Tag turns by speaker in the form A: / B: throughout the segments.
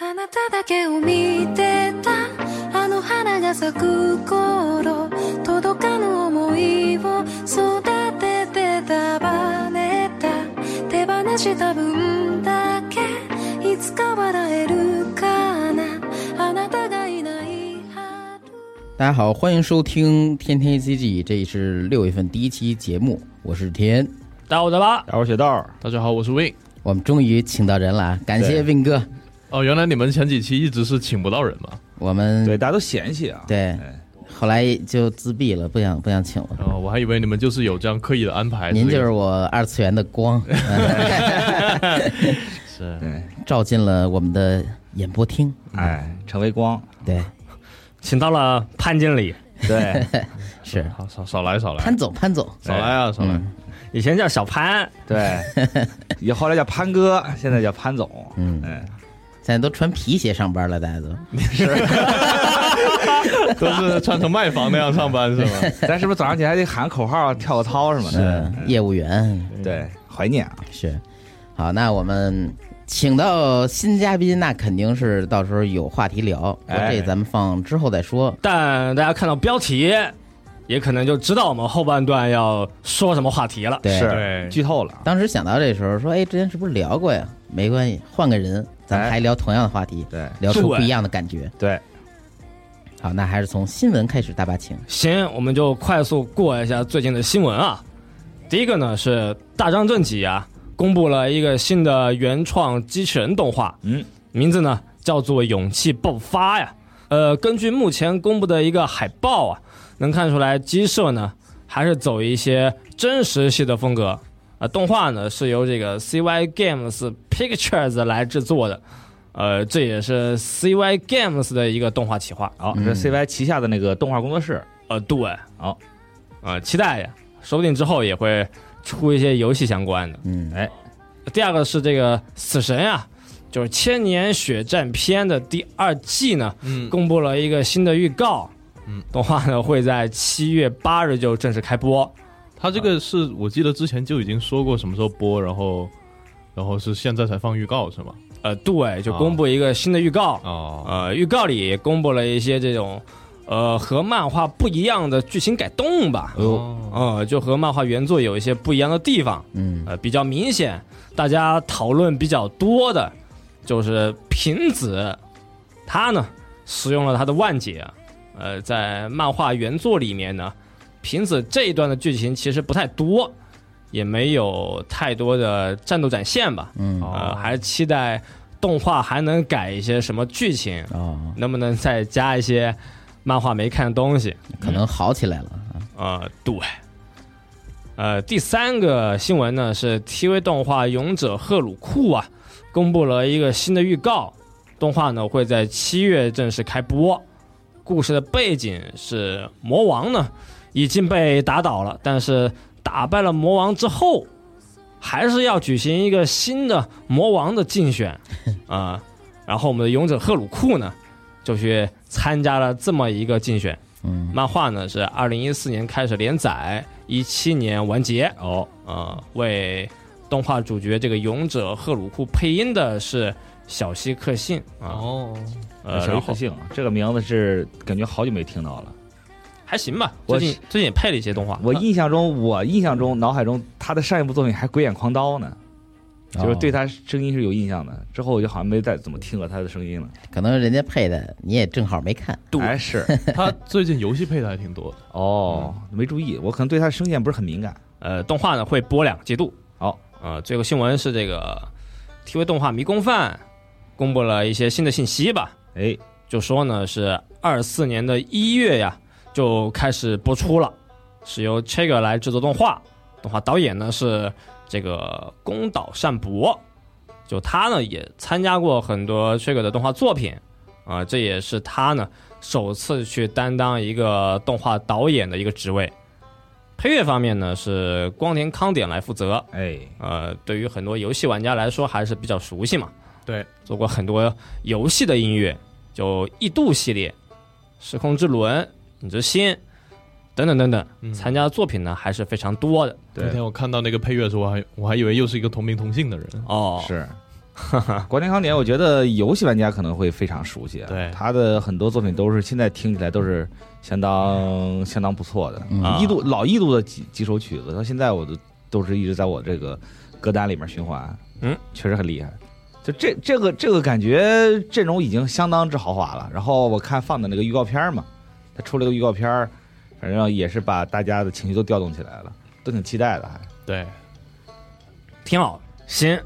A: あなただけを見てたあの花が咲く頃届かぬ思いを育てて束ねた手放した分だけいつか笑えるかなあなたがいない春
B: 大家好，欢迎收听天天 ACG，这是六月份第一期节目，我是天。
C: 大家好，我是巴。
D: 然后写道，
C: 大家好，我是 Win。
B: 我们终于请到人了啊，感谢
D: 对
B: Win 哥，
C: 哦，原来你们前几期一直是请不到人嘛？
B: 我们
D: 对，大家都嫌弃啊。
B: 嗯对后来就自闭了，不想不想请了。
C: 哦，我还以为你们就是有这样刻意的安排。
B: 您就是我二次元的光，
C: 是
D: 对，
B: 照进了我们的演播厅。
D: 哎，陈为光，
B: 对，
E: 请到了潘经理，
D: 对，
B: 是
C: 好啊少少来少来
B: 潘总，潘总，
C: 少来啊少来！
E: 哎以前叫小潘，
D: 对，以后来叫潘哥，现在叫潘总，
B: 嗯
D: 哎，
B: 现在都穿皮鞋上班了，大家都
C: 都是穿成卖房那样上 班是吗？
D: 咱是不是早上起来还得喊口号、跳个操什么
B: 是
D: 的？
B: 嗯业务员，
D: 对，怀念啊，
B: 是。好，那我们请到新嘉宾，那肯定是到时候有话题聊，不过
D: 哎
B: 这咱们放之后再说。
E: 但大家看到标题，也可能就知道我们后半段要说什么话题了。
B: 对，
D: 是
C: 对
D: 剧透了啊，
B: 当时想到这时候说，哎，之前是不是聊过呀？没关系，换个人，咱们
D: 哎
B: 还聊同样的话题，
D: 对
B: 聊出
E: 对
B: 不一样的感觉。
D: 对，
B: 好，那还是从新闻开始，大巴请。
E: 行，我们就快速过一下最近的新闻啊。第一个呢是大张正己啊，公布了一个新的原创机器人动画，
D: 嗯，
E: 名字呢叫做《勇气爆发》呀。呃，根据目前公布的一个海报啊，能看出来鸡舍呢还是走一些真实系的风格啊、动画呢是由这个 CY Games Pictures 来制作的，呃，这也是 CY Games 的一个动画企划。
D: 好，
B: 嗯
D: 这 CY 旗下的那个动画工作室，
E: 呃，对，
D: 好，
E: 啊、期待呀，说不定之后也会出一些游戏相关的。
B: 嗯，
E: 第二个是这个《死神》啊，就是《千年血战篇》的第二季呢，
C: 嗯，
E: 公布了一个新的预告。
C: 嗯，
E: 动画呢会在七月八日就正式开播。
C: 他这个是我记得之前就已经说过什么时候播，然后然后是现在才放预告是吗？
E: 呃，对，就公布一个新的预告。
C: 哦，
E: 呃，预告里也公布了一些这种，呃，和漫画不一样的剧情改动吧。
C: 哦，
E: 呃，就和漫画原作有一些不一样的地方。
B: 嗯，
E: 呃，比较明显，大家讨论比较多的，就是平子，他呢使用了他的万解啊，呃，在漫画原作里面呢，平子这一段的剧情其实不太多，也没有太多的战斗展现吧，
B: 嗯
E: 呃，还期待动画还能改一些什么剧情，
B: 哦，
E: 能不能再加一些漫画没看的东西。
B: 可能好起来了啊。
E: 呃，对。呃，第三个新闻呢是 TV 动画《勇者赫鲁库》啊，公布了一个新的预告，动画呢会在七月正式开播。故事的背景是魔王呢已经被打倒了，但是打败了魔王之后，还是要举行一个新的魔王的竞选啊、然后我们的勇者赫鲁库呢就去参加了这么一个竞选。
B: 嗯，
E: 漫画呢是二零一四年开始连载，一七年完结。哦，呃，为动画主角这个勇者赫鲁库配音的是小西克幸啊，
C: 哦，
E: 呃，
D: 小
E: 然
D: 一可
E: 后
D: 幸，这个名字是感觉好久没听到了。
E: 还行吧，
D: 我
E: 最近最近也配了一些动画。
B: 啊
D: 我印象中，我印象中，脑海中他的上一部作品还《鬼眼狂刀》呢，就是对
B: 哦，
D: 他声音是有印象的。之后我就好像没再怎么听过他的声音了。
B: 可能人家配的，你也正好没看。
D: 哎，是
C: 他最近游戏配的还挺多 的。
D: 哦，没注意，我可能对他的声线不是很敏感。
E: 呃，动画呢会播两个季度。
D: 好，
E: 呃，这个新闻是这个 TV 动画《迷宫饭》公布了一些新的信息吧，
D: 哎，
E: 就说呢是二四年的一月呀就开始播出了，是由 Chega 来制作动画，动画导演呢是这个宫岛善博，就他呢也参加过很多 Chega 的动画作品，啊、这也是他呢首次去担当一个动画导演的一个职位。配乐方面呢是光田康典来负责，
D: 哎，
E: 呃，对于很多游戏玩家来说还是比较熟悉嘛。
C: 对，
E: 做过很多游戏的音乐，就《异度》系列、《时空之轮》、《影之心》等等等等，参加的作品呢还是非常多的
C: 那天我看到那个配乐的时候，我还我还以为又是一个同名同姓的人。
E: 哦。
D: 是 国内康典，我觉得游戏玩家可能会非常熟悉啊。
C: 对
D: 他的很多作品都是现在听起来都是相当相当不错的。
B: 嗯
C: 啊
D: 一度老一度的几几首曲子，到现在我都都是一直在我这个歌单里面循环。
E: 嗯，
D: 确实很厉害。就这这个这个感觉阵容已经相当之豪华了。然后我看放的那个预告片儿嘛，他出了个预告片儿，反正也是把大家的情绪都调动起来了，都挺期待的还。
C: 对，
E: 挺好，行，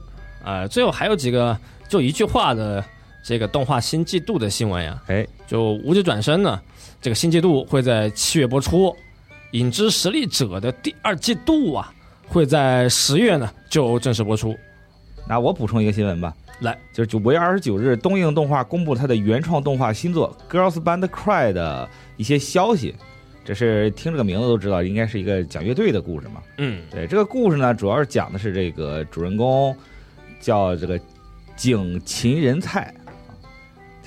E: 呃，最后还有几个就一句话的这个动画新季度的新闻呀，
D: 哎，
E: 就《无职转身》呢，这个新季度会在七月播出，《影之实力者》的第二季度啊，会在十月呢就正式播出。
D: 那我补充一个新闻吧，
E: 来，
D: 就是九五月二十九日，东映动画公布它的原创动画新作《Girls Band Cry》的一些消息。这是听这个名字都知道，应该是一个讲乐队的故事嘛。
E: 嗯，
D: 对，这个故事呢，主要是讲的是这个主人公叫这个井芹仁菜，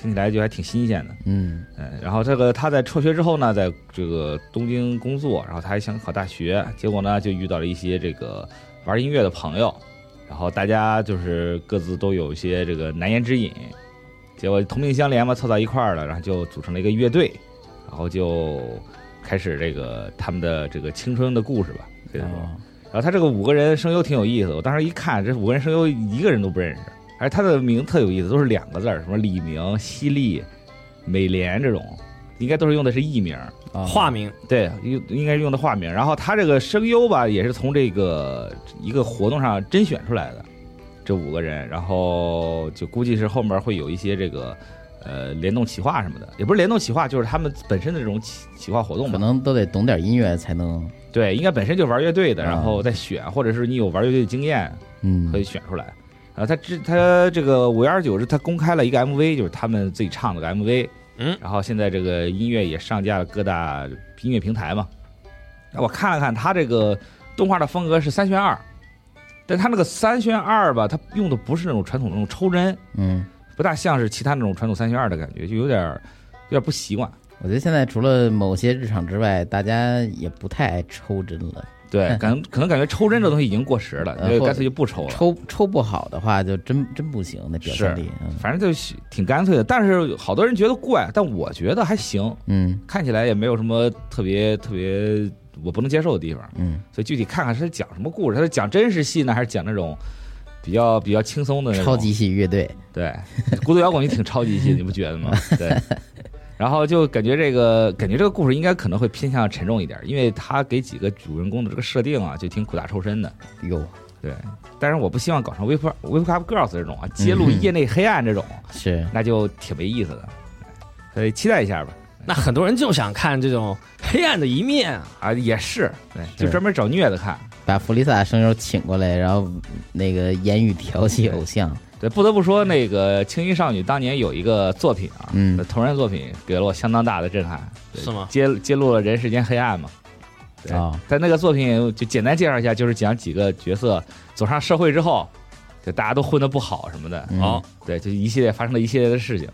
D: 听起来就还挺新鲜的。
B: 嗯
D: 嗯，然后这个他在辍学之后呢，在这个东京工作，然后他还想考大学，结果呢就遇到了一些这个玩音乐的朋友，然后大家就是各自都有一些这个难言之隐，结果同命相连嘛，凑到一块儿了，然后就组成了一个乐队，然后就开始这个他们的这个青春的故事吧，可以说。
B: 哦
D: 然后他这个五个人声优挺有意思的，我当时一看这五个人声优一个人都不认识，而且他的名字特有意思，都是两个字儿，什么李明、犀利、美莲这种，应该都是用的是艺名，
B: 哦
E: 化名
D: 对，应应该是用的化名。然后他这个声优吧，也是从这个一个活动上甄选出来的，这五个人，然后就估计是后面会有一些这个。呃，联动企划什么的，也不是联动企划，就是他们本身的这种企企划活动
B: 可。
D: 吧
B: 能都得懂点音乐才能，
D: 对，应该本身就玩乐队的，
B: 啊
D: 然后再选，或者是你有玩乐队的经验，
B: 嗯
D: 可以选出来。啊，他之他这个五月二十九日，他公开了一个 MV，就是他们自己唱的个 MV。
E: 嗯
D: 然后现在这个音乐也上架了各大音乐平台嘛。啊那我看了看，他这个动画的风格是三选二，但他那个三选二吧，他用的不是那种传统那种抽帧，
B: 嗯，
D: 不大像是其他那种传统三选二的感觉，就有点儿有点儿不习惯。
B: 我觉得现在除了某些日常之外，大家也不太爱抽帧了。
D: 对，感可能感觉抽帧这东西已经过时了，
B: 呃
D: 就
B: 或
D: 干脆就不抽了。
B: 抽抽不好的话，就真真不行，那表现力，
D: 反正就是挺干脆的，但是好多人觉得怪，但我觉得还行，
B: 嗯
D: 看起来也没有什么特别特别我不能接受的地方，
B: 嗯
D: 所以具体看看是讲什么故事，他是讲真实戏呢，还是讲那种比较比较轻松的那
B: 嗯，
D: 种
B: 超级系乐队，
D: 对，孤独摇滚也挺超级戏，你不觉得 吗？对。然后就感觉这个，感觉这个故事应该可能会偏向沉重一点，因为他给几个主人公的这个设定啊，就挺苦大仇深的。
B: 哟，
D: 但是我不希望搞成 Wake Up Wake Up Girls 这种啊，揭露业内黑暗这种，
B: 是
D: 那就挺没意思的。所以期待一下吧。
E: 那很多人就想看这种黑暗的一面啊，
D: 啊，也是，对，就是专门找虐的看。
B: 把弗利萨声优请过来，然后那个言语调戏偶像，
D: 对，不得不说，那个《青衣少女》当年有一个作品啊，
B: 嗯
D: 同人作品给了我相当大的震撼，对
E: 是吗
D: 揭揭露了人世间黑暗嘛。对
B: 哦，
D: 但那个作品就简单介绍一下，就是讲几个角色走上社会之后，就大家都混得不好什么的，
B: 嗯
E: 哦，
D: 对，就一系列发生了一系列的事情。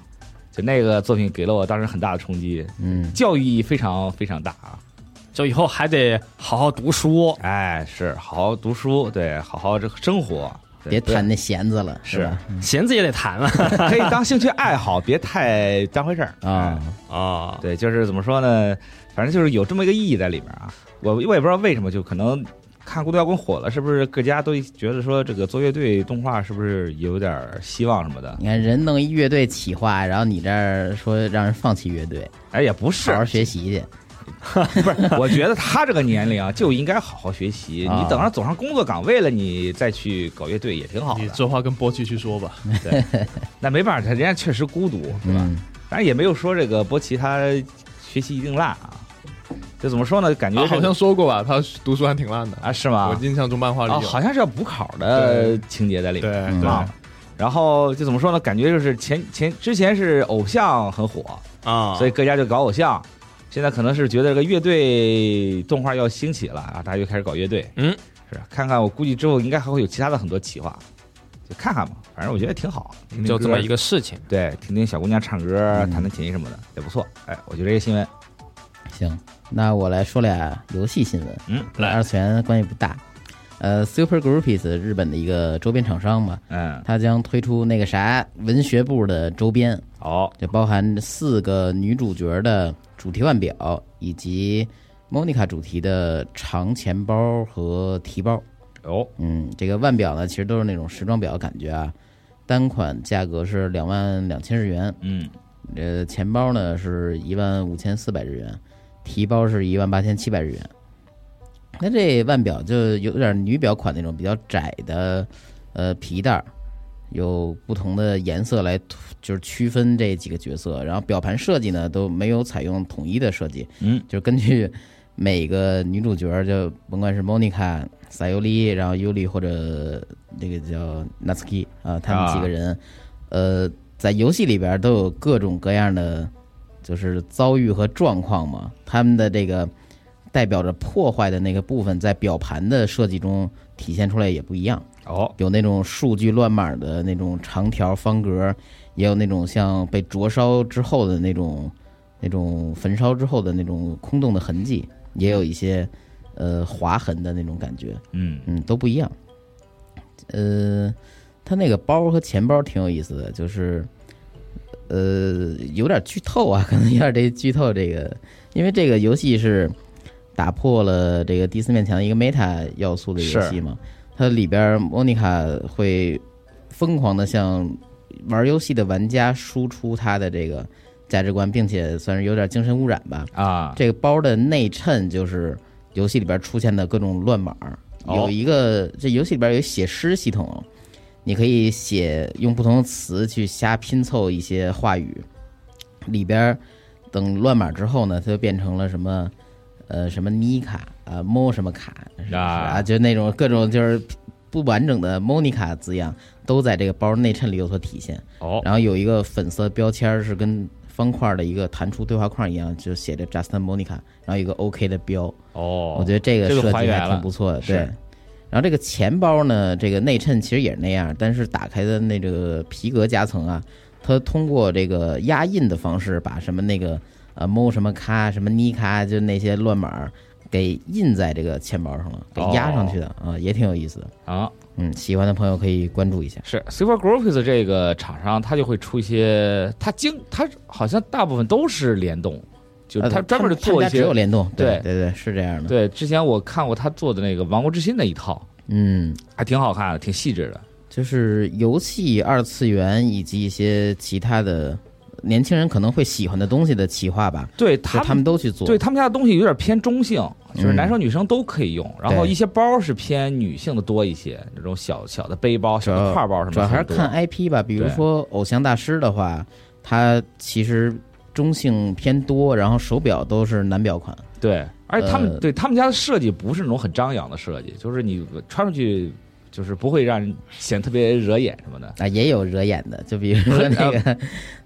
D: 就那个作品给了我当时很大的冲击，
B: 嗯，
D: 教育意义非常非常大啊！
E: 就以后还得好好读书。
D: 哎，是好好读书，对，好好这个生活，对
B: 别
D: 不要
B: 弹那弦子了，
D: 是
B: 吧？
E: 弦子也得啊弹了
D: 可以当兴趣爱好，别太当回事儿
B: 啊
D: 哎，
E: 啊！
D: 对，就是怎么说呢，反正就是有这么一个意义在里面啊。我我也不知道为什么，就可能看《孤独摇滚》火了，是不是各家都觉得说这个做乐队动画是不是有点儿希望什么的？
B: 你看人弄一乐队企划，然后你这儿说让人放弃乐队，
D: 哎，也不
B: 好
D: 是
B: 好，学习去，
D: 不是， 我觉得他这个年龄啊，就应该好好学习。
B: 啊
D: 你等上走上工作岗位了，你再去搞乐队也挺好
C: 你
D: 的。
C: 这话跟波奇去说吧。
D: 那没办法，人家确实孤独，对吧？
B: 嗯，
D: 当然也没有说这个波奇他学习一定烂啊。就怎么说呢？感觉
C: 啊，
D: 这
C: 好
D: 个
C: 像说过吧，他读书还挺烂的。
D: 啊是吗？
C: 我印象中漫画里
D: 啊，
C: 有。
D: 好像是要补考的情节在里
C: 对
D: 面，
C: 对
D: 忘了。嗯然后就怎么说呢？感觉就是前前之前是偶像很火，
E: 啊，
D: 所以各家就搞偶像。现在可能是觉得这个乐队动画要兴起了啊，大家就开始搞乐队。
E: 嗯，
D: 是看看我估计之后应该还会有其他的很多企划，就看看吧。反正我觉得挺好，听听
E: 就这么
D: 歌
E: 一个事情。
D: 对，听听小姑娘唱歌、弹弹琴什么的也不错。哎，我觉得这个新闻
B: 行，那我来说俩游戏新闻，
D: 嗯
B: 二次元关系不大。呃，Super Groupies 日本的一个周边厂商嘛，
D: 嗯，
B: 它将推出那个啥文学部的周边，
D: 好，
B: 就包含四个女主角的主题腕表，以及 Monica 主题的长钱包和提包。
D: 哦，
B: 嗯，这个腕表呢，其实都是那种时装表的感觉啊。单款价格是两万两千日元，
D: 嗯，
B: 呃，钱包呢是一万五千四百日元，提包是一万八千七百日元。那这腕表就有点女表款那种比较窄的，呃，皮带儿，有不同的颜色来突就是区分这几个角色。然后表盘设计呢都没有采用统一的设计，
D: 嗯，
B: 就是根据每个女主角儿，就甭管是 Monica、萨尤利，然后尤里或者这个叫 Natsuki 啊，他们几个人，呃，在游戏里边儿都有各种各样的就是遭遇和状况嘛，他们的这个代表着破坏的那个部分，在表盘的设计中体现出来也不一样。
D: 哦，
B: 有那种数据乱码的那种长条方格，也有那种像被灼烧之后的那种、那种焚烧之后的那种空洞的痕迹，也有一些呃划痕的那种感觉，
D: 嗯，
B: 嗯，都不一样。呃，它那个包和钱包挺有意思的，就是呃有点剧透啊， 可能有点这剧透这个，因为这个游戏是打破了这个第四面墙的一个 meta 要素的游戏嘛，它里边莫妮卡会疯狂的向玩游戏的玩家输出她的这个价值观，并且算是有点精神污染吧。
D: 啊，
B: 这个包的内衬就是游戏里边出现的各种乱码儿，
D: 哦
B: 有一个这游戏里边有写诗系统，你可以写用不同的词去瞎拼凑一些话语，里边儿等乱码之后呢，它就变成了什么呃什么妮卡啊摸什么卡是不是
D: 啊
B: 啊，就那种各种就是不完整的 Monica 字样都在这个包内衬里有所体现。
D: 哦，
B: 然后有一个粉色标签儿是跟方块儿的一个弹出对话框一样，就写着 Justin Monica，然后有一个 OK 的标，
D: 哦，
B: 我觉得这个
D: 这个
B: 设
D: 还
B: 计
D: 原
B: 还
D: 了
B: 挺不错的。
D: 是
B: 对，然后这个钱包呢，这个内衬其实也是那样，但是打开的那个皮革夹层啊，它通过这个压印的方式，把什么那个呃某什么咖、什么妮咖，就那些乱码儿给印在这个钱包上了，给压上去的
D: 哦
B: 啊、也挺有意思的。
D: 啊，
B: 嗯，喜欢的朋友可以关注一下。
D: 是 Super Groups 这个厂商，它就会出一些，它经它好像大部分都是联动，就是
B: 呃
D: 它专门
B: 他们
D: 做一
B: 家只
D: 些
B: 有。联动，
D: 对
B: 对对对，是这样的。
D: 对，之前我看过他做的那个《王国之心》那一套，
B: 嗯，
D: 还挺好看的，挺细致的。
B: 就是游戏二次元以及一些其他的年轻人可能会喜欢的东西的企划吧，
D: 对
B: 就
D: 他
B: 他们都去做。
D: 对他们家的东西有点偏中性，就是
B: 嗯
D: 男生女生都可以用。然后
B: 对
D: 一些包是偏女性的多一些，那种小小的背包、
B: 主
D: 小
B: 要
D: 的挎包什么的。
B: 主要还是看 IP 吧，比如
D: 对
B: 说偶像大师的话，它其实中性偏多，然后手表都是男表款。
D: 对，而且他们、
B: 呃
D: 对他们家的设计不是那种很张扬的设计，就是你穿上去就是不会让人显得特别惹眼什么的。
B: 啊，也有惹眼的，就比如说那 个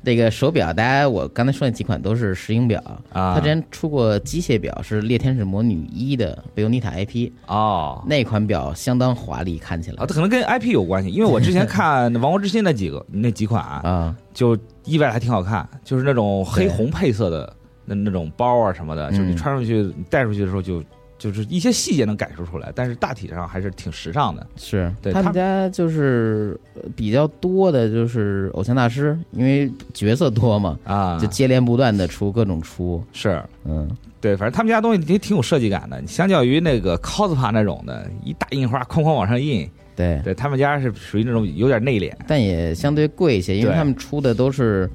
B: 那个手表，大家我刚才说那几款都是石英表，
D: 啊
B: 它之前出过机械表，是《猎天使魔女一》的贝欧妮塔 IP，
D: 哦。
B: 那款表相当华丽，看起来
D: 啊，它可能跟 IP 有关系，因为我之 前看《王国之心》那几个那几款啊，
B: 啊，
D: 就意外地还挺好看，就是那种黑红配色的那那种包啊什么的，
B: 嗯
D: 就是你穿上去、你戴出去的时候就就是一些细节能感受出来，但是大体上还是挺时尚的。
B: 是
D: 对
B: 他
D: 他
B: 们家就是呃比较多的就是偶像大师，因为角色多嘛，
D: 啊，
B: 就接连不断的出各种出，
D: 是
B: 嗯，
D: 对，反正他们家东西也挺有设计感的。你相较于那个 cospa 那种的，一大印花哐哐往上印，
B: 对，
D: 对他们家是属于那种有点内敛。
B: 但也相对贵一些，因为
D: 对
B: 他们出的都是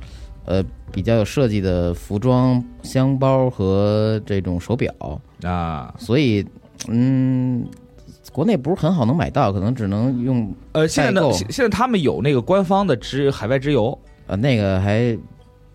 B: 呃比较有设计的服装、箱包和这种手表，
D: 啊，
B: 所以嗯，国内不是很好能买到，可能只能用
D: 呃，现在
B: 代
D: 呢，
B: 购
D: 现现在他们有那个官方的直海外直邮，
B: 呃那个还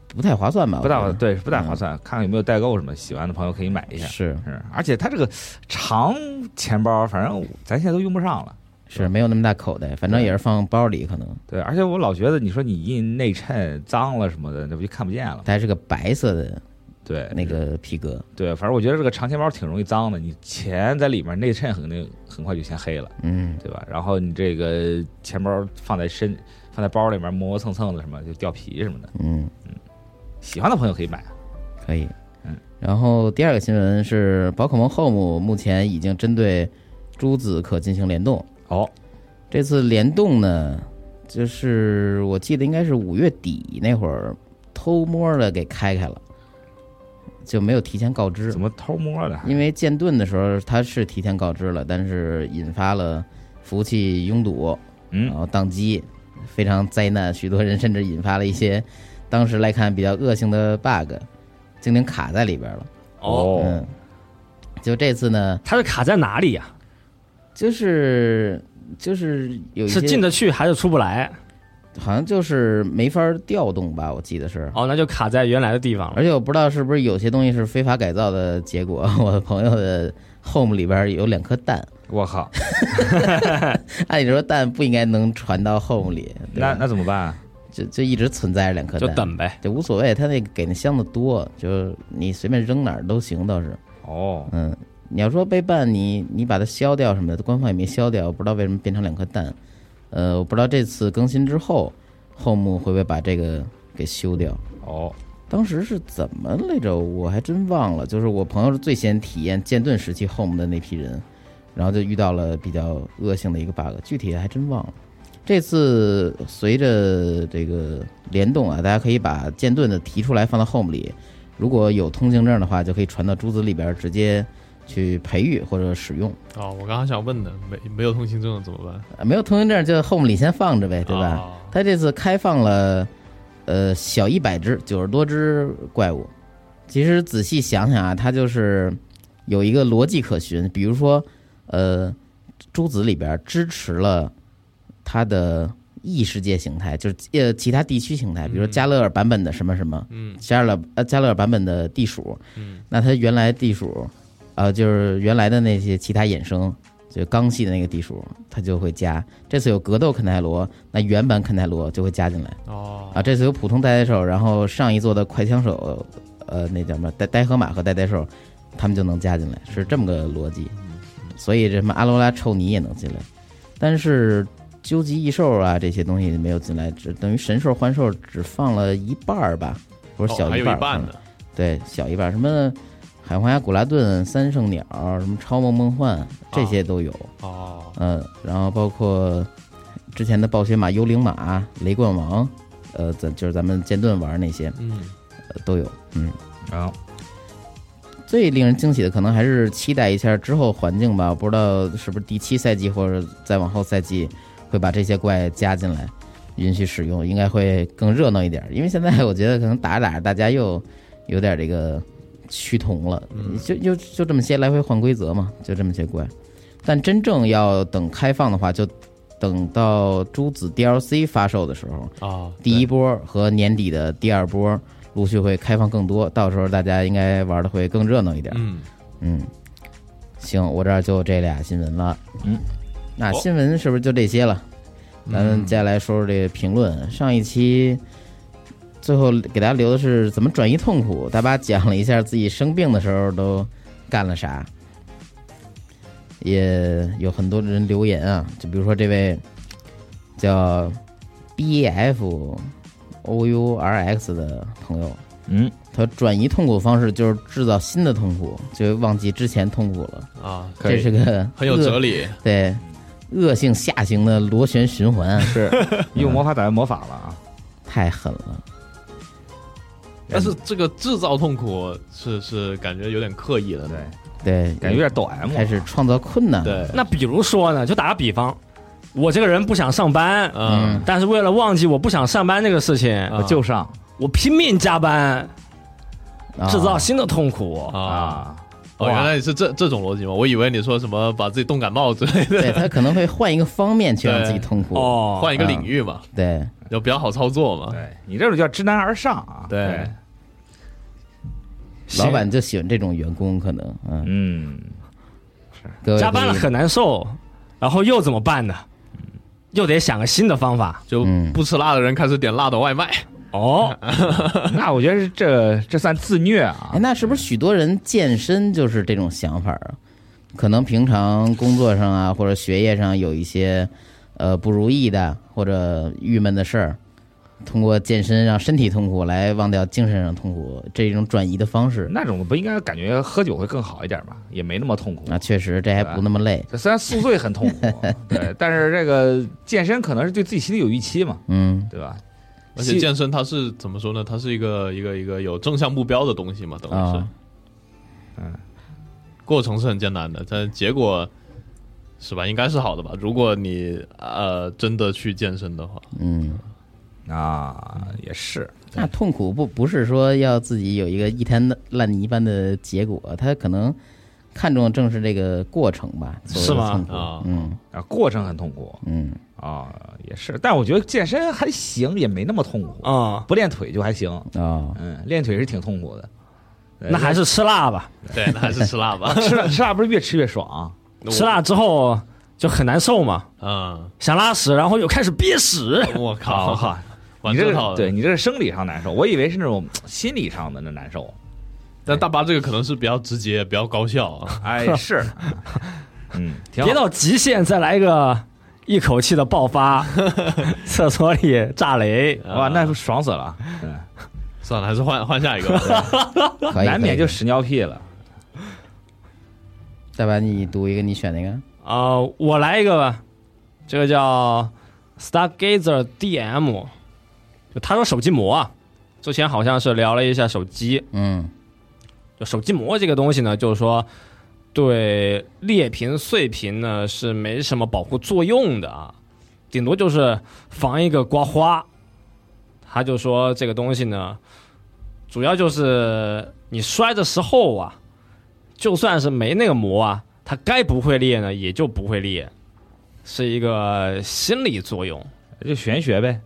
B: 不太划算吧，
D: 不大
B: 我
D: 划
B: 觉得
D: 对，不大划算，看看有没有代购什么，喜欢的朋友可以买一下。
B: 嗯是
D: 是，而且它这个长钱包，反正咱现在都用不上了。
B: 是没有那么大口袋，反正也是放包里可能。
D: 对，而且我老觉得你说你印内衬脏了什么的，那不就看不见了吗？
B: 它还是个白色的
D: 对，
B: 那个皮革，
D: 对，反正我觉得这个长钱包挺容易脏的，你钱在里面，内衬肯定很快就先黑了，
B: 嗯，
D: 对吧？然后你这个钱包放在身放在包里面磨磨蹭蹭的什么，就掉皮什么的。
B: 嗯，
D: 喜欢的朋友可以买。啊
B: 可以
D: 嗯。
B: 然后第二个新闻是，宝可梦 Home 目前已经针对珠子可进行联动。
D: 哦，
B: 这次联动呢，就是我记得应该是五月底那会儿偷摸的给开开了，就没有提前告知
D: 怎。么偷摸的？
B: 因为剑盾的时候它是提前告知了，但是引发了服务器拥堵，然
D: 嗯，
B: 后宕机，非常灾难，许多人甚至引发了一些当时来看比较恶性的 bug，精灵卡在里边了。
E: 哦，
B: 嗯，就这次呢，
E: 它是卡在哪里呀、
B: 就是就是有一些
E: 是进得去还是出不来？
B: 好像就是没法调动吧，我记得是。
E: 哦，那就卡在原来的地方了。
B: 而且我不知道是不是有些东西是非法改造的结果。 我朋友的 home 里边有两颗蛋，
D: 我靠，
B: 按理说蛋不应该能传到 home 里，对
D: 那
B: 吧
D: 那怎么办啊？
B: 就就一直存在着两颗
E: 就
B: 蛋，
E: 等呗，
B: 就无所谓。他那给那箱子多，就你随便扔哪儿都行，倒是。
D: 哦，
B: 嗯，你要说被办，你你把它消掉什么的，官方也没消掉，我不知道为什么变成两颗蛋。呃，我不知道这次更新之后，Home 会不会把这个给修掉？
D: 哦，
B: 当时是怎么来着？我还真忘了。就是我朋友是最先体验剑盾时期 Home 的那批人，然后就遇到了比较恶性的一个 bug，具体还真忘了。这次随着这个联动啊，大家可以把剑盾的提出来放到 Home 里，如果有通行证的话，就可以传到珠子里边直接去培育或者使用。
C: 哦，我刚刚想问的，没没有通行证的怎么办？
B: 啊没有通行证就 Home 里先放着呗，对吧？
C: 啊
B: 它这次开放了，呃，小一百只，九十多只怪物。其实仔细想想啊，它就是有一个逻辑可循。比如说，呃，朱子里边支持了它的异世界形态，就是呃其他地区形态，比如说
C: 嗯
B: 加勒尔版本的什么什么，
C: 嗯
B: 加勒尔呃加勒尔版本的地鼠，
C: 嗯，
B: 那它原来地鼠，呃，就是原来的那些其他衍生，就刚系的那个地鼠，它就会加。这次有格斗肯泰罗，那原版肯泰罗就会加进来
C: 哦
B: 啊。这次有普通呆呆兽，然后上一座的快枪手，呃，那叫什么呆呆河马和呆呆兽，他们就能加进来，是这么个逻辑。
C: 嗯
B: 所以这什么阿罗拉臭泥也能进来，但是究极异兽啊这些东西没有进来，只等于神兽幻兽只放了一半儿吧，不是
C: 哦
B: 小
C: 还有
B: 半儿
C: 一
B: 放
C: 半
B: 了
C: 呢。
B: 对，小一半儿，什么海皇牙古拉顿、三圣鸟、什么超梦梦幻这
C: 啊
B: 些都有，
C: 哦，
B: 嗯、然后包括之前的暴雪马、幽灵马、雷冠王，呃，咱就是咱们剑盾玩儿那些、
C: 嗯，
B: 呃、都有，嗯。
D: 然后
B: 最令人惊喜的可能还是期待一下之后环境吧，不知道是不是第七赛季或者再往后赛季会把这些怪加进来，允许使用，应该会更热闹一点。因为现在我觉得可能打着打着大家又有点这个趋同了，就就就这么些来回换规则嘛，就这么些怪。但真正要等开放的话，就等到朱子 DLC 发售的时候，
C: 啊，
B: 第一波和年底的第二波陆续会开放更多，到时候大家应该玩的会更热闹一点
C: 对，。嗯，
B: 嗯，行，我这儿就这俩新闻了。
D: 嗯，
B: 那
C: 好
B: 新闻是不是就这些了？咱们接下来说说这个评论。上一期最后给大家留的是怎么转移痛苦，大巴讲了一下自己生病的时候都干了啥，也有很多人留言啊，就比如说这位叫 B F O U R X 的朋友，
D: 嗯，
B: 他转移痛苦方式就是制造新的痛苦，就忘记之前痛苦了。
C: 啊，
D: 可
B: 这
D: 以
B: 是个
C: 很有哲
B: 理，
C: 理。
B: 对，恶性下行的螺旋循环，
D: 是用魔法打败魔法了啊。
B: 太狠了。
C: 但是这个制造痛苦是是感觉有点刻意的，
D: 对，
B: 对，
D: 感觉有点抖 M 啊。
B: 开始创造困难了。
C: 对，
E: 那比如说呢，就打个比方，我这个人不想上班，
C: 嗯，
E: 但是为了忘记我不想上班这个事情，
C: 啊
D: 我就上
E: 我拼命加班，
B: 啊
E: 制造新的痛苦。
C: 啊，
D: 啊，
C: 哦，
E: 哇
C: 原来你是这这种逻辑吗？我以为你说什么把自己冻感冒之类
B: 对
C: 的，
B: 他可能会换一个方面去让
C: 对
B: 自己痛苦。
E: 哦，
C: 换一个领域嘛，
B: 对，
C: 就比较好操作嘛。
D: 对你这种叫知难而上啊。
C: 对
E: 行
B: 老板就喜欢这种员工，可能嗯，
D: 嗯，
B: 各位
E: 加班了
B: 可以
E: 很难受，然后又怎么办呢？又得想个新的方法
C: 就
B: 嗯
C: 不吃辣的人开始点辣的外卖，
E: 哦。
D: 那我觉得是这这算自虐啊
B: 哎，。那是不是许多人健身就是这种想法啊？可能平常工作上啊，或者学业上有一些呃不如意的或者郁闷的事儿，通过健身让身体痛苦来忘掉精神上痛苦这一种转移的方式。
D: 那种不应该感觉喝酒会更好一点吧？也没那么痛苦。
B: 啊，确实这还不那么累。
D: 这虽然宿醉很痛苦，对，但是这个健身可能是对自己心里有预期嘛，
B: 嗯，
D: 对吧？
C: 而且健身它是怎么说呢？它是一个一个一个有正向目标的东西嘛，等于是
B: 啊，
C: 过程是很艰难的，但结果是吧？应该是好的吧？如果你呃真的去健身的话，
B: 嗯，
D: 啊，也是，
B: 那痛苦不不是说要自己有一个一滩烂泥般的结果，他可能看重的正是这个过程吧。所谓的
E: 是吗
B: 痛苦
C: 啊
B: 嗯
D: 啊，过程很痛苦
B: 嗯，
D: 啊，也是。但我觉得健身还行，也没那么痛苦。
E: 啊、
D: 不练腿就还行，
B: 哦，
D: 嗯，练腿是挺痛苦的。
E: 那还是吃辣吧，
C: 对，那还是吃 辣吧。
D: 吃辣吃辣不是越吃越爽？啊
E: 吃辣之后就很难受嘛，
C: 嗯，
E: 想拉屎，然后又开始憋屎，
C: 我靠，
D: 好
C: 完
D: 你这
C: 真
D: 是
C: 好了。
D: 对你这是生理上难受，我以为是那种心理上的那难受。
C: 但大巴这个可能是比较直接，比较高效啊。
D: 哎，是， 嗯，挺
E: 憋
D: 好。
E: 到极限再来一个一口气的爆 发，厕所里炸雷，
D: 哇，那爽死了，嗯，
C: 算了，还是换换下一 个吧。
B: 可以
D: 难
B: 可
D: 免
B: 以
D: 就屎尿屁了。
B: 再把你读一个，你选哪个？
E: 啊、我来一个吧，这个叫 Stargazer DM，就他说手机膜啊，之前好像是聊了一下手机，
B: 嗯
E: 就手机膜这个东西呢，就是说对裂屏碎屏呢是没什么保护作用的啊，顶多就是防一个刮花。他就说这个东西呢，主要就是你摔的时候啊，就算是没那个膜啊，它该不会裂呢也就不会裂，是一个心理作用。
D: 就玄学呗，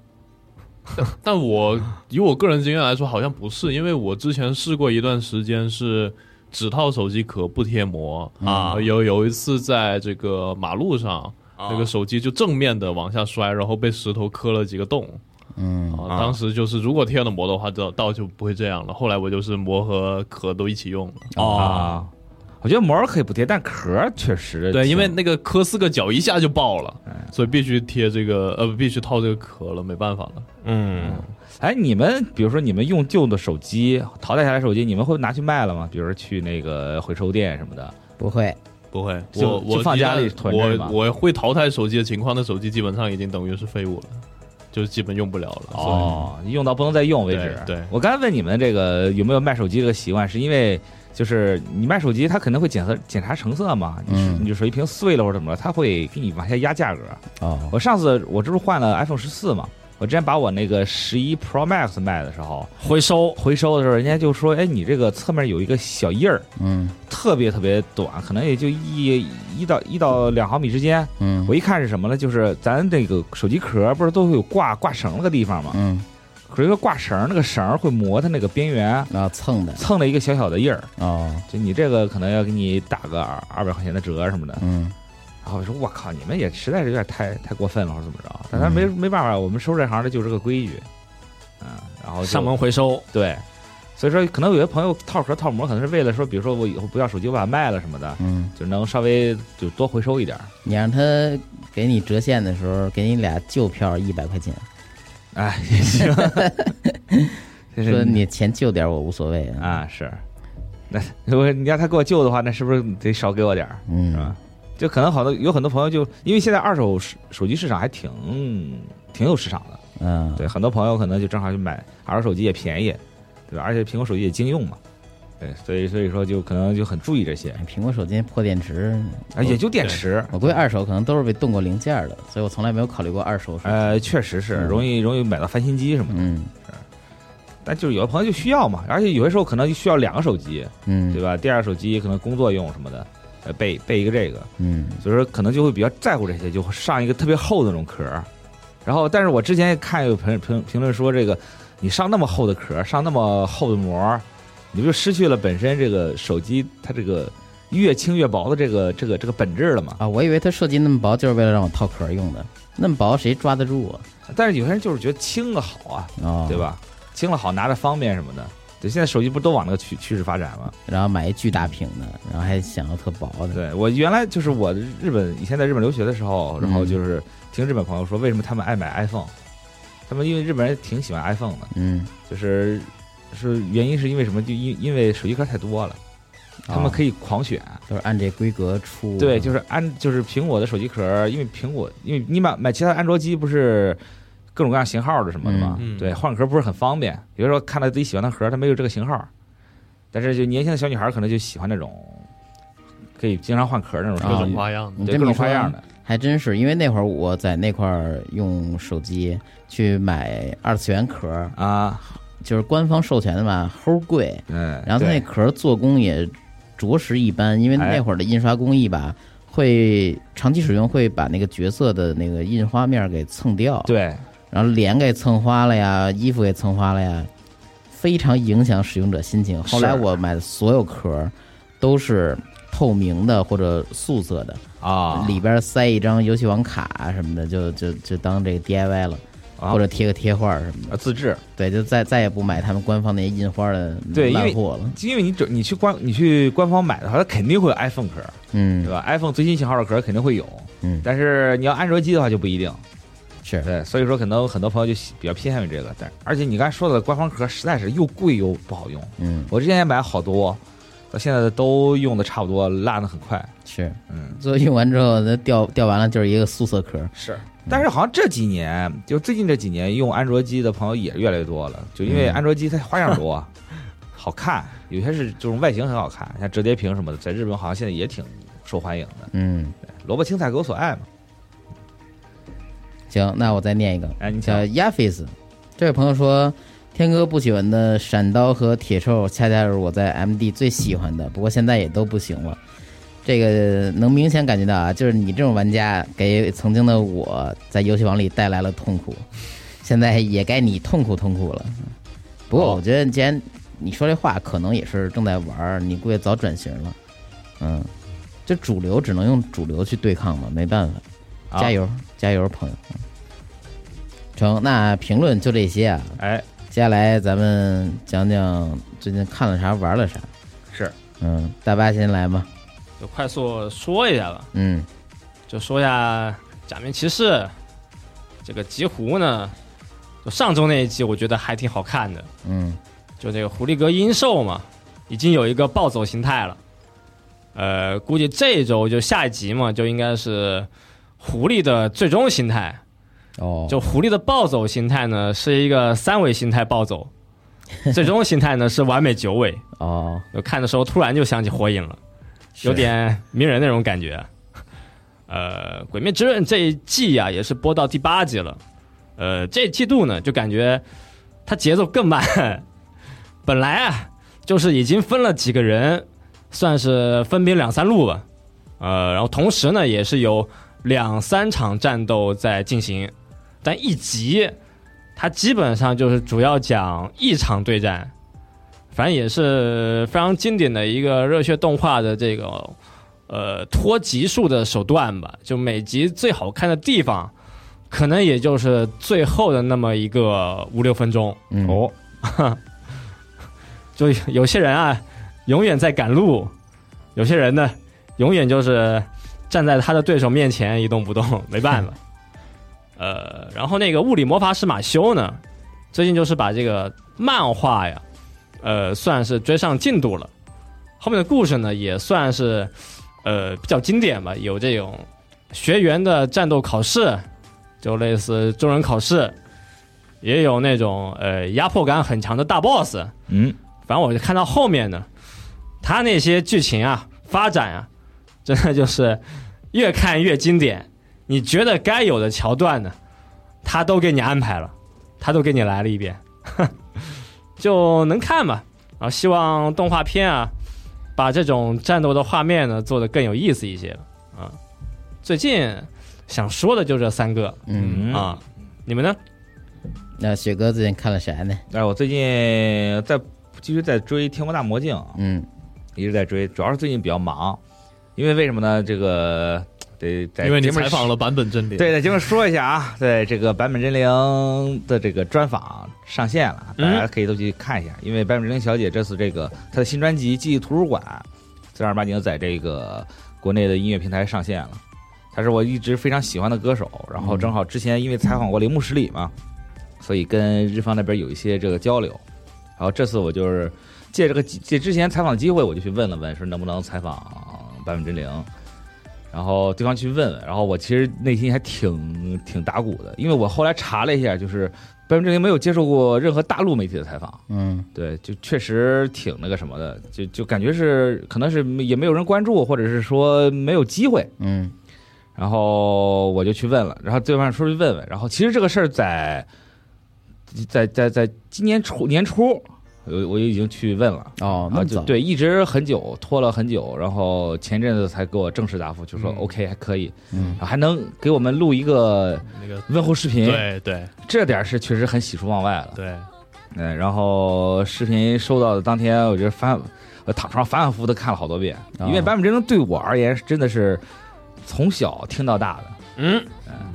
C: 但我以我个人经验来说，好像不是，因为我之前试过一段时间是只套手机壳不贴膜
D: 嗯
E: 啊
C: 有有一次在这个马路上，
D: 啊
C: 那个手机就正面的往下摔，然后被石头磕了几个洞。
B: 嗯
C: 啊，
E: 啊
C: 当时就是如果贴了膜的话，倒倒就不会这样了。后来我就是膜和壳都一起用了。
E: 哦，
D: 啊，我觉得膜儿可以不贴，但壳儿确实
C: 对，
D: 挺
C: 因为那个磕四个角一下就爆了，所以必须贴这个呃，必须套这个壳了，没办法了。
E: 嗯，
D: 哎，你们比如说你们用旧的手机淘汰下来手机，你们会拿去卖了吗？比如说去那个回收店什么的，
B: 不会，
C: 不会，
D: 就
C: 我我
D: 就放
C: 一旦
D: 家里囤着是吧
C: 我我会淘汰手机的情况，那手机基本上已经等于是废物了，就是基本用不了了。
D: 哦，用到不能再用为止。
C: 对对
D: 我刚才问你们这个有没有卖手机这个习惯，是因为就是你卖手机，它肯定会检测检查成色嘛，你
B: 嗯
D: 你就手机屏碎了或者怎么了，它会给你往下压价格。
B: 哦，
D: 我上次我这不是换了 iPhone 十四嘛，我之前把我那个十一 Pro Max 卖的时候，
E: 回收
D: 回收的时候，人家就说，哎，你这个侧面有一个小印儿，
B: 嗯
D: 特别特别短，可能也就一一到一到两毫米之间。
B: 嗯，
D: 我一看是什么呢？就是咱这个手机壳不是都会有挂挂绳那个地方吗？
B: 嗯
D: 可是一个挂绳，那个绳儿会磨它那个边缘，
B: 啊蹭的
D: 蹭了一个小小的印儿。
B: 哦，
D: 就你这个可能要给你打个二二百块钱的折什么的。
B: 嗯
D: 然后我说我靠，你们也实在是有点太太过分了，或者怎么着？但他没没办法，我们收这行的就是这个规矩。嗯，然后就
E: 上门回收，
D: 对，所以说可能有些朋友套壳套膜，可能是为了说，比如说我以后不要手机，我把它卖了什么的，
B: 嗯，
D: 就能稍微就多回收一点儿。
B: 你让他给你折现的时候，给你俩旧票一百块钱，
D: 哎， 也行。这是
B: 说你钱旧点儿我无所谓，
D: 啊是，那如果你要他给我救的话，那是不是得少给我点儿？是
B: 嗯
D: 吧？就可能好多有很多朋友就因为现在二手手手机市场还挺挺有市场的，
B: 嗯，
D: 对，很多朋友可能就正好就买二手手机也便宜，对吧？而且苹果手机也经用嘛，对，所以所以说就可能就很注意这些，
B: 苹果手机破电池，
D: 啊，也就电池，
B: 我估计二手可能都是被动过零件儿的，所以我从来没有考虑过二手手机。
D: 呃，确实是
B: 嗯
D: 容易容易买到翻新机什么的，
B: 嗯
D: 但就是有的朋友就需要嘛，而且有些时候可能就需要两个手机，对
B: 嗯
D: 吧？第二手机可能工作用什么的，呃，备备一个这个，
B: 嗯
D: 所以说可能就会比较在乎这些，就会上一个特别厚的那种壳儿。然后，但是我之前也看有评评评论说，这个你上那么厚的壳儿，上那么厚的膜儿，你不就失去了本身这个手机它这个越轻越薄的这个这个这个本质了吗？
B: 啊，我以为它设计那么薄就是为了让我套壳儿用的，那么薄谁抓得住啊？
D: 但是有些人就是觉得轻了好啊，
B: 哦，
D: 对？吧？轻了好，拿着方便什么的。对，现在手机不都往那个趋趋势发展吗？
B: 然后买一巨大屏的，然后还想要特薄的。
D: 对我原来就是我日本以前在日本留学的时候，然后就是听日本朋友说，为什么他们爱买 iPhone？他们因为日本人挺喜欢 iPhone 的，
B: 嗯，
D: 就是是原因是因为什么？就因因为手机壳太多了，他们
B: 哦
D: 可以狂选。
B: 都是按这规格出。啊
D: 对，就是安就是苹果的手机壳，因为苹果，因为你买买其他的安卓机不是各种各样型号的什么的嘛，
C: 嗯嗯
D: 对，换壳不是很方便。有的时候看到自己喜欢的盒，它没有这个型号，但是就年轻的小女孩可能就喜欢那种可以经常换壳那种手
C: 各
D: 机，
B: 啊
C: 种花样的。
B: 你
D: 对
B: 这
D: 各
B: 么
D: 种
B: 一说
D: 花样的。
B: 还真是，因为那会儿我在那块儿用手机去买二次元壳儿，
D: 啊，
B: 就是官方授权的吧，齁贵。
D: 嗯，
B: 然后它那
D: 对
B: 壳儿做工也着实一般，因为
D: 哎
B: 那会儿的印刷工艺吧，会长期使用会把那个角色的那个印花面儿给蹭掉，
D: 对
B: 然后脸给蹭花了呀，衣服给蹭花了呀，非常影响使用者心情。后来
D: 是
B: 我买的所有壳儿都是透明的或者素色的。
D: 啊，
B: 里边塞一张游戏王卡什么的，就就就当这个 DIY 了，
D: 啊
B: 或者贴个贴画什么的。
D: 啊自制，
B: 对，就再再也不买他们官方那些印花的
D: 对因为
B: 烂货了。
D: 因为你准你去官你去官方买的话，它肯定会有 iPhone 壳，对
B: 嗯，
D: 吧？iPhone 最新型号的壳肯定会有，
B: 嗯
D: 但是你要安卓机的话就不一定。
B: 是
D: 对，所以说可能很多朋友就喜比较偏向于这个，但而且你刚才说的官方壳实在是又贵又不好用，
B: 嗯
D: 我之前也买了好多，到现在都用的差不多，烂的很快。
B: 是，
D: 嗯，
B: 所以用完之后，那掉掉完了就是一个素色壳。
D: 是。但是好像这几年，就最近这几年，用安卓机的朋友也越来越多了，就因为
B: 嗯
D: 安卓机它花样多，好看，有些是这种外形很好看，像折叠屏什么的，在日本好像现在也挺受欢迎的。
B: 嗯，
D: 萝卜青菜各有所爱嘛。
B: 行，那我再念一个，
D: 哎，你
B: 叫
D: 想
B: Yafis，这位朋友说。天哥不喜欢的闪刀和铁兽，恰恰是我在 MD 最喜欢的，不过现在也都不行了。这个能明显感觉到啊，就是你这种玩家给曾经的我在游戏王里带来了痛苦，现在也该你痛苦痛苦了。不过我觉得，既然你说这话，可能也是正在玩儿，你估计早转型了。嗯，这主流只能用主流去对抗嘛，没办法，
D: 啊
B: 加油、加油，朋友。嗯成，那评论就这些啊。
D: 哎，
B: 接下来咱们讲讲最近看了啥，玩了啥。
D: 是，
B: 嗯，大巴先来嘛。
E: 就快速说一下吧。
B: 嗯，
E: 就说一下假面骑士这个极狐呢，就上周那一集我觉得还挺好看的，
B: 嗯
E: 就这个狐狸哥阴兽嘛，已经有一个暴走形态了。呃，估计这一周就下一集嘛，就应该是狐狸的最终形态。
B: 哦，
E: 就狐狸的暴走形态呢，是一个三维形态暴走，最终形态呢是完美九尾。
B: 哦，
E: 我看的时候突然就想起火影了，有点鸣人那种感觉。呃，《鬼灭之刃》这一季啊，也是播到第八集了。呃，这季度呢，就感觉它节奏更慢。 本来啊，就是已经分了几个人，算是分兵两三路吧。呃，然后同时呢，也是有两三场战斗在进行，但一集它基本上就是主要讲一场对战，反正也是非常经典的一个热血动画的这个呃拖集数的手段吧。就每集最好看的地方，可能也就是最后的那么一个五六分钟。
B: 嗯，
D: 哦，
E: 就有些人啊，永远在赶路；有些人呢，永远就是站在他的对手面前一动不动，没办法。 呃，然后那个物理魔法师马修呢，最近就是把这个漫画呀，呃，算是追上进度了。后面的故事呢，也算是呃比较经典吧，有这种学员的战斗考试，就类似中人考试，也有那种呃压迫感很强的大 boss。
D: 嗯，
E: 反正我就看到后面呢，他那些剧情啊发展啊，真的就是越看越经典。你觉得该有的桥段呢，他都给你安排了，他都给你来了一遍， 就能看吧。然后希望动画片啊，把这种战斗的画面呢做得更有意思一些了啊。最近想说的就这三个
B: 嗯，
D: 嗯
E: 啊，你们呢？
B: 那雪哥最近看了啥呢？
D: 哎，我最近在继续在追《天国大魔镜》，
B: 嗯，
D: 一直在追，主要是最近比较忙，因为为什么呢？这个得在
C: 因为你
D: 节目
C: 采访了坂本真
D: 对，
C: 理，，
D: 在节目说一下啊，对这个坂本真绫的这个专访上线了，大
E: 嗯
D: 家可以都去看一下。因为坂本真绫小姐这次这个她的新专辑《记忆图书馆》正儿八经在这个国内的音乐平台上线了。她是我一直非常喜欢的歌手，然后正好之前因为采访过铃木十里嘛，所以跟日方那边有一些这个交流。然后这次我就是借这个机借之前采访的机会，我就去问了问，说能不能采访呃百分之零。然后对方去问问，然后我其实内心还挺挺打鼓的，因为我后来查了一下，就是百分之零没有接受过任何大陆媒体的采访，
B: 嗯
D: 对，就确实挺那个什么的，就就感觉是可能是也没有人关注，或者是说没有机会。
B: 嗯
D: 然后我就去问了，然后对方说哎去问问，然后其实这个事儿在在在在今年初年初，我我就已经去问了。
B: 哦，那
D: 啊，
B: 么
D: 就
B: 早
D: 对，一直很久拖了很久，然后前阵子才给我正式答复，就说
C: 嗯
D: OK 还可以，
B: 嗯
D: 然后还能给我们录一个
C: 那个
D: 问候视频，
C: 对对
D: 这点儿是确实很喜出望外了。
C: 对，
D: 嗯，然后视频收到的当天，我就翻，我呃躺床上反反复复的看了好多遍，
B: 啊
D: 因为坂本真人对我而言真的是从小听到大的。
E: 嗯，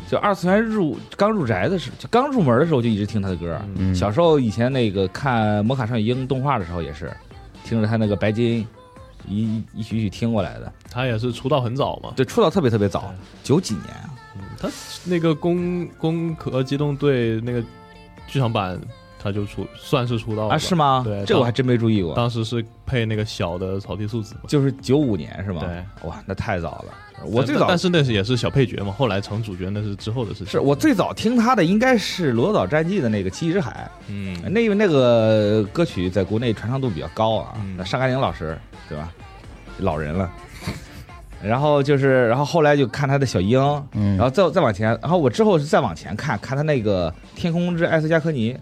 D: 就二次元入刚入宅的时候，就刚入门的时候就一直听他的歌。
B: 嗯
D: 小时候以前那个看《魔卡少女樱》动画的时候也是，听着他那个白金一一曲一曲听过来的。
C: 他也是出道很早嘛，
D: 对，出道特别特别早，九几年啊。
C: 他那个攻攻壳机动队那个剧场版，他就出算是出道了吧
D: 啊，是？吗？
C: 对
D: 这个我还真没注意过。
C: 当时是配那个小的草地素子嘛，
D: 就是九五年是吗？
C: 对，
D: 哇，那太早了。我最
C: 但
D: 早
C: 但是那是也是小配角嘛，后来成主角那是之后的事情。
D: 是我最早听他的应该是《罗岛战记》的那个《七夕之海》，
C: 嗯
D: 那因为那个歌曲在国内传唱度比较高啊
C: 嗯。
D: 那尚甘宁老师对吧？老人了。 然后就是，然后后来就看他的小樱，
B: 嗯，
D: 然后再再往前，然后我之后是再往前看，看他那个《天空之艾斯加科尼》，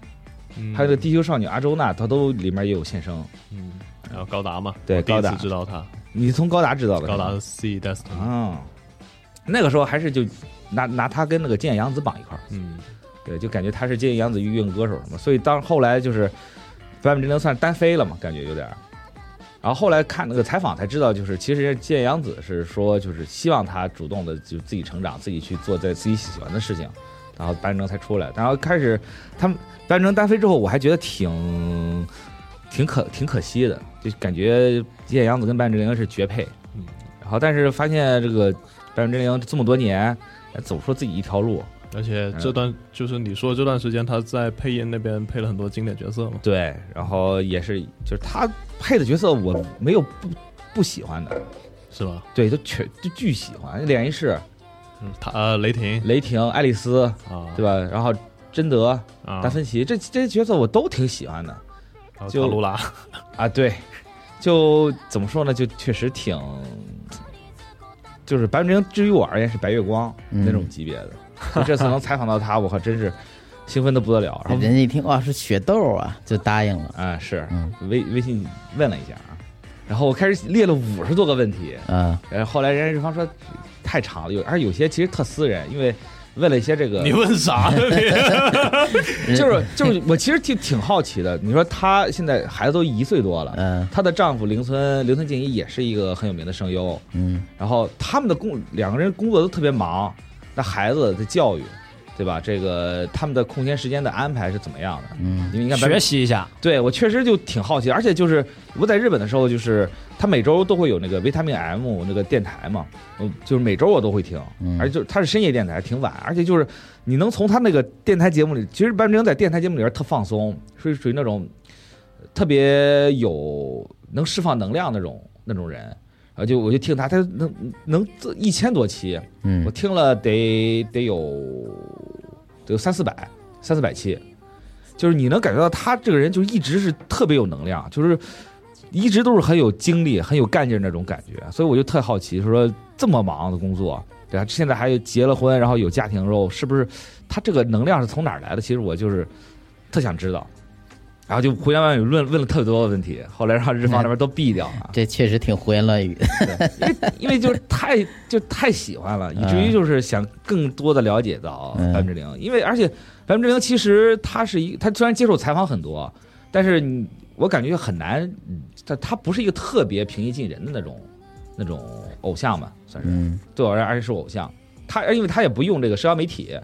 C: 嗯
D: 还有那个《地球少女阿周娜》，他都里面也有现声。
C: 嗯，然后高达嘛，
D: 对
C: 我第一
D: 高达
C: 次知道他，
D: 你从高达知道的？
C: 高达的 C Destiny，
D: 啊，那个时候还是就拿拿他跟那个剑阳子绑一块儿，
C: 嗯
D: 对，就感觉他是剑阳子御用歌手什么，所以当后来就是《百米之能》算是单飞了嘛，感觉有点儿。然后后来看那个采访才知道，就是其实剑阳子是说，就是希望他主动的就自己成长，自己去做在自己喜欢的事情，然后班正才出来。然后开始他们班正单飞之后，我还觉得挺挺可挺可惜的，就感觉剑阳子跟班正玲是绝配。
C: 嗯，
D: 然后但是发现这个班正玲这么多年哎走出自己一条路，
C: 而且
D: 嗯
C: 这段就是你说这段时间他在配音那边配了很多经典角色嘛，
D: 对，然后也是就是他配的角色我没有不不喜欢的，
C: 是吧？
D: 对，都全就巨喜欢，脸一试
C: 嗯，他呃雷霆
D: 雷霆、爱丽丝，
C: 啊，
D: 对吧？然后贞德、
C: 啊，
D: 达芬奇这这些角色我都挺喜欢的
C: 还有
D: 就
C: 塔卢拉，
D: 啊，对，就怎么说呢，就确实挺。就是白月光，至于我而言是白月光
B: 嗯
D: 那种级别的。所以这次能采访到他，我靠，真是兴奋的不 得了。然后
B: 哎人家一听哇是雪豆啊，就答应了，
D: 啊，是
B: 嗯
D: 微微信问了一下啊，然后我开始列了五十多个问题，
B: 啊，
D: 然呃后后来人家日方说太长了，有而且有些其实特私人，因为问了一些这个
C: 你，问啥呢你？
D: 就是就是我其实挺挺好奇的。你说她现在孩子都一岁多了，
B: 嗯
D: 她的丈夫铃村铃村敬一也是一个很有名的声优，
B: 嗯
D: 然后他们的工两个人工作都特别忙，那孩子的教育，对吧？这个他们的空闲时间的安排是怎么样的？
B: 嗯
D: 因为你看白
E: 学习一下，
D: 对我确实就挺好奇，而且就是我在日本的时候，就是他每周都会有那个维他命 M 那个电台嘛，嗯，就是每周我都会听，
B: 嗯，
D: 而且就是它是深夜电台，挺晚，而且就是你能从他那个电台节目里，其实班正在电台节目里边特放松，是属于那种特别有能释放能量那种那种人，然后就我就听他，他能能做一千多期，我
B: 嗯
D: 听了得得有得有三四百三四百期，就是你能感觉到他这个人就是一直是特别有能量，就是一直都是很有精力、很有干劲儿那种感觉，所以我就特好奇，说这么忙的工作，对吧？现在还结了婚，然后有家庭之后，是不是他这个能量是从哪儿来的？其实我就是特想知道。然后就胡言乱语问问了特别多的问题，后来让日方那边都毙掉了。
B: 这确实挺胡言乱语，
D: 因为就是太 就太喜欢了，以至于就是想更多的了解到
B: 嗯
D: 百分之零，因为而且百分之零其实他是一，他虽然接受采访很多，但是你我感觉很难，他他不是一个特别平易近人的那种那种偶像吧，算是
B: 嗯
D: 对我而言而且是偶像，他因为他也不用这个社交媒体，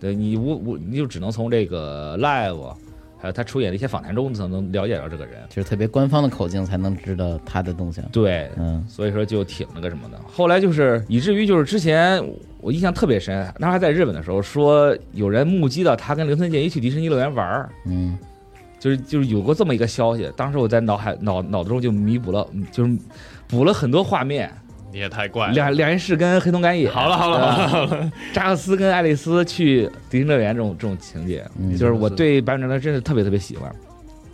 D: 对你我我你就只能从这个 live。还有他出演的一些访谈中，才能了解到这个人。
B: 就是特别官方的口径才能知道他的动向。
D: 对，
B: 嗯，
D: 所以说就挺那个什么的。后来就是以至于就是之前我印象特别深，那时候还在日本的时候，说有人目击到他跟刘村健一起去迪士尼乐园玩儿，
B: 嗯，
D: 就是就是有过这么一个消息。当时我在脑海脑脑子中就弥补了，嗯就是补了很多画面，
C: 你也太怪了。
D: 两两人是跟黑瞳感也，
C: 哎好了好了
D: 呃
C: 好了，
D: 扎克斯跟爱丽丝去迪士尼乐园这种这种情节，
B: 嗯
D: 就是我对白本正真的特别特别喜欢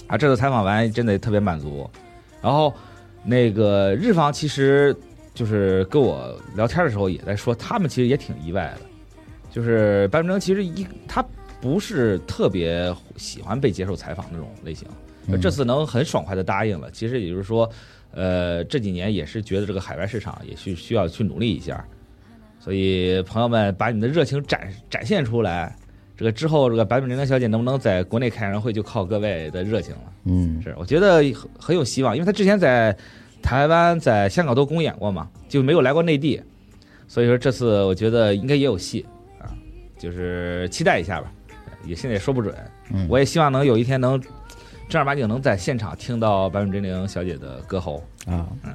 D: 啊！这次采访完真的特别满足。然后那个日方其实就是跟我聊天的时候也在说，他们其实也挺意外的，就是白本正其实一他不是特别喜欢被接受采访那种类型，就
B: 嗯
D: 这次能很爽快的答应了，其实也就是说，呃，这几年也是觉得这个海外市场也是需要去努力一下，所以朋友们把你们的热情展展现出来。这个之后，这个坂本玲玲小姐能不能在国内开演唱会，就靠各位的热情了。
B: 嗯，
D: 是，我觉得很很有希望，因为她之前在台湾、在香港都公演过嘛，就没有来过内地，所以说这次我觉得应该也有戏啊，就是期待一下吧，也现在也说不准。
B: 嗯
D: 我也希望能有一天能正儿八经能在现场听到坂本真绫小姐的歌喉。
B: 啊，
D: 嗯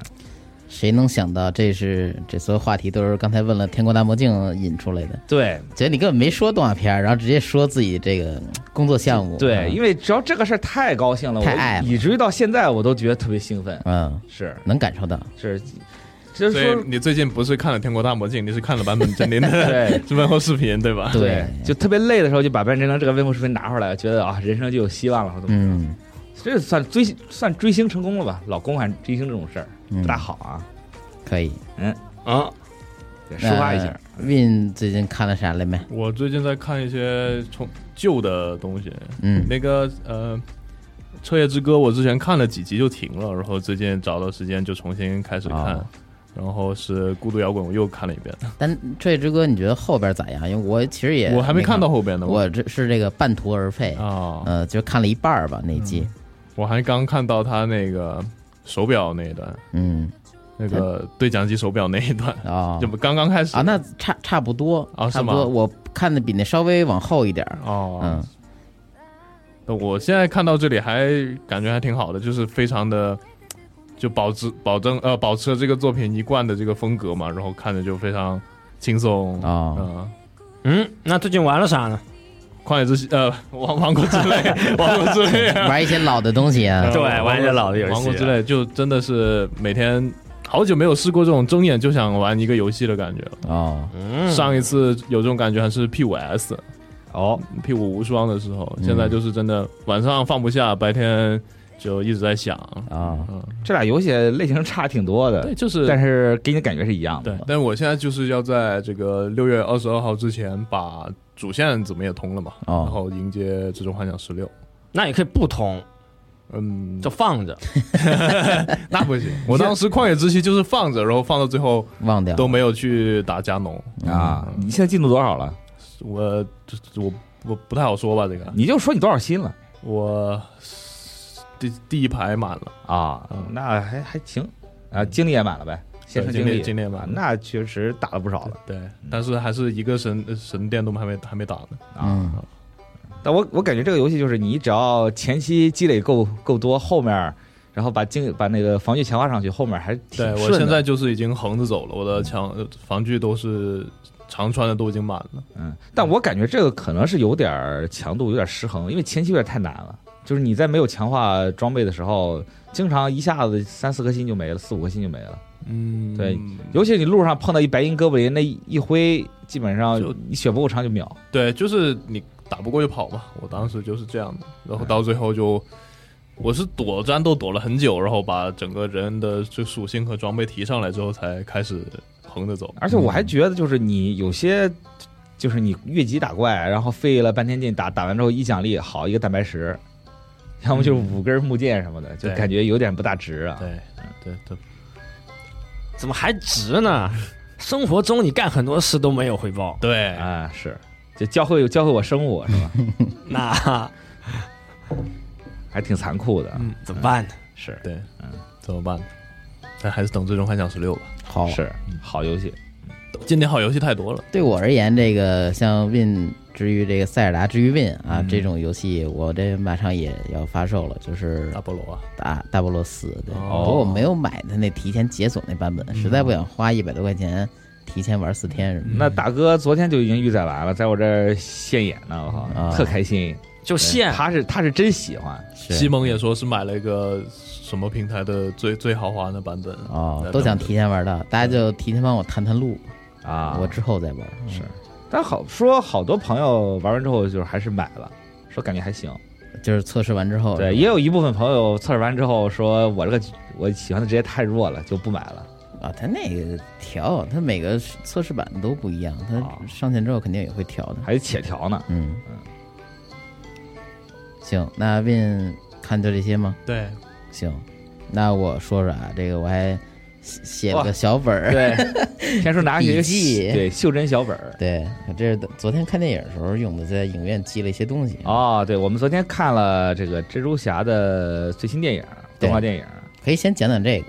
B: 谁能想到这是这所有话题都是刚才问了《天国大魔镜》引出来的？
D: 对
B: 觉得你根本没说动画片儿，然后直接说自己这个嗯工作项目。啊
D: 对，因
B: 为
D: 为只要这个事儿太高兴了，
B: 嗯太爱了
D: 我以至于到现在我都觉得特别兴奋。
B: 嗯，
D: 是
B: 能感受到，
D: 是，就是
C: 所以
D: 说
C: 你最近不是看了《天国大魔镜》，你是看了版本真 绫的
D: 对
C: 问候视频对吧？
B: 对，
D: 就特别累的时候，就把半真正这个微博视频拿回来，觉得啊，人生就有希望了，或者怎么着？
B: 嗯，
D: 这算追算追星成功了吧？老公还追星这种事儿
B: 嗯
D: 不大好啊，
B: 可以
C: 啊，
D: 得抒发一下。。
B: 那 Win 最近看了啥了没？
C: 我最近在看一些从旧的东西，
B: 嗯
C: 那个呃，《彻夜之歌》我之前看了几集就停了，然后最近找到时间就重新开始看。
B: 哦
C: 然后是《孤独摇滚》，我又看了一遍，
B: 但《彻夜之歌》你觉得后边咋样？因为我其实也
C: 我还没
B: 没
C: 看到后边呢。
B: 我这是这个半途而废，
C: 啊，
B: 呃，就看了一半儿吧那
D: 嗯
B: 集。
C: 我还刚看到他那个手表那一段，
B: 嗯，
C: 那个对讲机手表那一段，
B: 哦
C: 这不刚刚开始
B: 啊，那差差不多，
C: 啊是
B: 差
C: 吗
B: 不多。我看的比那稍微往后一点儿。
C: 哦，
B: 嗯，
C: 那我现在看到这里还感觉还挺好的，就是非常的就保持保证呃保持了这个作品一贯的这个风格嘛，然后看着就非常轻松啊。
B: 哦
C: 嗯
E: 嗯，那最近玩了啥呢？
C: 旷野之息，呃， 王王国之泪，王国之泪 啊，
B: 玩一些老的东西啊
C: 呃
E: 对玩一些老的游戏啊
C: 王国之泪就真的是每天好久没有试过这种睁眼就想玩一个游戏的感觉了。
B: 哦，
E: 嗯
C: 上一次有这种感觉还是 P 五 S，
D: 哦，
C: P 五无双的时候，现在就是真的晚上放不下，白天就一直在想。
B: 啊
C: 嗯，
D: 这俩游戏类型差挺多的
C: 对，，就是，
D: 但是给你感觉是一样
C: 对
D: 的。，
C: 啊但我现在就是要在这个六月二十二号之前把主线怎么也通了嘛，
B: 哦
C: 然后迎接《最终幻想十六》。
E: 那也可以不通，
C: 嗯，
E: 就放着。
C: 那 不行，我当时《旷野之息》就是放着，然后放到最后
B: 忘掉
C: 嗯都没有去打加农。
D: 啊，你现在进度多少了？
C: 我我我不太好说吧，这个
D: 你就说你多少心了
C: 我第第一排满了，
D: 啊
C: 嗯？
D: 那还还行啊，精力也满了呗，先
C: 对
D: 生
C: 今
D: 精
C: 天
D: 力
C: 今天满
D: 啊
C: 了，
D: 那确实打了不少了。
C: 对，但是还是一个神神殿都还没还没打呢。
B: 嗯
C: 啊
D: 但我我感觉这个游戏就是你只要前期积累够够多，后面儿然后把精把那个防御强化上去，后面儿还挺
C: 对
D: 顺
C: 我
D: 的
C: 现在就是已经横着走了，我的墙呃防具都是长穿的都已经满了。
D: 嗯，但我感觉这个可能是有点儿强度有点儿失衡，因为前期有点儿太难了。就是你在没有强化装备的时候，经常一下子三四颗星就没了，四五颗星就没了。
C: 嗯
D: 对尤其你路上碰到一白银哥布林，那一一挥，基本上
C: 就
D: 你血不够长就秒。
C: 对，就是你打不过就跑嘛，我当时就是这样的，然后到最后就。我是躲战斗躲了很久，然后把整个人的这属性和装备提上来之后，才开始横着走。
D: 而且我
C: 嗯
D: 还觉得，就是你有些，就是你越级打怪，然后费了半天劲打，打完之后一奖励好一个蛋白石，要么就是五根木剑什么的，就
C: 嗯对
D: 感觉有点不大值啊。
C: 对对对，
E: 怎么还值呢？生活中你干很多事都没有回报，
C: 对，
D: 啊，是，就教会教会我生活是吧？
C: 嗯
E: 那
D: 还挺残酷的。
C: 嗯
E: 怎么办呢？
D: 是
C: 对，
D: 嗯，
C: 怎么办？但还是等最终幻想十六吧。
B: 好。
D: 是好游戏，
C: 今年好游戏太多了，
B: 对我而言，这个像 Win 至于这个塞尔达治愈病啊、
D: 嗯
B: 这种游戏，我这马上也要发售了，就是
C: 大菠萝啊，
B: 大大菠萝四。对，
C: 哦
B: 不过我没有买它那提前解锁那版本，实在不想花一百多块钱提前玩四天什
C: 嗯
B: 么的。
D: 那大哥昨天就已经预载完了，在我这儿现眼呢，我
B: 啊
D: 靠，特开心。
E: 就现
D: 他是他是真喜欢，
B: 是
C: 西蒙也说是买了一个什么平台的最最豪华的版本
B: 哦，都想提前玩到，大家就提前帮我探探路，
D: 啊，
B: 我之后再玩。嗯
D: 是，但好说好多朋友玩完之后就是还是买了，说感觉还行。
B: 哦就是测试完之后，
D: 对，也有一部分朋友测试完之后说，我这个我喜欢的职业太弱了，就不买了。
B: 啊，它那个调，它每个测试版都不一样，
D: 哦
B: 它上线之后肯定也会调的。
D: 还得且调 呢。
B: 嗯
D: 嗯，
B: 行，那 Win 看就这些吗？
C: 对，
B: 行，那我说说啊，这个我还写写了
D: 哇
B: 个小本儿。
D: 对， 天叔拿起一
B: 笔
D: 个
B: 记
D: 对袖珍小本儿。
B: 对，我这是昨天看电影的时候用的，在影院记了一些东西。
D: 哦，对，我们昨天看了这个蜘蛛侠的最新电影，动画电影。
B: 可以先讲讲这个。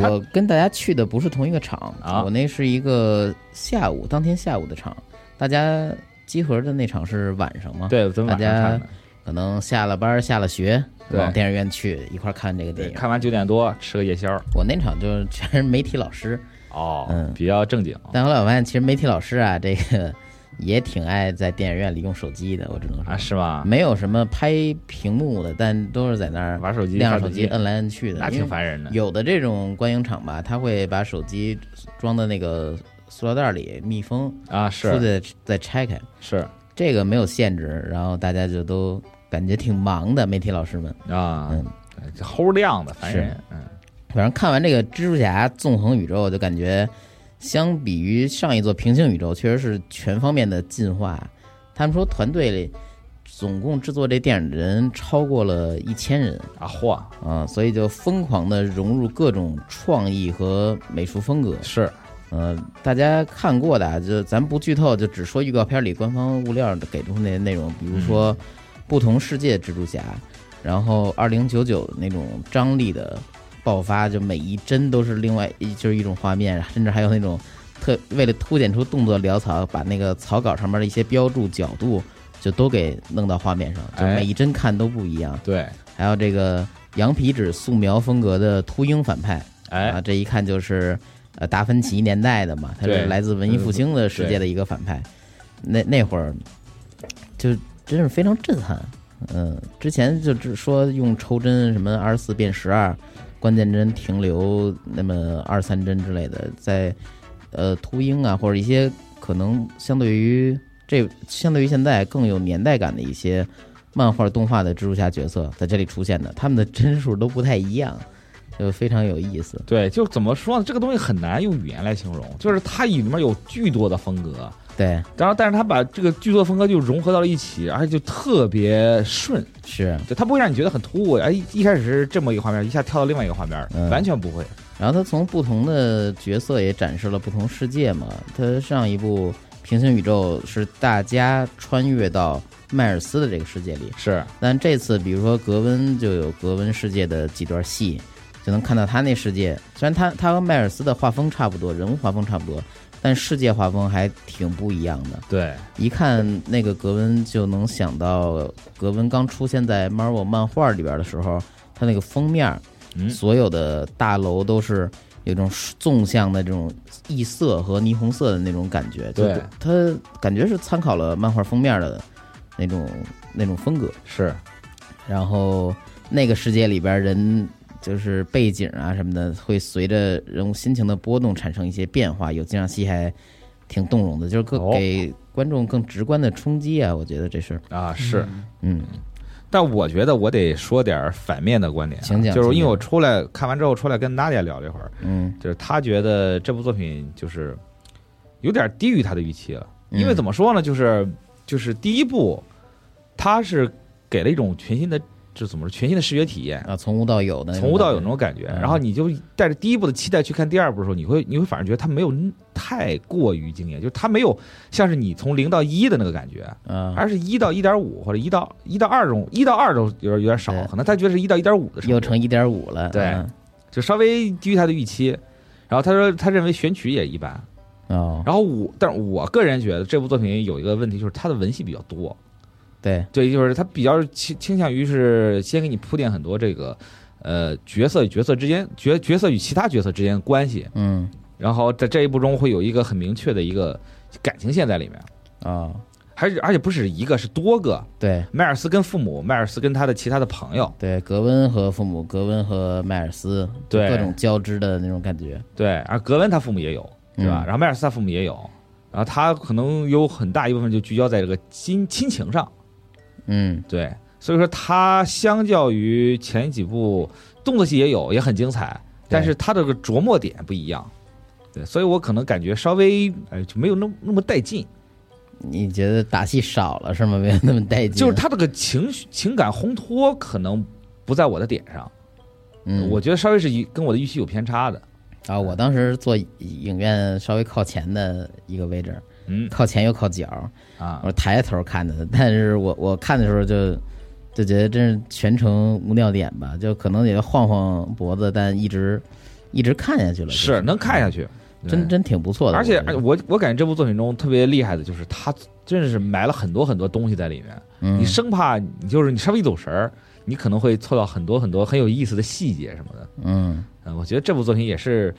D: 他
B: 我跟大家去的不是同一个场，
D: 啊
B: 我那是一个下午，当天下午的场，大家集合的那场是晚上嘛？，
D: 对，昨天晚上看的。
B: 可能下了班下了学，
D: 对
B: 往电影院去一块儿看这个电
D: 对，
B: 影。
D: 看完九点多吃个夜宵。
B: 我那场就是全是媒体老师，
D: 哦，
B: 嗯
D: 比较正经。
B: 但后来我发现，其实媒体老师啊，这个也挺爱在电影院里用手机的，我只能说
D: 啊，是吗？
B: 没有什么拍屏幕的，但都是在那儿
D: 玩手机
B: 亮着
D: 看
B: 手
D: 手
B: 机
D: 机
B: 摁来摁去的，
D: 那
B: 因为
D: 挺烦人的。
B: 有的这种观影场吧，他会把手机装到那个塑料袋里密封，
D: 啊，
B: 出
D: 是
B: 去再拆开。
D: 是
B: 这个没有限制，然后大家就都感觉挺忙的，媒体老师们。
D: 啊
B: 嗯，
D: 这齁亮的，烦
B: 是
D: 人。嗯，
B: 反正看完这个蜘蛛侠纵横宇宙，我就感觉相比于上一座平行宇宙，确实是全方面的进化。他们说团队里总共制作这电影的人超过了一千人
D: 啊，嚯，
B: 啊，所以就疯狂的融入各种创意和美术风格。
D: 是
B: 呃，大家看过的啊，就咱不剧透，就只说预告片里官方物料给出那内容，比如说不同世界蜘蛛侠，然后二零九九那种张力的爆发，就每一帧都是另外一就是一种画面，甚至还有那种特为了凸显出动作潦草，把那个草稿上面的一些标注角度就都给弄到画面上，就
D: 哎
B: 每一帧看都不一样。
D: 对，
B: 还有这个羊皮纸素描风格的秃鹰反派，啊，
D: 哎，
B: 这一看就是呃达芬奇年代的嘛，他是
D: 对
B: 来自文艺复兴的世界的一个反派。那那会儿就真是非常震撼。嗯，之前就只说用抽帧什么二十四变十二，关键帧停留那么二三帧之类的，在呃秃鹰啊或者一些可能相对于这相对于现在更有年代感的一些漫画动画的蜘蛛侠角色在这里出现的，他们的帧数都不太一样，就非常有意思。
D: 对，就怎么说呢？这个东西很难用语言来形容，就是它里面有巨多的风格，
B: 对，
D: 然后但是它把这个巨多的风格就融合到了一起，而且就特别顺，
B: 是。
D: 就它不会让你觉得很突兀。哎，一一开始是这么一个画面，一下跳到另外一个画面，
B: 嗯
D: 完全不会。
B: 然后他从不同的角色也展示了不同世界嘛。他上一部平行宇宙是大家穿越到迈尔斯的这个世界里，
D: 是
B: 但这次比如说格温就有格温世界的几段戏，就能看到他那世界。虽然他他和迈尔斯的画风差不多，人物画风差不多，但世界画风还挺不一样的。
D: 对，
B: 一看那个格温就能想到，格温刚出现在 Marvel 漫画里边的时候，他那个封面儿，
D: 嗯
B: 所有的大楼都是有一种纵向的这种异色和霓虹色的那种感觉，
D: 对
B: 就是它感觉是参考了漫画封面的那种那种风格。
D: 是
B: 然后那个世界里边人就是背景啊什么的，会随着人物心情的波动产生一些变化。有这场戏还挺动容的，就是更
D: 哦
B: 给观众更直观的冲击啊！我觉得这事儿，
D: 啊，是。
B: 嗯，
D: 但我觉得我得说点反面的观点啊，
B: 请讲
D: 就是
B: 请
D: 因为
B: 讲
D: 我出来看完之后出来跟娜姐聊了一会儿，
B: 嗯，
D: 就是他觉得这部作品就是有点低于他的预期了，因
B: 嗯
D: 为怎么说呢，就是就是第一部，他是给了一种全新的，就怎么说全新的视觉体验，
B: 啊，从无到有的那种感觉，
D: 从无到有那种感觉。
B: 嗯
D: 然后你就带着第一部的期待去看第二部的时候，你会你会反而觉得他没有太过于惊艳，就是他没有像是你从零到一的那个感觉，
B: 啊，
D: 而是一到一点五或者一到一到二中一到二都有点有点少
B: 对，
D: 可能他觉得是一到一点五的程
B: 又
D: 度
B: 成一点五了，啊
D: 对就稍微低于他的预期。然后他说他认为选曲也一般。
B: 嗯哦，
D: 然后我，但是我个人觉得这部作品有一个问题，就是它的文戏比较多，
B: 对，
D: 对，就是它比较倾倾向于是先给你铺垫很多这个，呃，角色与角色之间角角色与其他角色之间的关系，
B: 嗯
D: 然后在这一部中会有一个很明确的一个感情线在里面，
B: 哦，
D: 还是而且不是一个，是多个。
B: 对
D: 迈尔斯跟父母，迈尔斯跟他的其他的朋友，
B: 对，格温和父母，格温和迈尔斯，
D: 对
B: 各种交织的那种感觉，
D: 对，而格温他父母也有，对吧？
B: 嗯
D: 然后迈尔斯他父母也有，然后他可能有很大一部分就聚焦在这个亲亲情上，
B: 嗯
D: 对，所以说它相较于前几部动作戏也有，也很精彩，但是它这个琢磨点不一样，对，所以我可能感觉稍微哎就没有那么那么带劲，
B: 你觉得打戏少了是吗？没有那么带劲，
D: 就是，它这个情绪情感烘托可能不在我的点上，
B: 嗯，
D: 我觉得稍微是一跟我的预期有偏差的，
B: 啊，我当时坐影院稍微靠前的一个位置，
D: 嗯
B: 靠前又靠脚，
D: 啊
B: 我抬头看的，但是我我看的时候就就觉得真是全程无尿点吧，就可能也就晃晃脖子，但一直一直看下去了，就是
D: 能看下去，
B: 真
D: 对。
B: 真挺不错的，
D: 而且哎
B: 我觉得
D: 我我感觉这部作品中特别厉害的就是它真是埋了很多很多东西在里面，
B: 嗯
D: 你生怕你就是你稍微一走神儿，你可能会错到很多很多很有意思的细节什么的。
B: 嗯
D: 嗯，我觉得这部作品也是，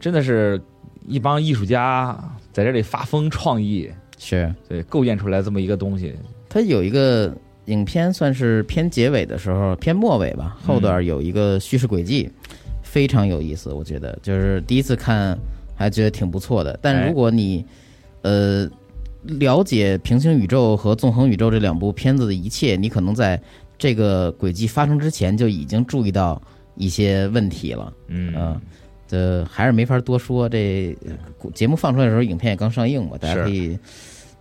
D: 真的是一帮艺术家在这里发疯创意，
B: 是
D: 对，构建出来这么一个东西。
B: 它有一个影片算是偏结尾的时候，偏末尾吧，
E: 嗯
B: 后段有一个叙事轨迹，非常有意思，我觉得就是第一次看还觉得挺不错的。但
D: 哎
B: 如果你呃了解平行宇宙和纵横宇宙这两部片子的一切，你可能在这个轨迹发生之前就已经注意到一些问题了。
D: 嗯
B: 嗯，这还是没法多说。这呃节目放出来的时候，影片也刚上映嘛，大家
D: 是
B: 可以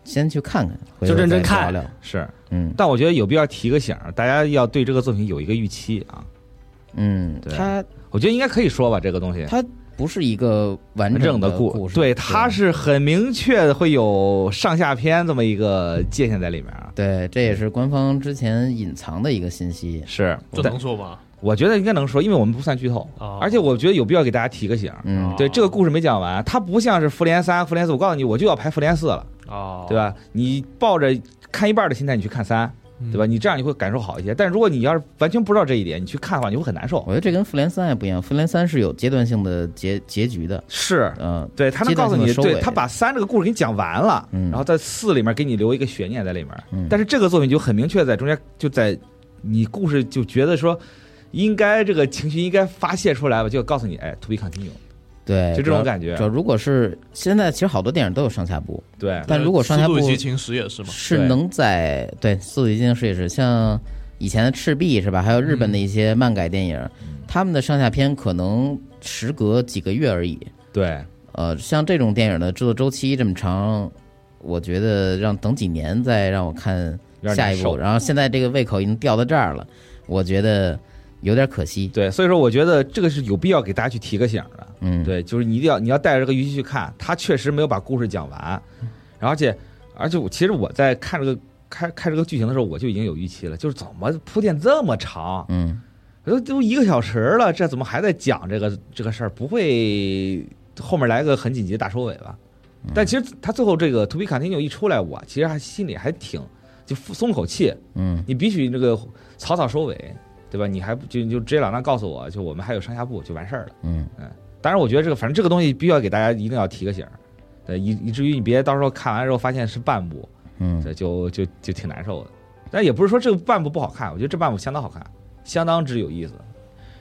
B: 先去看看，回
E: 就
B: 头
E: 认真
B: 再
E: 看
B: 聊聊。
D: 是，
B: 嗯
D: 但我觉得有必要提个醒儿，大家要对这个作品有一个预期啊。
B: 嗯，
D: 对
B: 它
D: 我觉得应该可以说吧，这个东西。
B: 它不是一个完
D: 完整
B: 的
D: 的故
B: 故事，
D: 对，它是很明确的会有上下篇这么一个界限在里面啊。
B: 对，这也是官方之前隐藏的一个信息。
D: 是，
C: 这
D: 但
C: 能说吧？
D: 我觉得应该能说，因为我们不算剧透，
C: 哦
D: 而且我觉得有必要给大家提个醒儿。
B: 嗯，
D: 对，这个故事没讲完，它不像是复联三、复联四，我告诉你，我就要排复联四了，
C: 啊，
D: 对吧？你抱着看一半的心态，你去看三，
C: 嗯？
D: 对吧？你这样你会感受好一些。但是如果你要是完全不知道这一点，你去看的话，你会很难受
B: 我。觉得这跟复联三也不一样，复联三是有阶段性的结结局的，
D: 是，
B: 嗯、呃，
D: 对他能
B: 阶段
D: 告诉
B: 性的
D: 你，
B: 收
D: 对
B: 尾
D: 他把三这个故事给你讲完了，
B: 嗯
D: 然后在四里面给你留一个悬念在里面。
B: 嗯
D: 但是这个作品就很明确，在中间就在你故事就觉得说。应该这个情绪应该发泄出来吧，就告诉你，哎，to be continue，
B: 对，
D: 就这种感觉
B: 哎主要。主要如果是现在，其实好多电影都有上下部，
D: 对，
B: 但如果上
C: 《
B: 下
C: 速度
B: 部
C: 与激情十》也是嘛，
B: 是
D: 对
B: 能在对《速度与激情十》也是，像以前的《赤壁》是吧？还有日
D: 嗯
B: 本的一些漫改电影，他们的上下篇可能时隔几个月而已。
D: 对，
B: 呃，像这种电影的制作周期这么长，我觉得让等几年再让我看
D: 有点
B: 下
D: 难
B: 一
D: 受
B: 部，然后现在这个胃口已经掉到这儿了，我觉得有点可惜。
D: 对，所以说我觉得这个是有必要给大家去提个醒儿的。
B: 嗯，，
D: 对，就是你一定要你要带着这个预期去看，他确实没有把故事讲完，而且而且我其实我在看这个看看这个剧情的时候，我就已经有预期了，就是怎么铺垫这么长，
B: 嗯，
D: 都都一个小时了，这怎么还在讲这个这个事儿？不会后面来个很紧急的大收尾吧？但其实他最后这个 To Be Continue 一出来，我其实还心里还挺就松口气，
B: 嗯，
D: 你必须这个草草收尾，对吧？你还不就就直截了当告诉我，就我们还有上下部就完事儿了。
B: 嗯
D: 当然，我觉得这个反正这个东西必须要给大家一定要提个醒儿，对，以以至于你别到时候看完之后发现是半部，
B: 嗯，
D: 这就就就挺难受的。但也不是说这个半部不好看，我觉得这半部相当好看，相当之有意思。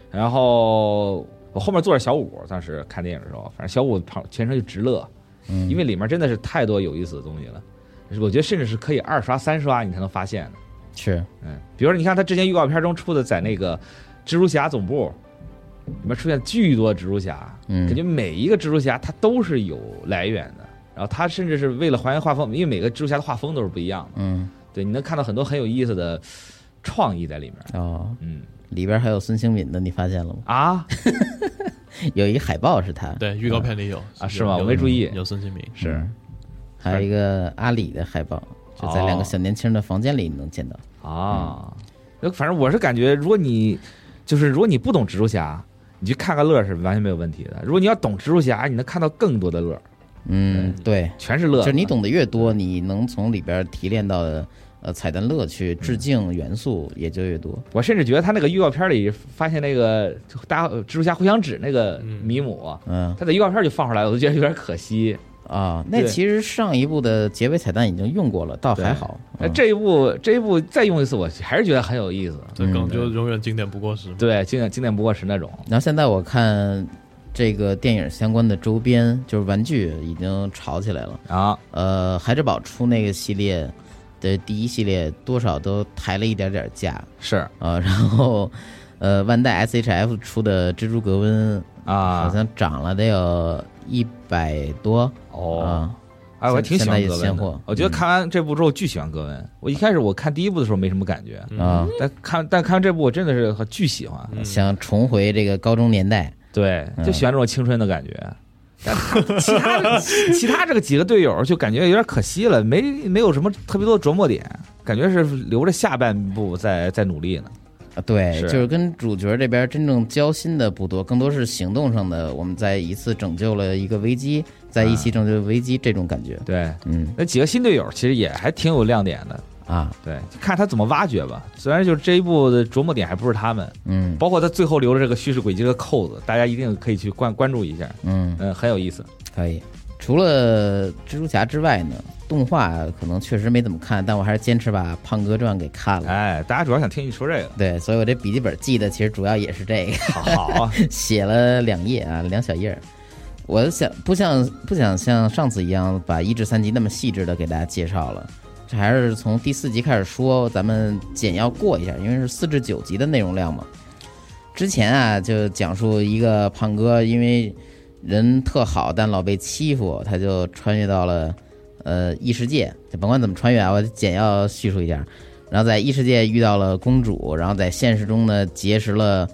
D: 然后我后面坐着小五，当时看电影的时候，反正小五旁全程就直乐，
B: 嗯
D: 因为里面真的是太多有意思的东西了。我觉得甚至是可以二刷三刷你才能发现的。
B: 是，
D: 嗯，比如说你看他之前预告片中出的，在那个蜘蛛侠总部里面出现巨多蜘蛛侠，
B: 嗯
D: 感觉每一个蜘蛛侠它都是有来源的。然后他甚至是为了还原画风，因为每个蜘蛛侠的画风都是不一样的，
B: 嗯，
D: 对，你能看到很多很有意思的创意在里面。
B: 哦，
D: 嗯
B: 里边还有孙兴敏的，你发现了吗？
D: 啊，
B: 有一个海报是他，
C: 对，预告片里有
D: 啊
C: 有
D: 是吗
C: 有
D: 我没注意嗯
C: 有孙兴民，
D: 是
B: 还有一个阿里的海报，就在两个小年轻的房间里你能见到。嗯
D: 啊，那反正我是感觉，如果你就是如果你不懂蜘蛛侠，你去看个乐是完全没有问题的。如果你要懂蜘蛛侠，你能看到更多的乐。
B: 嗯，对，
D: 全是乐
B: 就
D: 子。
B: 是你懂得越多，你能从里边提炼到的呃彩蛋乐趣、致敬元素也就越多。
D: 我甚至觉得他那个预告片里发现那个大家蜘蛛侠互相指那个
C: 嗯
D: 米姆，
B: 嗯
D: 他在预告片就放出来，我就觉得有点可惜。
B: 啊，那
D: 对
B: 其实上一部的结尾彩蛋已经用过了，倒还好。
D: 那
B: 嗯
D: 这一部这一部再用一次，我还是觉得很有意思。
C: 这梗就永远经典不过时嘛。
D: 对，经典经典不过时那种。
B: 然后现在我看这个电影相关的周边，就是玩具已经炒起来了。
D: 啊，
B: 呃，孩之宝出那个系列的第一系列，多少都抬了一点点价
D: 是
B: 啊。 然后，呃，万代 SHF 出的蜘蛛格温好
D: 啊，
B: 像涨了得有一百多
D: 哦，
B: 啊。
D: 哎，我还挺喜欢
B: 现在也
D: 格温
B: 现
D: 的
B: 货。
D: 我觉得看完这部之后巨喜欢格温。我一开始我看第一部的时候没什么感觉，
C: 嗯
B: 啊，
D: 但看但看完这部我真的是巨喜欢。
C: 嗯
B: 想重回这个高中年代，
D: 对，
B: 嗯
D: 就喜欢这种青春的感觉。但 其他这个其他这个几个队友就感觉有点可惜了，没没有什么特别多的琢磨点，感觉是留着下半部再再努力呢。
B: 啊，对，
D: 是
B: 就是跟主角这边真正交心的不多，更多是行动上的。我们在一次拯救了一个危机，在一起拯救危机这种感觉。
D: 对，
B: 嗯
D: 那几个新队友其实也还挺有亮点的，
B: 啊，
D: 对，就看他怎么挖掘吧。虽然就是这一部的琢磨点还不是他们，
B: 嗯
D: 包括他最后留了这个叙事轨迹的扣子，大家一定可以去关关注一下，
B: 嗯，
D: 嗯，很有意思。
B: 可以。除了蜘蛛侠之外呢，动画可能确实没怎么看，但我还是坚持把《胖哥传》给看了。
D: 哎，大家主要想听你说这个，
B: 对，所以我这笔记本记的其实主要也是这个。
D: 好 好，
B: 写了两页啊，两小页儿。我想不像不想像上次一样把一至三集那么细致的给大家介绍了，这还是从第四集开始说，咱们简要过一下，因为是四至九集的内容量嘛。之前啊，就讲述一个胖哥，因为人特好，但老被欺负，他就穿越到了呃异世界。就甭管怎么穿越啊，我简要叙述一下。然后在异世界遇到了公主，然后在现实中呢结识了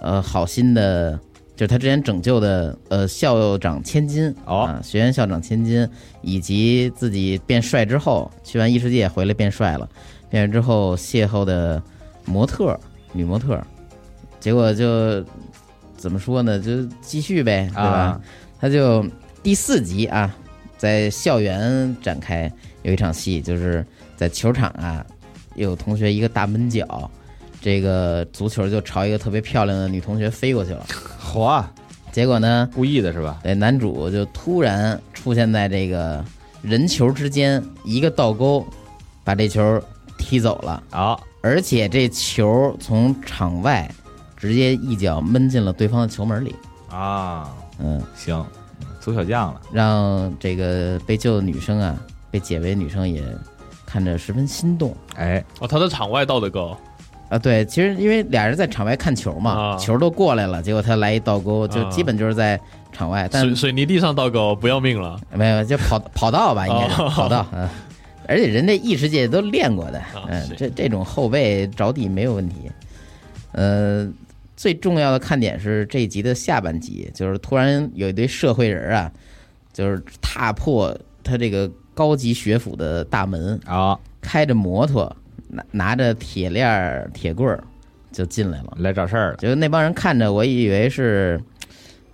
B: 呃好心的，就是他之前拯救的呃校长千金
D: 哦
B: 啊，学院校长千金，以及自己变帅之后去完异世界回来变帅了，变帅之后邂逅的模特儿女模特儿，结果就怎么说呢，就继续呗，对吧？
D: 啊
B: 他就第四集啊，在校园展开有一场戏，就是在球场啊，有同学一个大闷脚，这个足球就朝一个特别漂亮的女同学飞过去了。
D: 嚯，
B: 结果呢，
D: 啊故意的是吧？
B: 对男主就突然出现在这个人球之间，一个倒钩，把这球踢走了，
D: 好，
B: 而且这球从场外直接一脚闷进了对方的球门里。
D: 啊，
B: 嗯，
D: 行，嗯走小将了，
B: 让这个被救的女生啊，被解围的女生也看着十分心动
D: 哎，
C: 哦，他在场外倒的高，
B: 啊。对，其实因为俩人在场外看球嘛，
C: 啊
B: 球都过来了，结果他来一倒钩，就
C: 啊
B: 基本就是在场外，但
C: 水水泥地上倒高，不要命了。
B: 没有就跑 跑道吧，应该是、
C: 哦
B: 跑道。嗯，而且人家异世界都练过的，
D: 哦
B: 嗯
C: 是，
B: 这这种后背着地没有问题。呃，最重要的看点是这一集的下半集，就是突然有一堆社会人啊，就是踏破他这个高级学府的大门，
D: 啊，
B: 开着摩托，拿拿着铁链儿、铁棍儿就进来了。
D: 来找事儿了，
B: 就是那帮人看着我以为是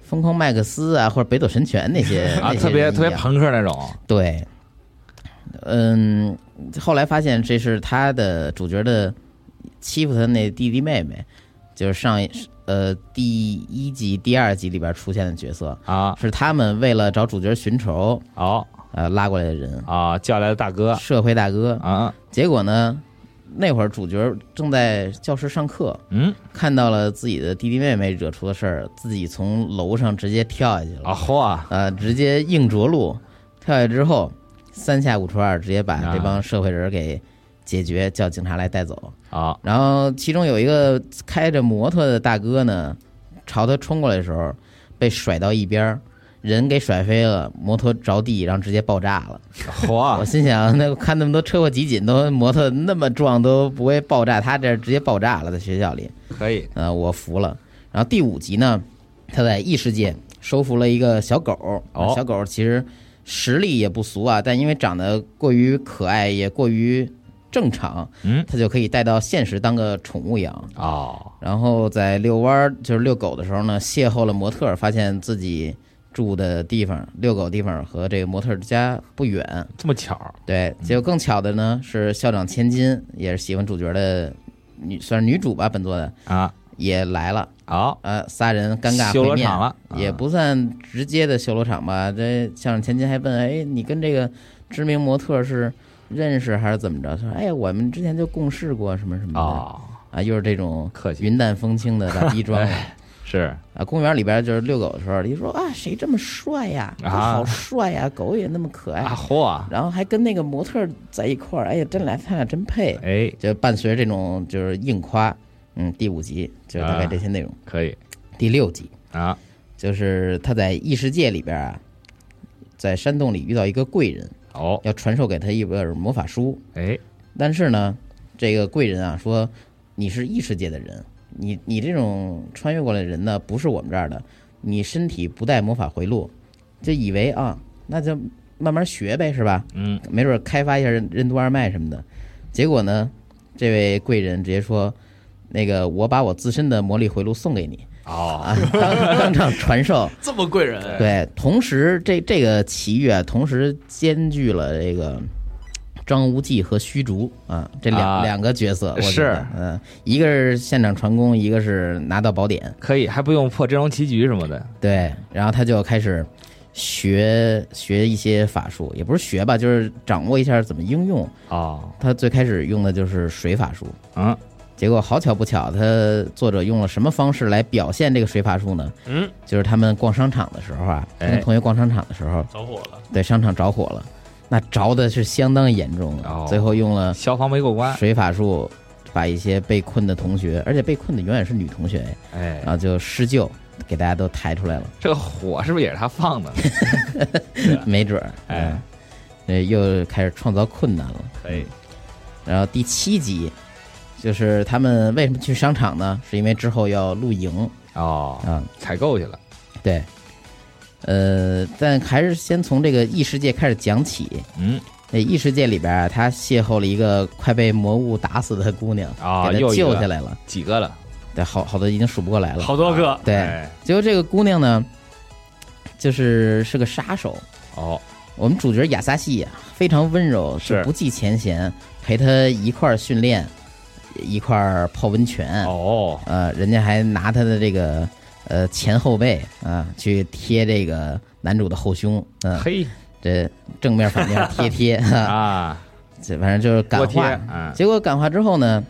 B: 疯狂麦克斯啊，或者北斗神拳那些
D: 啊，
B: 那些
D: 特别
B: 人一
D: 特别
B: 样
D: 朋克那种，
B: 对，嗯，后来发现这是他的主角的欺负他那弟弟妹妹，就是上一呃第一集、第二集里边出现的角色，
D: 啊，
B: 是他们为了找主角寻仇
D: 好
B: 呃拉过来的人，
D: 啊，叫来的大哥
B: 社会大哥。
D: 啊，
B: 结果呢，那会儿主角正在教室上课，
D: 嗯，
B: 看到了自己的弟弟妹妹惹出的事儿，自己从楼上直接跳下去了
D: 啊嚯，
B: 呃，直接硬着陆，跳下之后三下五除二，直接把
D: 啊
B: 这帮社会人儿给解决，叫警察来带走。
D: 啊
B: 然后其中有一个开着摩托的大哥呢，朝他冲过来的时候，被甩到一边儿，人给甩飞了，摩托着地，然后直接爆炸了。我
D: 嚯，
B: 心想，那看那么多车祸集锦，都摩托那么壮都不会爆炸，他这直接爆炸了，在学校里。
D: 可以
B: 呃，我服了。然后第五集呢，他在异世界收服了一个小狗儿，
D: 哦
B: 小狗儿其实实力也不俗啊，但因为长得过于可爱，也过于正常，
D: 嗯，
B: 它就可以带到现实当个宠物养。
D: 哦，
B: 然后在遛弯儿，就是遛狗的时候呢，邂逅了模特儿，发现自己住的地方遛狗地方和这个模特儿家不远。
D: 这么巧儿，
B: 对，结果更巧的呢是校长千金也是喜欢主角的女，算是女主吧，本作的
D: 啊，
B: 也来了。
D: 好，
B: 呃，仨人尴尬
D: 修
B: 会
D: 罗
B: 面
D: 场了啊
B: 也不算直接的修罗场吧。这校长前金还问，哎，你跟这个知名模特是认识还是怎么着？他说，哎，我们之前就共事过什么什么的、
D: 哦，
B: 啊，又是这种
D: 客气哎
B: 云淡风轻的大逼 装
D: 是
B: 啊。公园里边就是遛狗的时候，一说啊，谁这么帅呀？
D: 啊
B: 好帅呀，狗也那么可爱，
D: 啊，嚯，
B: 然后还跟那个模特在一块儿，哎呀，真俩他俩真配，
D: 哎，
B: 就伴随着这种就是硬夸。嗯，第五集就
D: 啊
B: 大概这些内容。
D: 可以
B: 第六集，
D: 啊，
B: 就是他在异世界里边啊，在山洞里遇到一个贵人，
D: 哦，
B: 要传授给他一本魔法书。
D: 哎，
B: 但是呢，这个贵人啊说，你是异世界的人，你你这种穿越过来的人呢，不是我们这儿的，你身体不带魔法回路，就以为啊，那就慢慢学呗，是吧？
D: 嗯，
B: 没准儿开发一下任任督二脉什么的。结果呢，这位贵人直接说，那个我把我自身的魔力回路送给你
D: 哦，
B: 啊，当当场传授。
C: 这么贵
D: 哎
C: 人，
B: 对，同时这这个奇遇啊，同时兼具了这个张无忌和虚竹啊这两、
D: 啊
B: 两个角色，我觉
D: 是
B: 得嗯、一个是现场传功，一个是拿到宝典，
D: 可以，还不用破阵容棋局什么的，
B: 对，然后他就开始学学一些法术，也不是学吧，就是掌握一下怎么应用。
D: 哦，
B: 他最开始用的就是水法术，
D: 嗯，
B: 结果好巧不巧，他作者用了什么方式来表现这个水法术呢？
E: 嗯，
B: 就是他们逛商场的时候啊，他
D: 哎
B: 跟同学逛商场的时候。
C: 着火了，
B: 对，商场着火了，那着的是相当严重的，
D: 哦
B: 最后用了
D: 消防没过关，
B: 水法术把一些被困的同学，而且被困的永远是女同学，
D: 哎
B: 然，后就施救，给大家都抬出来了，
D: 这个火是不是也是他放的呢？
B: 没准儿，
D: 哎
B: 嗯，对，又开始创造困难了。
D: 可以，
B: 然后第七集。就是他们为什么去商场呢？是因为之后要露营
D: 哦，
B: 啊，
D: 采购去了，
B: 对，呃，但还是先从这个异世界开始讲起。
D: 嗯，
B: 那异世界里边啊，他邂逅了一个快被魔物打死的姑娘
D: 啊
B: 给
D: 又
B: 他
D: 一
B: 救
D: 个
B: 下来了。
D: 几个了？
B: 对，好好多已经数不过来了。
E: 好多个，
B: 对，
D: 哎
B: 结果这个姑娘呢，就是是个杀手。
D: 哦，
B: 我们主角亚萨西啊非常温柔，
D: 是
B: 就不计前嫌，陪他一块儿训练，一块儿泡温泉。
D: 哦，
B: 呃，人家还拿他的这个呃前后背啊、去贴这个男主的后胸，嗯、
D: 嘿
B: 这正面反面贴贴，哈
D: 啊，
B: 这反正就是感
D: 锅贴，
B: 化。
D: 嗯，
B: 结果感化之后呢，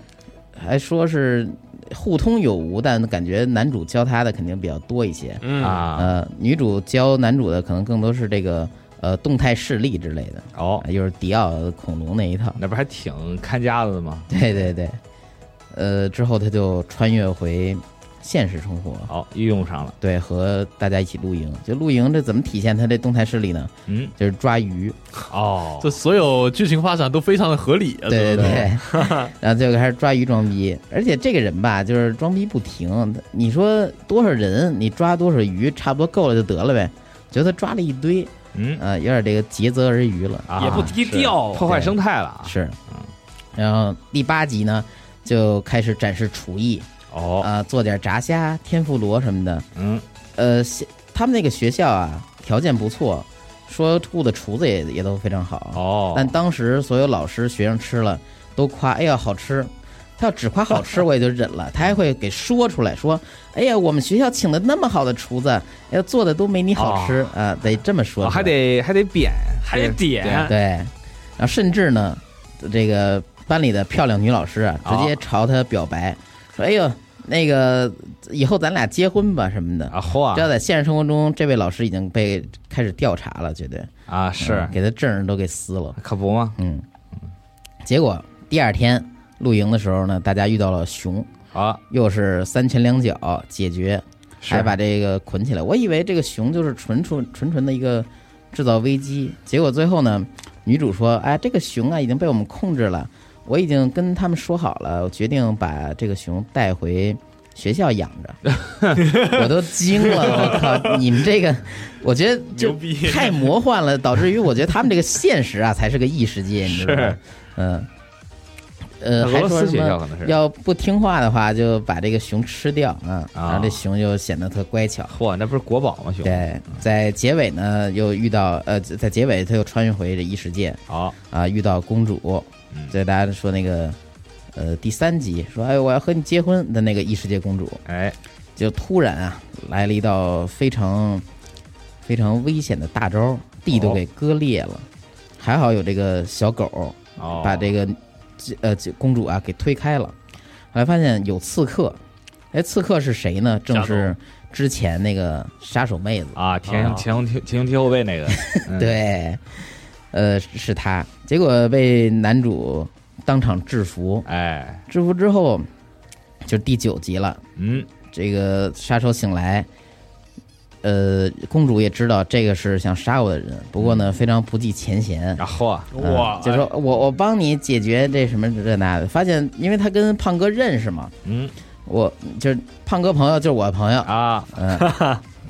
B: 还说是互通有无，但感觉男主教他的肯定比较多一些。
E: 嗯，
D: 啊，
B: 呃，女主教男主的可能更多是这个呃动态视力之类的，
D: 哦
B: 啊，又是迪奥恐龙那一套。
D: 那不还挺看家的吗？
B: 对对对，呃，之后他就穿越回现实生活，
D: 好，哦又用上了，
B: 对，和大家一起露营。就露营这怎么体现他这动态视力呢？
D: 嗯，
B: 就是抓鱼。
D: 哦，
C: 这所有剧情发展都非常的合理啊，
B: 对对
C: 对不对，
B: 对， 然后就开始抓鱼装逼，而且这个人吧，就是装逼不停。你说多少人，你抓多少鱼，差不多够了就得了呗。觉得抓了一堆，
D: 嗯
B: 呃，有点这个竭泽而渔了。
D: 啊
E: 也不低
D: 是
E: 调
D: 破坏生态了啊，
B: 是，
C: 嗯
B: 然后第八集呢，就开始展示厨艺
D: 哦，
B: 啊、做点炸虾、天妇罗什么的。
D: 嗯，
B: 呃，现他们那个学校啊，条件不错，说雇的厨子也也都非常好。
D: 哦，
B: 嗯但当时所有老师、学生吃了，都夸哎呀好吃。他要只夸好吃，我也就忍了。他还会给说出来，说：“哎呀，我们学校请的那么好的厨子，哎呀，做的都没你好吃啊、得这么说出
D: 哦
B: 来、
D: 还得还得扁，
E: 还得 点，
B: 对。然后甚至呢，这个班里的漂亮女老师啊，直接朝他表白，说：“哎呦，那个以后咱俩结婚吧什么的。
D: 啊，嚯
B: 这要在现实生活中，这位老师已经被开始调查了，绝对
D: 啊，是
B: 嗯，给他证儿都给撕了。
D: 可不吗？
B: 嗯，结果第二天露营的时候呢，大家遇到了熊，
D: 啊，
B: 又是三拳两脚解决，
D: 是
B: 还把这个捆起来。我以为这个熊就是纯纯纯纯的一个制造危机，结果最后呢，女主说：“哎，这个熊啊已经被我们控制了，我已经跟他们说好了，我决定把这个熊带回。”学校养 着，我都惊了！我靠，你们这个，我觉得就
C: 牛逼
B: 太魔幻了，导致于我觉得他们这个现实啊才是个异世界，你知道吗？嗯，呃，
D: 俄
B: 还
D: 罗
B: 说
D: 斯
B: 什
D: 学校
B: 么
D: 可能是。
B: 要不听话的话，就把这个熊吃掉啊，然后这熊就显得特乖巧。
D: 嚯，那不是国宝吗？兄弟，
B: 对，在结尾呢，又遇到呃，在结尾他又穿越回这异世界
D: 好，
B: 啊，遇到公主
D: 嗯，
B: 这大家说那个呃第三集说哎我要和你结婚的那个异世界公主，
D: 哎，
B: 就突然啊来了一道非常非常危险的大招，地都给割裂了，还好有这个小狗
D: 哦，
B: 把这个呃这公主啊给推开了，后来发现有刺客，哎刺客是谁呢？正是之前那个哦杀手妹子。
D: 啊，前胸
E: 啊
D: 前胸贴前胸贴后背那个，嗯，
B: 对，呃，是是他。结果被男主当场制服，
D: 哎，
B: 制服之后就是第九集了。
D: 嗯，
B: 这个杀手醒来，呃，公主也知道这个是想杀我的人，不过
D: 嗯
B: 呢，非常不计前嫌。
D: 然后啊，
B: 嗯
C: 哇，
B: 就说我我帮你解决这什么这那的，发现因为他跟胖哥认识嘛，
D: 嗯
B: 我就是胖哥朋友就是我朋友，
D: 啊，
B: 嗯，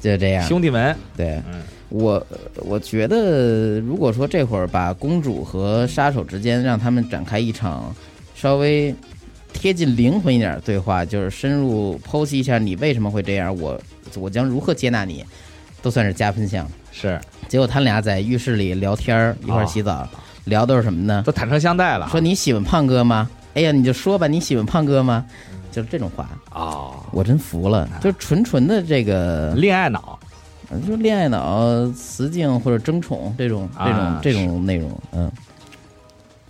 B: 就这样。
D: 兄弟们，
B: 对，
D: 嗯
B: 我我觉得，如果说这会儿把公主和杀手之间让他们展开一场稍微贴近灵魂一点的对话，就是深入剖析一下你为什么会这样，我我将如何接纳你，都算是加分项。
D: 是
B: 结果他俩在浴室里聊天儿，一块
D: 啊
B: 儿洗澡，聊的是什么呢？
D: 都坦诚相待
B: 嗯
D: 了啊
B: 说你喜欢胖哥吗？哎呀，你就说吧，你喜欢胖哥吗？就是这种话，
D: 啊，
B: 我真服了，就是纯纯的这个
D: 恋爱脑，
B: 就恋爱脑、雌竞或者争宠这种、这种、
D: 啊
B: 这种内容，嗯，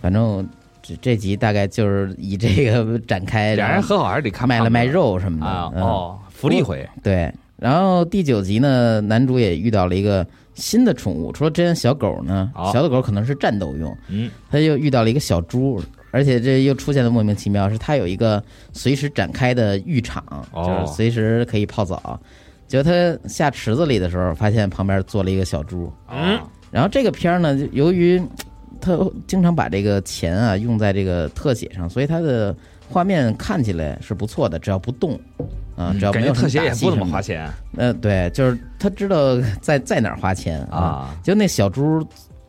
B: 反正这这集大概就是以这个展开，
D: 俩人
B: 然后
D: 和好还是得看
B: 卖了
D: 胖
B: 卖
D: 子
B: 肉什么的
D: 啊，
B: 嗯、，
D: 哦，福利回，
B: 对。然后第九集呢，男主也遇到了一个新的宠物，除了这只小狗呢，
D: 哦
B: 小的狗可能是战斗用，
D: 嗯，
B: 他又遇到了一个小猪，而且这又出现了莫名其妙，是他有一个随时展开的浴场，
D: 哦
B: 就是随时可以泡澡。结果他下池子里的时候，发现旁边坐了一个小猪。
C: 哦
D: 嗯，
B: 然后这个片儿呢，就由于他经常把这个钱啊用在这个特写上，所以他的画面看起来是不错的，只要不动，啊，只要
D: 嗯
B: 没
D: 感觉
B: 有什
D: 特
B: 么
D: 写也
B: 打戏
D: 不怎么
B: 什的
D: 花。钱
B: 呃，对，就是他知道在在哪儿花钱啊。
D: 啊，
B: 就那小猪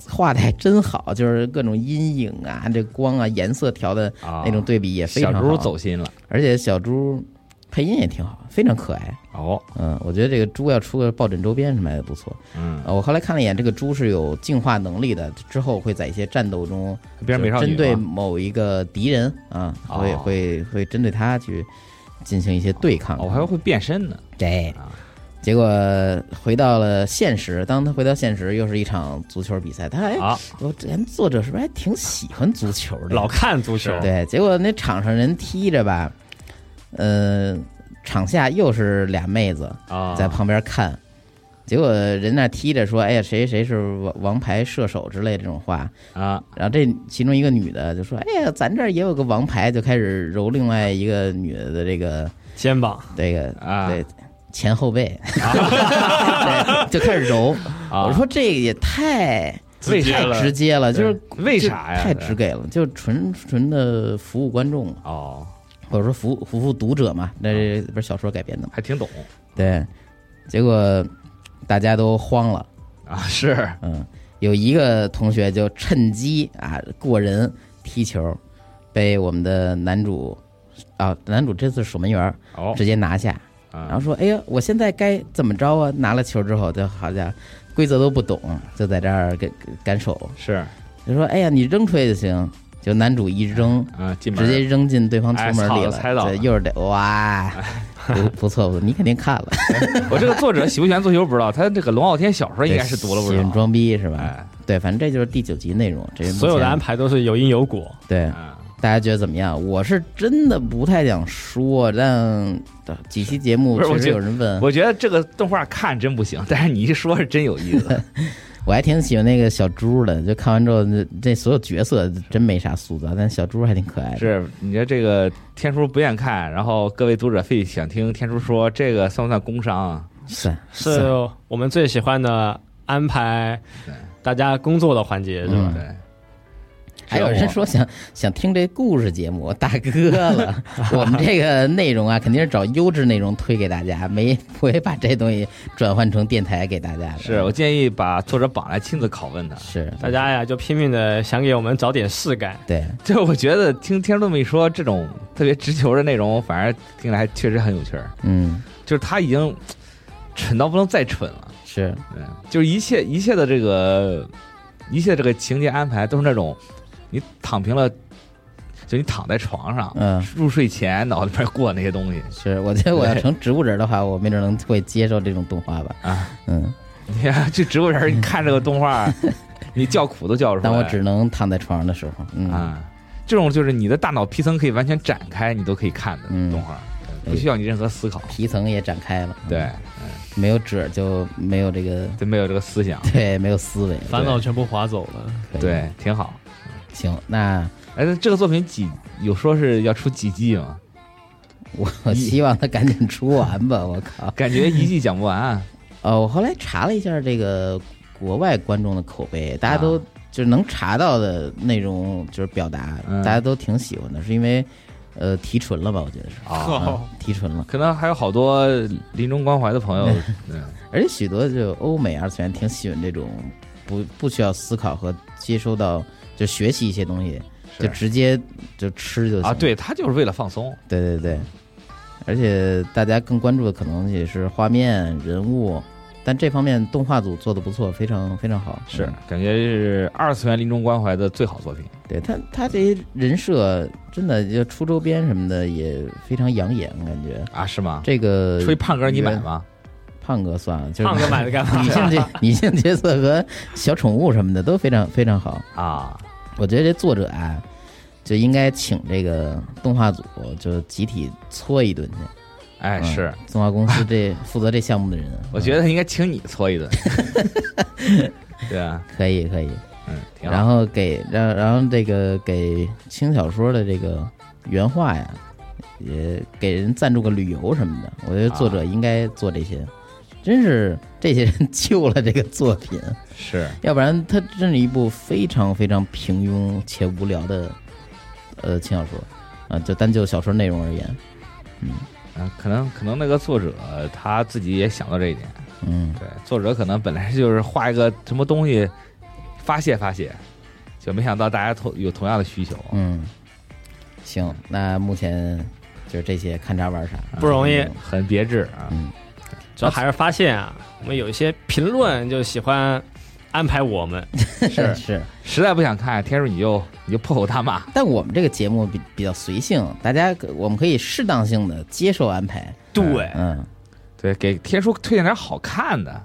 B: 画的还真好，就是各种阴影啊、这光啊、颜色调的
D: 啊
B: 那种对比也非
D: 小
B: 常好。
D: 猪走，心了，
B: 而且小猪配音也挺好，非常可爱。
D: 哦，
B: 嗯，我觉得这个猪要出个抱枕周边什么的不错。
D: 嗯，
B: 呃，我后来看了一眼，这个猪是有进化能力的，之后会在一些战斗中，
D: 边上美少
B: 就
D: 女
B: 针对
D: 吗
B: 某一个敌人啊，
D: 哦
B: 会会会针对他去进行一些对抗。啊
D: 哦我还会变身呢，
B: 对
D: 啊，
B: 结果回到了现实，当他回到现实，又是一场足球比赛，他还
D: 啊，
B: 我之前作者是不是还挺喜欢足球的？
E: 老看足球，
B: 对，结果那场上人踢着吧，呃，场下又是俩妹子
D: 啊，
B: 在旁边看，结果人那踢着说：“哎呀，谁谁是王王牌射手之类这种话。
D: 啊”
B: 然后这其中一个女的就说：“哎呀，咱这儿也有个王牌。”就开始揉另外一个女的的这个
E: 肩膀
B: 这个
D: 啊
B: 对前后背， 对，就开始揉。
D: 啊，
B: 我说这个也太
C: 直接
B: 太
C: 了
B: 直接了，就是
D: 嗯为
B: 就
D: 啥呀？
B: 太直给了，就纯纯的服务观众了，
D: 哦，
B: 或者说服务服务读者嘛。那
D: 啊
B: 这不是小说改编的嘛？
D: 还挺懂
B: 对，结果大家都慌了。
D: 啊，是
B: 嗯，有一个同学就趁机啊过人踢球，被我们的男主啊男主这次是守门员儿
D: 哦
B: 直接拿下，然后
D: 啊，
B: 说：“哎呀，我现在该怎么着啊？”拿了球之后，就好家伙，规则都不懂，就在这儿给给赶手。
D: 是
B: 就说：“哎呀，你扔出去就行。”就男主一扔，
D: 啊，进门
B: 直接扔进对方球门里
D: 哎操
B: 了，
D: 猜到了
B: 这又是得哇，不不错不错，你肯定看了，
D: 我这个作者喜不喜欢足球不知道，他这个龙傲天小时候应该是读 了不
B: 喜欢
D: 少，
B: 装逼是吧？
D: 哎，
B: 对，反正这就是第九集内容，这是目
E: 所有的
B: 前
E: 安排都是有因有果。
B: 对，
D: 啊
B: 大家觉得怎么样？我是真的不太想说，但几期节目
D: 不是我
B: 确实
D: 觉得
B: 有人问，我
D: 我觉得这个动画看真不行，但是你一说是真有意思
B: 还挺喜欢那个小猪的，就看完之后，这这所有角色真没啥塑造，但小猪还挺可爱的。
D: 是你说这个天叔不愿看，然后各位读者非得想听天叔说这个算不算工伤啊？
B: 是
E: 是我们最喜欢的安排大家工作的环节，是吧？
B: 嗯
D: 对，
B: 还有人说想想听这故事节目，大哥 了，我们这个内容啊，肯定是找优质内容推给大家，没 不会把这东西转换成电台给大家的。
D: 是我建议把作者绑来亲自拷问他。
B: 是，
E: 大家呀就拼命的想给我们找点事干。
B: 对，
D: 就是我觉得听听这么一说，这种特别直球的内容，反而听起来还确实很有趣儿。
B: 嗯，
D: 就是他已经蠢到不能再蠢了，
B: 是，
D: 对，就是一切一切的这个一切这个情节安排都是那种你躺平了，就你躺在床上，
B: 嗯，
D: 入睡前脑子里边过那些东西
B: 是。我觉得我要成植物人的话，我没准能会接受这种动画吧。
D: 啊。
B: 嗯，
D: 你看 这植物人儿，你看这个动画儿， 你叫苦都叫出来。
B: 当我只能躺在床上的时候，嗯，
D: 啊，这种就是你的大脑皮层可以完全展开，你都可以看的
B: 嗯哎
D: 动画儿，不需要你任何思考。
B: 皮层也展开了，嗯
D: 对，
B: 没有褶就没有这个，
D: 就没有这个思想。
B: 对，没有思维。
C: 烦恼全部划走了。
B: 可以，
D: 对，挺好。
B: 行，那
D: 哎，那这个作品几有说是要出几季吗？
B: 我希望他赶紧出完吧，我靠。
D: 感觉一季讲不 完啊。
B: 呃，我后来查了一下这个国外观众的口碑，大家都
D: 啊
B: 就是能查到的内容，就是表达，
D: 嗯
B: 大家都挺喜欢的，是因为呃提纯了吧？我觉得是
D: 啊
B: 啊，提纯了，
D: 可能还有好多临终关怀的 朋友，嗯，
B: 而且许多就欧美二次元挺喜欢这种不不需要思考和接收到就学习一些东西，
D: 是
B: 就直接就吃就行
D: 啊，对他就是为了放松，
B: 对对对，而且大家更关注的可能也是画面、人物，但这方面动画组做的不错，非常非常好，
D: 是
B: 嗯
D: 感觉是二次元临终关怀的最好作品。
B: 对他，他这些人设真的就出周边什么的也非常养眼，我感觉
D: 啊，是吗？
B: 这个
D: 吹胖哥，你买吗？
B: 胖哥算了，就是
E: 胖哥 买的干 嘛
B: 女？性角女性角色和小宠物什么的都非常非常好。
D: 啊，
B: 我觉得这作者啊，就应该请这个动画组就集体搓一顿去。
D: 哎，
B: 嗯
D: 是，
B: 动画公司这负责这项目的人， 嗯
D: 我觉得应该请你搓一顿。 对啊，
B: 可以可以。
D: 嗯，挺
B: 然
D: 好。
B: 后给让然后这个给轻小说的这个原画呀，也给人赞助个旅游什么的。我觉得作
D: 啊
B: 者应该做这些，真是这些人救了这个作品，
D: 是
B: 要不然它真是一部非常非常平庸且无聊的呃轻小说啊、就单就小说内容而言，
D: 嗯，可能可能那个作者他自己也想到这一点。
B: 嗯，
D: 对，作者可能本来就是画一个什么东西发泄发泄，就没想到大家同有同样的需求。
B: 嗯，行，那目前就是这些，看啥玩啥，
E: 不容易
B: 嗯
D: 啊很别致啊。
E: 主要还是发现啊，我们有一些评论就喜欢安排我们，
B: 是是。
D: 实在不想看，天叔你就你就破口大骂。
B: 但我们这个节目比比较随性，大家可我们可以适当性的接受安排。
E: 对，
C: 哎
B: 嗯，
D: 对，给天叔推荐点好看的。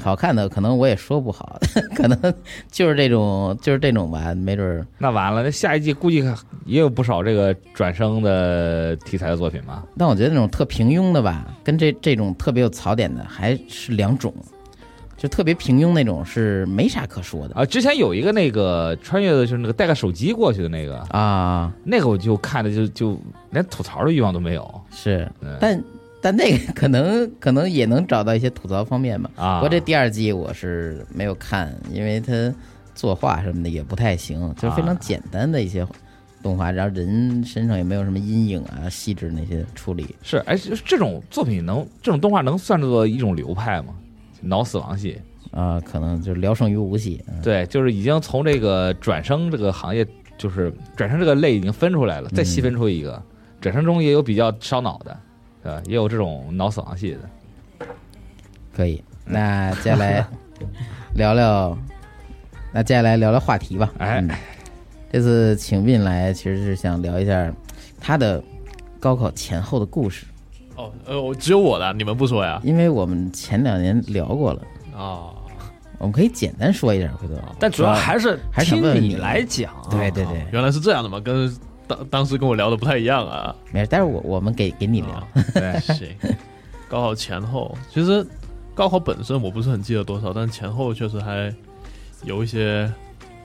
B: 好看的可能我也说不好， 可能就是这种就是这种吧，没准儿。
D: 那完了，那下一季估计也有不少这个转生的题材的作品吧？
B: 但我觉得那种特平庸的吧，跟这这种特别有槽点的还是两种，就特别平庸那种是没啥可说的
D: 啊，之前有一个那个穿越的，就是那个带个手机过去的那个，
B: 啊，
D: 那个我就看的就就连吐槽的欲望都没有。
B: 是，
D: 嗯
B: 但但那个可能可能也能找到一些吐槽方面吧。
D: 啊，
B: 不过这第二季我是没有看，因为它作画什么的也不太行，就是
D: 啊
B: 非常简单的一些动画，然后人身上也没有什么阴影啊、细致那些处理。
D: 是哎，就是这种作品能这种动画能算作一种流派吗？脑死亡系，
B: 啊、可能就聊胜于无戏。嗯
D: 对，就是已经从这个转生这个行业，就是转生这个类已经分出来了，再细分出一个，转生中也有比较烧脑的，对吧？也有这种脑死亡系的。
B: 可以，那接下来聊聊，那接下来聊聊话题吧。
D: 哎
B: 嗯，这次请进来其实是想聊一下他的高考前后的故事，
C: 哦，呃，我只有我的，你们不说呀？
B: 因为我们前两年聊过了，
C: 啊，
B: 我们可以简单说一下，回头。
E: 但主要还是
B: 还是想
E: 听
B: 问问你
E: 你来讲。
B: 对对对，
C: 原来是这样的嘛，跟当当时跟我聊的不太一样啊。
B: 没事，待会儿我我们给给你聊。
C: 啊
D: 对
C: 行，高考前后，其实高考本身我不是很记得多少，但前后确实还有一些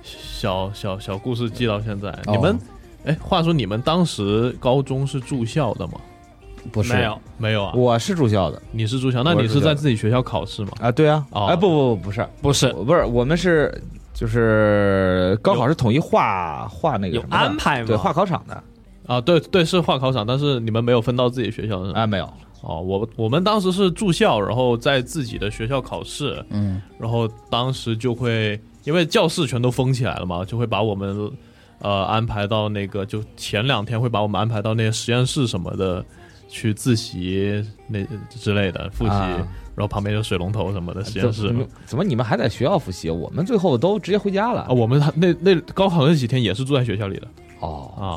C: 小小小故事记到现在。
B: 哦
C: 你们，哎，话说你们当时高中是住校的吗？
B: 不是
E: 没有，
C: 没有啊，
D: 我是住校的
C: 你是住校，那
D: 我
C: 你
D: 是住
C: 是
D: 校
C: 在
D: 的
C: 自己学校考试吗？
D: 啊，对啊，
C: 哦
D: 哎，不不不，不是，
E: 不是
D: 我不是，我们是就是高考是统一划划那个
E: 有
D: 什么的
E: 安排
D: 对，
E: 吗？
D: 划考场的
C: 啊，对对，是画考场，但是你们没有分到自己学校是吧？
D: 啊，没有，
C: 哦，我我们当时是住校，然后在自己的学校考试，
B: 嗯，
C: 然后当时就会因为教室全都封起来了嘛，就会把我们呃安排到那个就前两天会把我们安排到那些实验室什么的去自习那之类的复习，
D: 啊
C: 然后旁边有水龙头什么的实验室
D: 怎。么怎么你们还在学校复习？我们最后都直接回家
C: 啊，
D: 了。
C: 我们那那高考那几天也是住在学校里的
D: 哦，
C: 啊，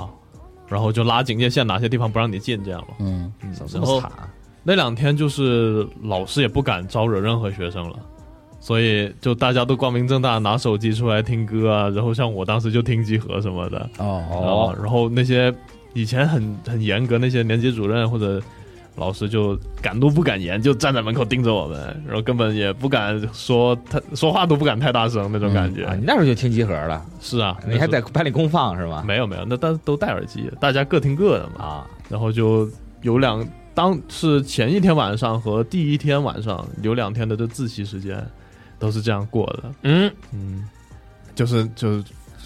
C: 然后就拉警戒线，哪些地方不让你进这样嘛。
B: 嗯，
C: 嗯
D: 怎么这
C: 然
D: 么
C: 后
D: 惨啊？
C: 那两天就是老师也不敢招惹任何学生了，所以就大家都光明正大拿手机出来听歌啊，然后像我当时就听集合什么的，
B: 哦，
D: 哦
C: 啊，然后那些以前很很严格那些年级主任或者老师就敢怒不敢言，就站在门口盯着我们，然后根本也不敢说他说话都不敢太大声那种感觉。
D: 啊，你那时候就听集合了，
C: 是啊，
D: 你还
C: 嗯那
D: 在
C: 时
D: 班里公放是
C: 候
D: 吗？
C: 没有没有，那但都戴耳机，大家各听各的嘛。
D: 啊，
C: 然后就有两当是前一天晚上和第一天晚上有两天的这自习时间，都是这样过的。
E: 嗯，
C: 嗯，就是就是，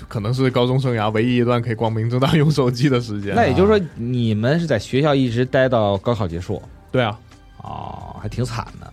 C: 可能是高中生涯唯一一段可以光明正大用手机的时间。
D: 那也就是说你们是在学校一直待到高考结束
C: 对啊，
D: 哦，还挺惨的。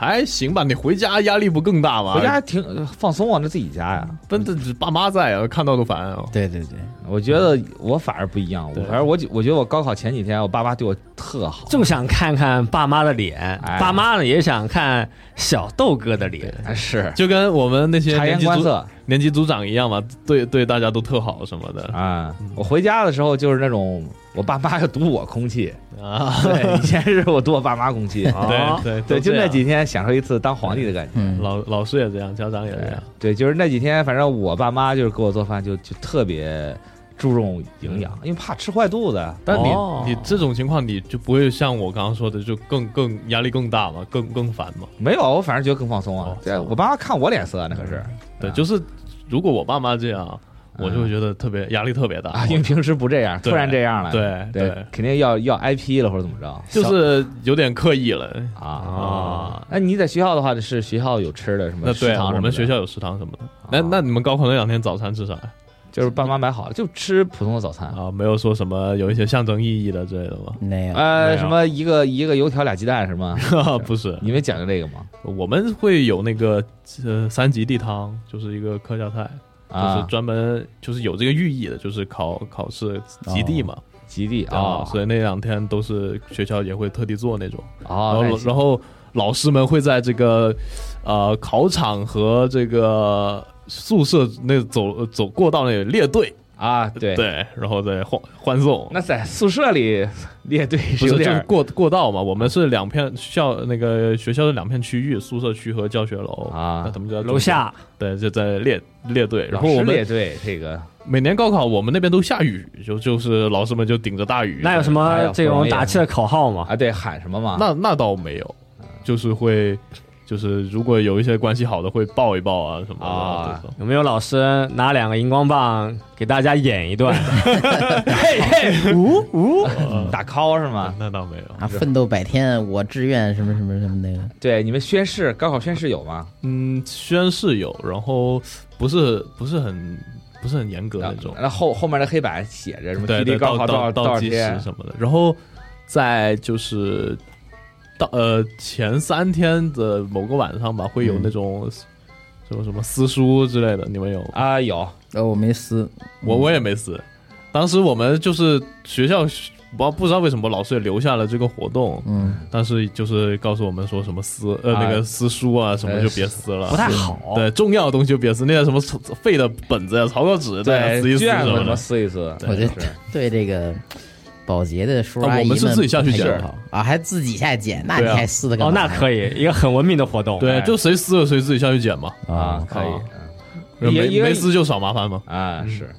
C: 还行吧，你回家压力不更大吗？
D: 回家还挺呃放松啊，那自己家呀。
C: 真的是爸妈在啊，看到都烦啊。
B: 对对对，
D: 我觉得我反而不一样，我
C: 对
D: 反正我我觉得我高考前几天，我爸妈对我特好，
E: 正想看看爸妈的脸，
D: 哎
E: 爸妈呢也想看小豆哥的脸。
D: 啊是
C: 就跟我们那些
D: 察
C: 年
D: 言
C: 级
D: 观
C: 组
D: 色
C: 年级组长一样嘛，对对，大家都特好什么的
D: 啊。我回家的时候就是那种我爸妈要堵我空气，
C: 啊。
D: 对，以前是我堵我爸妈空气，
E: 哦
C: 对对
D: 对，
C: 都
D: 就
C: 这样
D: 那几天享受一次当皇帝的感觉。
B: 嗯，
C: 老老师也这样，家长也这样。
D: 对，就是那几天，反正我爸妈就是给我做饭，就就特别注重营养，
C: 嗯
D: 因为怕吃坏肚子。
C: 但你、
E: 哦
C: 你这种情况，你就不会像我刚刚说的，就更更压力更大嘛，更更烦嘛。
D: 没有，我反正觉得更放松啊
C: 哦。
D: 对，我爸妈看我脸色，那可是
C: 对，
D: 啊
C: 就是如果我爸妈这样，我就会觉得特别压力特别大。
D: 啊，因为平时不这样，突
C: 对
D: 然这样了，
C: 对
D: 对
C: 对，
D: 肯定要要挨批了或者怎么着，
C: 就是有点刻意了
D: 小啊。
C: 啊。
D: 那你在学校的话，是学校有吃的什么
C: 那
D: 食
C: 对啊，
D: 堂什么的？啊
C: 我们学校有食堂什么的。那那你们高考那两天早餐吃啥呀
D: 就是爸妈买好了，就吃普通的早餐。
C: 啊？没有说什么有一些象征意义的之类的
B: 那样，
C: 没
D: 呃，
C: 有
D: 什么一个一个油条俩鸡蛋是 吗？
C: 吗？不是，
D: 你们讲究这个吗？
C: 我们会有那个呃三级地汤，就是一个客家菜，就是
D: 啊，
C: 专门就是有这个寓意的，就是考考试及第嘛。
D: 极地
C: 啊
D: 啊，，
C: 所以那两天都是学校也会特地做那种，然
D: 哦，
C: 后
D: 那也
C: 老
D: 行
C: 然后老师们会在这个呃考场和这个宿舍那走走过道那里列队，
D: 啊，对，
C: 对，然后再欢欢送。
D: 那在宿舍里列队
C: 不
D: 是
C: 是
D: 有
C: 就
D: 点嗯
C: 是
D: 儿
C: 过过道嘛？我们是两片校那个学校的两片区域，宿舍区和教学楼
D: 啊
C: 那他们就在中
E: 楼下
C: 对就在列列队，然
D: 老
C: 后
D: 师
C: 我
D: 列
C: 们
D: 队这个
C: 每年高考我们那边都下雨，就就是老师们就顶着大雨，
E: 那有什
D: 哎
E: 么
D: 呀
E: 这
D: 不容
E: 种
D: 易
E: 打气的口号吗？
D: 啊，嗯对，喊什么嘛？
C: 那那倒没有，就是会，就是如果有一些关系好的会抱一抱啊什么的。
D: 啊
C: 这种
E: 有没有老师拿两个荧光棒给大家演一段？嘿嘿，呜呜，
B: 嗯
D: 打 call 是吗？
C: 那倒没有，
B: 啊，奋斗百天，我志愿什么什么什么那个，
D: 对，你们宣誓，高考宣誓有吗？
C: 嗯，宣誓有，然后不是不是很不是很严格那种，
D: 那后后面的黑板写着啊什么？
C: 对
D: 距
C: 对，
D: 离高
C: 倒
D: 考多
C: 倒
D: 少多少
C: 倒计时
D: 天？
C: 什么的，然后在就是到呃前三天的某个晚上吧，会有
B: 嗯
C: 那种。什么什么私书之类的，你们有？
D: 啊，有
B: 呃，我没撕，
C: 我我也没撕。当时我们就是学校，不不知道为什么老师也留下了这个活动，
B: 嗯，
C: 但是就是告诉我们说什么撕呃、
D: 啊
C: 那个撕书啊什么
D: 呃
C: 就别撕了，
E: 不太好。
C: 对重要的东西就别撕，那些什么废的本子呀、草稿纸这样
D: 对
C: 撕一撕
D: 卷
C: 什
D: 子
C: 么
D: 什么
C: 的。
D: 撕一撕，
B: 我觉得
D: 是
B: 对这个保洁的叔叔
C: 啊
B: 阿
C: 我
B: 姨
C: 们是自己下去
B: 不太
C: 捡
B: 友好啊，还自己下去捡，那你
C: 对啊
B: 还撕的干
E: 哦，
B: 嘛
E: 那
B: 呀？
E: 可以，一个很文明的活动。
D: 哎
E: 哎
C: 对，就谁撕了谁自己下去捡嘛，
D: 啊，可以
C: 啊
D: 也
C: 没
D: 也
C: 没撕就少麻烦嘛。
D: 啊是。啊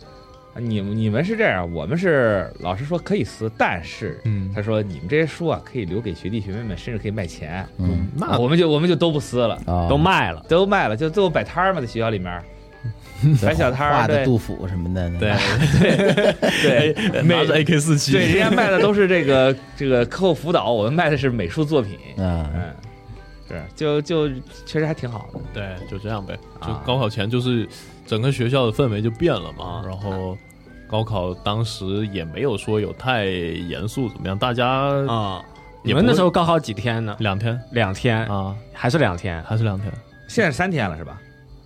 D: 你们你们是这样，我们是老师说可以撕，但是
C: 嗯
D: 他说你们这些书啊可以留给学弟学妹们，甚至可以卖钱。
B: 嗯
C: 那
D: 我们就我们就都不撕了。
B: 啊，
E: 都卖了，
D: 都卖了，就最后摆摊儿嘛，在学校里面儿，摆小摊
B: 画
D: 儿，
B: 的
D: 对
B: 杜甫什么的，
C: 对，
D: 对
C: 拿着 AK 四七，
D: 对，人家卖的都是这个这个课后辅导，我们卖的是美术作品，
B: 啊，
D: 嗯，是，就就确实还挺好的。
C: 对，就这样呗。就
D: 啊
C: 高考前，就是整个学校的氛围就变了嘛
D: 啊。
C: 然后高考当时也没有说有太严肃怎么样，大家
E: 啊、
C: 嗯
E: 你
C: 也不
E: 们那
C: 会
E: 时候高考几天呢？
C: 两天
E: 两
D: 哎
E: 天，
C: 啊，
E: 还是两天？
C: 还是两天，
D: 现在是三天了是吧？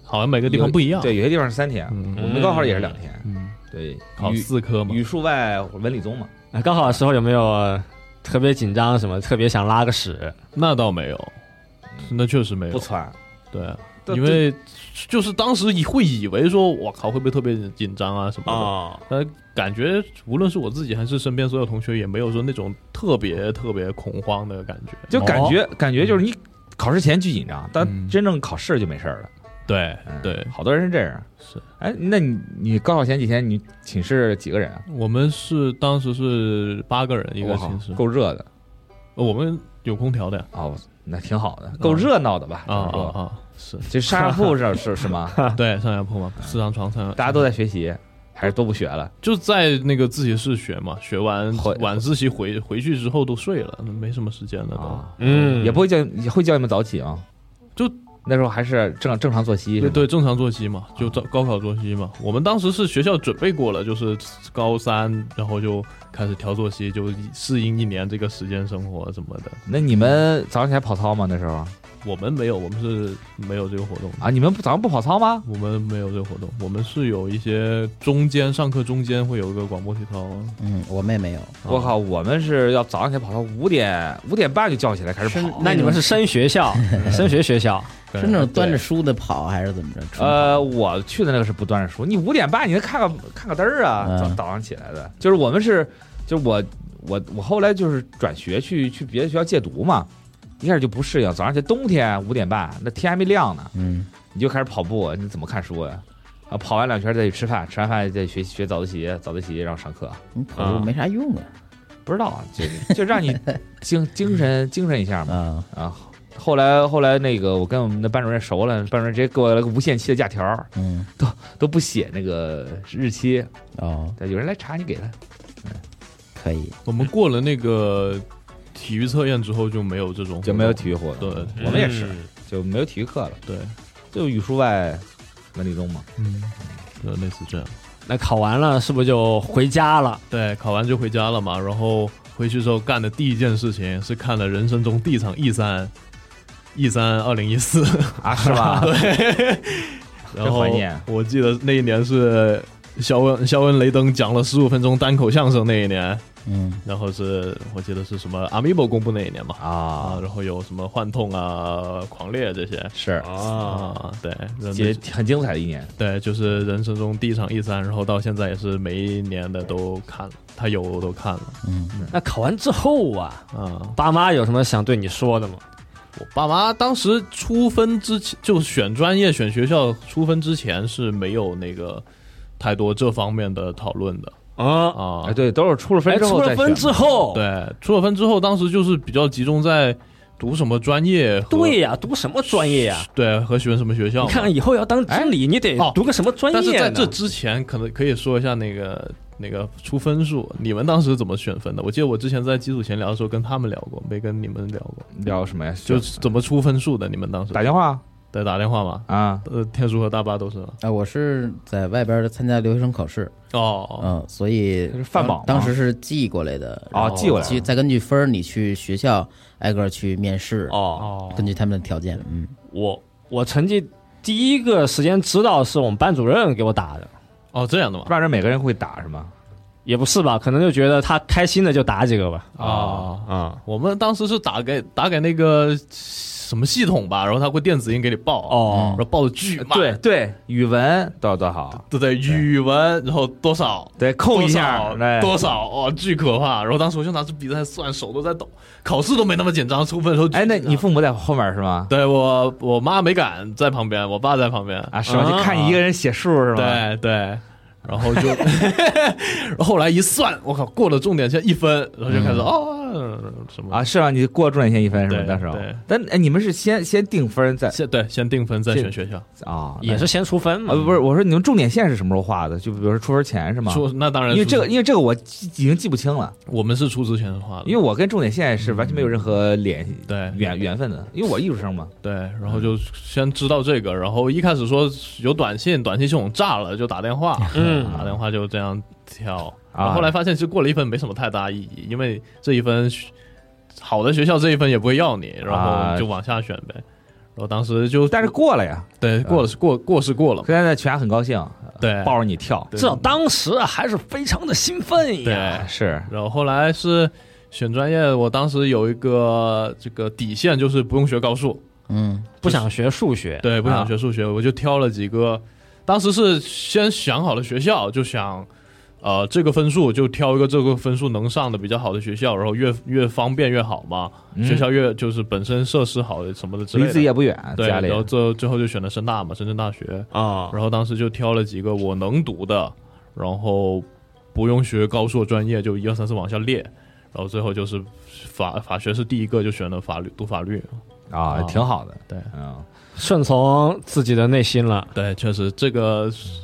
C: 好像每个地方不一样。
D: 对，有些地方是三天，
C: 嗯
D: 我们高考也是两天。
C: 嗯，
D: 对，
C: 考
D: 语
C: 四科嘛
D: 语。数外文理综嘛，
E: 啊高考的时候有没有呃特别紧张什么？特别想拉个屎？
C: 那倒没有，那确实没
D: 不
C: 有。
D: 穿。
C: 对，啊
D: 对
C: 因为就是当时以会以为说，我靠，会不会特别紧张啊什么的。
E: 哦，
C: 呃，感觉无论是我自己还是身边所有同学，也没有说那种特别特别恐慌的感觉。
D: 就感觉感觉就是你考试前巨紧张，但
C: 哦嗯
D: 真正考试就没事儿了。
C: 对
D: 嗯
C: 对，
D: 好多人是这样。
C: 是
D: 哎，那你你高考前几天你寝室几个人啊？
C: 我们是当时是八个人一个
D: 哇
C: 寝室，
D: 够热的
C: 呃我们有空调的呀。
D: 哦，那挺好的，够热闹的吧？
C: 嗯啊
D: 就是说
C: 啊啊！是
D: 这沙发铺是是是 吗？
C: 对上下铺嘛，四张床上下，
D: 大家都在学习，还是都不学了？
C: 就在那个自习室学嘛，学完
D: 回
C: 晚自习回回去之后都睡了，没什么时间了都。
D: 啊，
E: 嗯，
D: 也不会叫也会叫你们早起啊？
C: 就
D: 那时候还是正正常作息是
C: 对
D: 吗，
C: 对，正常作息嘛，就高高考作息嘛。我们当时是学校准备过了，就是高三，然后就开始调作息，就适应一年这个时间生活什么的。
D: 那你们早上起来跑操吗？那时候
C: 我们没有，我们是没有这个活动的。
D: 啊，你们不早上不跑操吗？
C: 我们没有这个活动，我们是有一些中间上课中间会有一个广播体操啊，
B: 嗯，我妹没有，
D: 我靠，我们是要早上起来跑操，五点五点半就叫起来开始跑。
E: 那你们是升学 校，升学学校
C: 对
B: 是那种端着书的跑还是怎么着？纯跑
D: 呃，，我去的那个是不端着书，你五点半你能看个看个嘚儿啊，
B: 嗯
D: 早早上起来的。就是我们是，就是我我我后来就是转学去去别的学校借读嘛，一开始就不适应，早上起来冬天五点半，那天还没亮呢，
B: 嗯，
D: 你就开始跑步，你怎么看书呀、啊？啊，跑完两圈再去吃饭，吃完饭再学学早自习，早自习然后上课，
B: 你跑步没啥用啊。
D: 不知道啊就就让你 精精神精神一下嘛
B: 啊，
D: 啊。后来后来那个我跟我们的班主任熟了，班主任直接给我来个无限期的假条儿，
B: 嗯，
D: 都不写那个日期，
B: 哦，
D: 对，有人来查你给他。
B: 可以，
C: 我们过了那个体育测验之后就没有这种活动
D: 就没有体育活动，
C: 对
D: 我们也是，
E: 嗯
D: 就没有体育课了，
C: 对，
D: 就语数外、文理综嘛。
C: 嗯，就类似这样。
E: 那考完了是不是就回家了？
C: 对，考完就回家了嘛，然后回去之后干的第一件事情是看了人生中第一场 E 三，E 三二零一四，
D: 啊，是 吧？
C: 然后
D: 怀念啊
C: 我记得那一年是肖恩肖恩雷登讲了十五分钟单口相声那一年，
B: 嗯，
C: 然后是我记得是什么 Amiibo 公布那一年嘛，啊，
D: 啊，
C: 然后有什么幻痛啊、狂猎这些
D: 是，
E: 啊，
C: 啊，对，
D: 也
C: 人
D: 很精彩的一年。
C: 对，就是人生中第一场 E 三，然后到现在也是每一年的都看，他有我都看了
E: 那考完之后啊，
C: 啊。
E: 爸妈有什么想对你说的吗？
C: 我爸妈当时出分之前，就选专业、选学校出分之前是没有那个太多这方面的讨论的
E: 啊，
C: 啊。
D: 哎，对，都是出了分
E: 哎，
D: 之
E: 出
D: 后再
E: 了分
D: 选。
E: 之后，
C: 对，出了分之后，当时就是比较集中在读什么专业和
E: 对呀，读什么专业呀？
C: 对和选什么学校
E: 你
C: 嘛。
E: 看看以后要当经理，你得
C: 哦
E: 读个什么专业
C: 啊但是
E: 呢？
C: 在这之前，可能可以说一下那个那个出分数，你们当时怎么选分的？我记得我之前在基础闲聊的时候跟他们聊过，没跟你们聊过，
D: 聊什么呀？
C: 就是怎么出分数的。你们当时
D: 打电话
C: 对打电话嘛？
D: 啊，
C: 呃，天叔和大巴都是吗
B: 啊，我是在外边参加留学生考试，
C: 哦，
B: 嗯，所以
D: 这是饭
B: 当
D: 榜吗
B: 当时是寄过来的，
D: 哦
B: 然后
D: 寄过来
B: 寄再根据分儿你去学校挨个儿去面试，
E: 哦，
C: 哦
B: 根据他们的条件，嗯，
E: 我我成绩第一个时间知道是我们班主任给我打的，
C: 哦，这样的嘛。
D: 不然每个人会打是吗？
E: 也不是吧，可能就觉得他开心的就打几个吧。
C: 啊
E: 啊、
C: 我们当时是打给打给那个什么系统吧，然后他会电子音给你报，
E: 哦
C: 然后报的巨慢，
D: 对对，语文多少多少，
C: 对对，语文然后多少
D: 对，扣一下，哎
C: 多
D: 对
C: 少多少哦，巨可怕。然后当时我就拿着笔在算，手都在抖，考试都没那么紧张，出分的时候巨
D: 哎，那
C: 紧张
D: 你父母在后面是吗？
C: 对我我妈没敢在旁边，我爸在旁边，嗯
D: 啊，是吗？就看你一个人写数是吗？
C: 对对，
D: 嗯
C: 然后就然后后来一算，我靠，过了重点线一分，然后就开始、哦。什么
D: 啊，是啊，你过重点线一分是吧？
C: 对
D: 到时候
C: 对，
D: 但哎，你们是先先定分再
C: 先对先定分再
D: 这
C: 选学校。
D: 啊，
E: 也是先出分嘛
D: 啊，，不是，我说你们重点线是什么时候画的？就比如说出分前是吗？
C: 说那当然，
D: 因为这个，因为这个我记已经记不清了，
C: 我们是出之前画的，
D: 因为我跟重点线是完全没有任何联系、
C: 嗯对
D: 缘缘分的，因为我艺术生嘛。
C: 对，然后就先知道这个，然后一开始说有短信，短信系统炸了，就打 电话，
E: 嗯
C: 打电话就这样跳。然
D: 啊
C: 后后来发现，其实过了一分没什么太大意义，因为这一分好的学校这一分也不会要你，然
D: 啊
C: 后就往下选呗。然后当时就，
D: 但是啊过了呀，
C: 对过了是过过是过了嘛，
D: 现在全家很高兴，
C: 对
D: 抱着你跳，
C: 对
E: 至少当时啊还是非常的兴奋
C: 对
E: 呀。，
D: 是
C: 然后后来是选专业，我当时有一个这个底线就是不用学高数，
B: 嗯
E: 不想学数学，
C: 对，不
D: 啊
C: 想学数学，我就挑了几个，当时是先想好了学校，就想，呃，这个分数就挑一个这个分数能上的比较好的学校，然后越越方便越好嘛，
D: 嗯
C: 学校越就是本身设施好什么的之类
D: 离
C: 的。
D: 自己也不远，
C: 对，
D: 家里
C: 然后最最后就选了深大嘛，深圳大学，
E: 啊，
C: 然后当时就挑了几个我能读的，然后不用学高数的专业，就一二三四往下列，然后最后就是法法学是第一个，就选了法律，读法律。
D: 啊，
C: 啊
D: 挺好的。
C: 对
D: 嗯，
E: 顺从自己的内心了。
C: 对，确实这个是，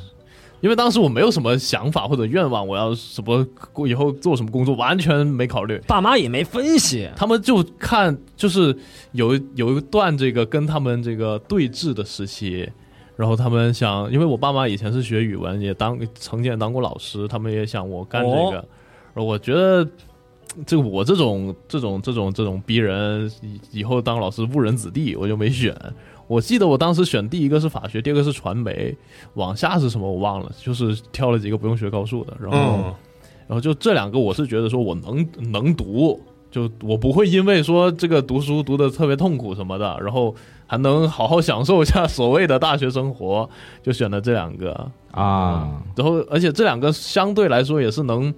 C: 因为当时我没有什么想法或者愿望，我要什么以后做什么工作，完全没考虑。
E: 爸妈也没分析，
C: 他们就看，就是有一有一段这个跟他们这个对峙的时期，然后他们想，因为我爸妈以前是学语文，也当曾经也当过老师，他们也想我干这个，然后我觉得。这个我这种这种这种这种逼人，以以后当老师误人子弟，我就没选。我记得我当时选第一个是法学，第二个是传媒，往下是什么我忘了，就是挑了几个不用学高数的，然后、
E: 嗯，
C: 然后就这两个，我是觉得说我能能读，就我不会因为说这个读书读的特别痛苦什么的，然后还能好好享受一下所谓的大学生活，就选了这两个。
D: 啊，
C: 然后而且这两个相对来说也是能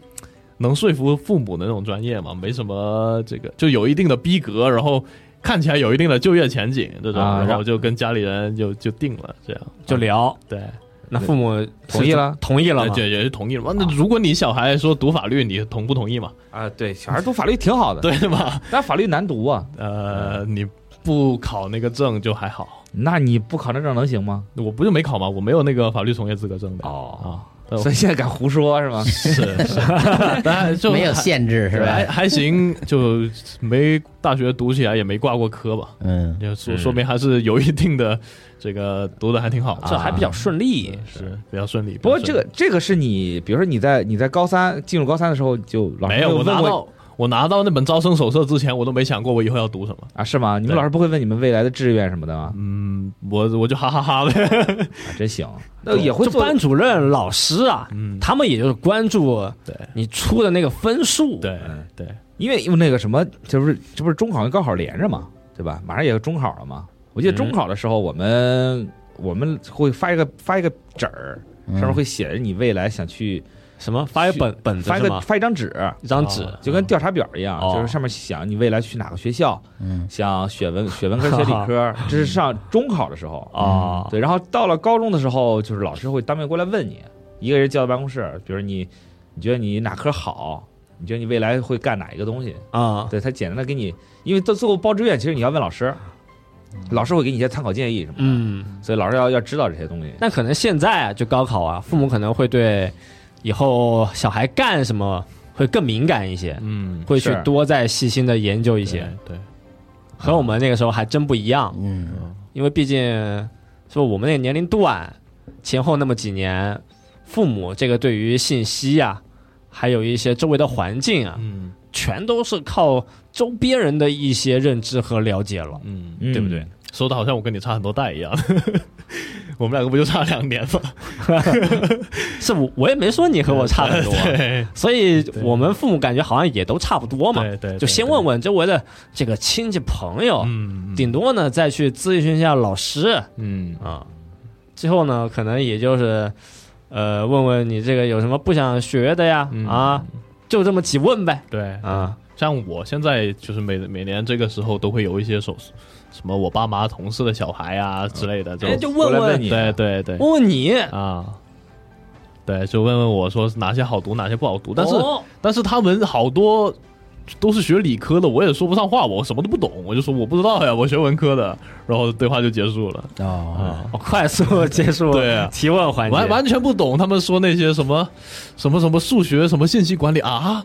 C: 能说服父母的那种专业嘛，没什么这个就有一定的逼格，然后看起来有一定的就业前景这种，
D: 啊
C: 然
D: 让
C: 后就跟家里人就就定了这样。
E: 就聊。
C: 对，
E: 那父母
D: 同意了
E: 同意了吗？
C: 也也是同意了嘛。那如果你小孩说读法律，你同不同意嘛？
D: 啊，对，小孩读法律挺好的，，
C: 对吧？
D: 但法律难读啊，
C: 呃，你不考那个证就还好，
D: 那你不考那证能行吗？
C: 我不是没考吗？我没有那个法律从业资格证的。
D: 哦，
C: 啊，但我
D: 所以现在敢胡说是吗？
C: 是是，啊但就
B: 没有限制是
C: 还还
B: 吧？
C: 还行，就没大学读起来也没挂过科吧，
B: 嗯，
C: 就说说明还是有一定的这个读的还挺好的，
E: 啊这还比较顺利，
C: 是比较顺利。
D: 不过
C: 比
D: 这
C: 较顺利
D: 个这个是你，比如说你在你在高三进入高三的时候就老师
C: 没有，我
D: 问
C: 拿
D: 过
C: 到我拿到那本招生手册之前，我都没想过我以后要读什么。
D: 啊是吗？你们
C: 对
D: 老师不会问你们未来的志愿什么的吗？
C: 嗯，我我就哈哈哈呗。
D: 啊真行，那也会
E: 这
D: 做
E: 班主任、老师啊，
C: 嗯，
E: 他们也就是关注
C: 对
E: 你出的那个分数。，
C: 对对，
D: 因为用那个什么，这不是这不是中考跟高考连着嘛，对吧？马上也要中考了嘛。我记得中考的时候，我们、我们会发一个发一个纸儿，
C: 嗯
B: 嗯
D: 上面会写着你未来想去
E: 什么发一本本子
D: 发一
E: 是
D: 个
E: 吗？
D: 发一张纸，
E: 一张纸，
C: 啊
D: 就跟调查表一样，
E: 哦
D: 就是上面想你未来去哪个学校，
B: 嗯
D: 想选文学文科学理 科，这是上中考的时候。
C: 啊
E: 哦，
D: 对，然后到了高中的时候，就是老师会当面过来问你，一个人叫到办公室，比如你你觉得你哪科好，你觉得你未来会干哪一个东西，
E: 啊，
D: 对他简单的给你，因为到最后报志愿，其实你要问老师，
C: 嗯
D: 老师会给你一些参考建议什么，
E: 嗯，
D: 所以老师要要知道这些东西。
E: 那可能现在啊，就高考啊，父母可能会对以后小孩干什么会更敏感一些，
C: 嗯，
E: 会去
D: 是
E: 多再细心的研究一些，
C: 对。
E: 和我们那个时候还真不一样。
B: 嗯
E: 因为毕竟说我们那个年龄段前后那么几年，父母这个对于信息呀、还有一些周围的环境啊，
C: 嗯
E: 全都是靠周边人的一些认知和了解了。
C: 嗯，
D: 嗯
C: 对不对？说的好像我跟你差很多代一样， 我们两个不就差两年吗？
E: 是我我也没说你和我差很多，啊
C: 对
E: 所以我们父母感觉好像也都差不多嘛，
C: 对对，
E: 就先问问周围的这个亲戚朋友，
C: 嗯，嗯
E: 顶多呢再去咨询一下老师，
C: 嗯
E: 啊，最后呢，可能也就是，呃，问问你这个有什么不想学的呀？
C: 嗯
E: 啊，就这么几问呗。
C: 对，
E: 啊，
C: 像我现在就是每每年这个时候都会有一些手什么我爸妈同事的小孩啊之类的，
E: 哎，
C: 这
E: 就
C: 种
D: 过
E: 问
D: 来
E: 问
D: 你，
C: 对对对
E: 问问你，
C: 啊。对，就问问我说哪些好读，哪些不好读。但是，
E: 哦
C: 但是他们好多都是学理科的，我也说不上话，我什么都不懂，我就说我不知道呀，我学文科的，然后对话就结束了。
B: 哦，
C: 啊，
E: 我快速结束
C: 对啊
E: 提问环节。
C: 完完全不懂他们说那些什么什么什么数学什么信息管理啊，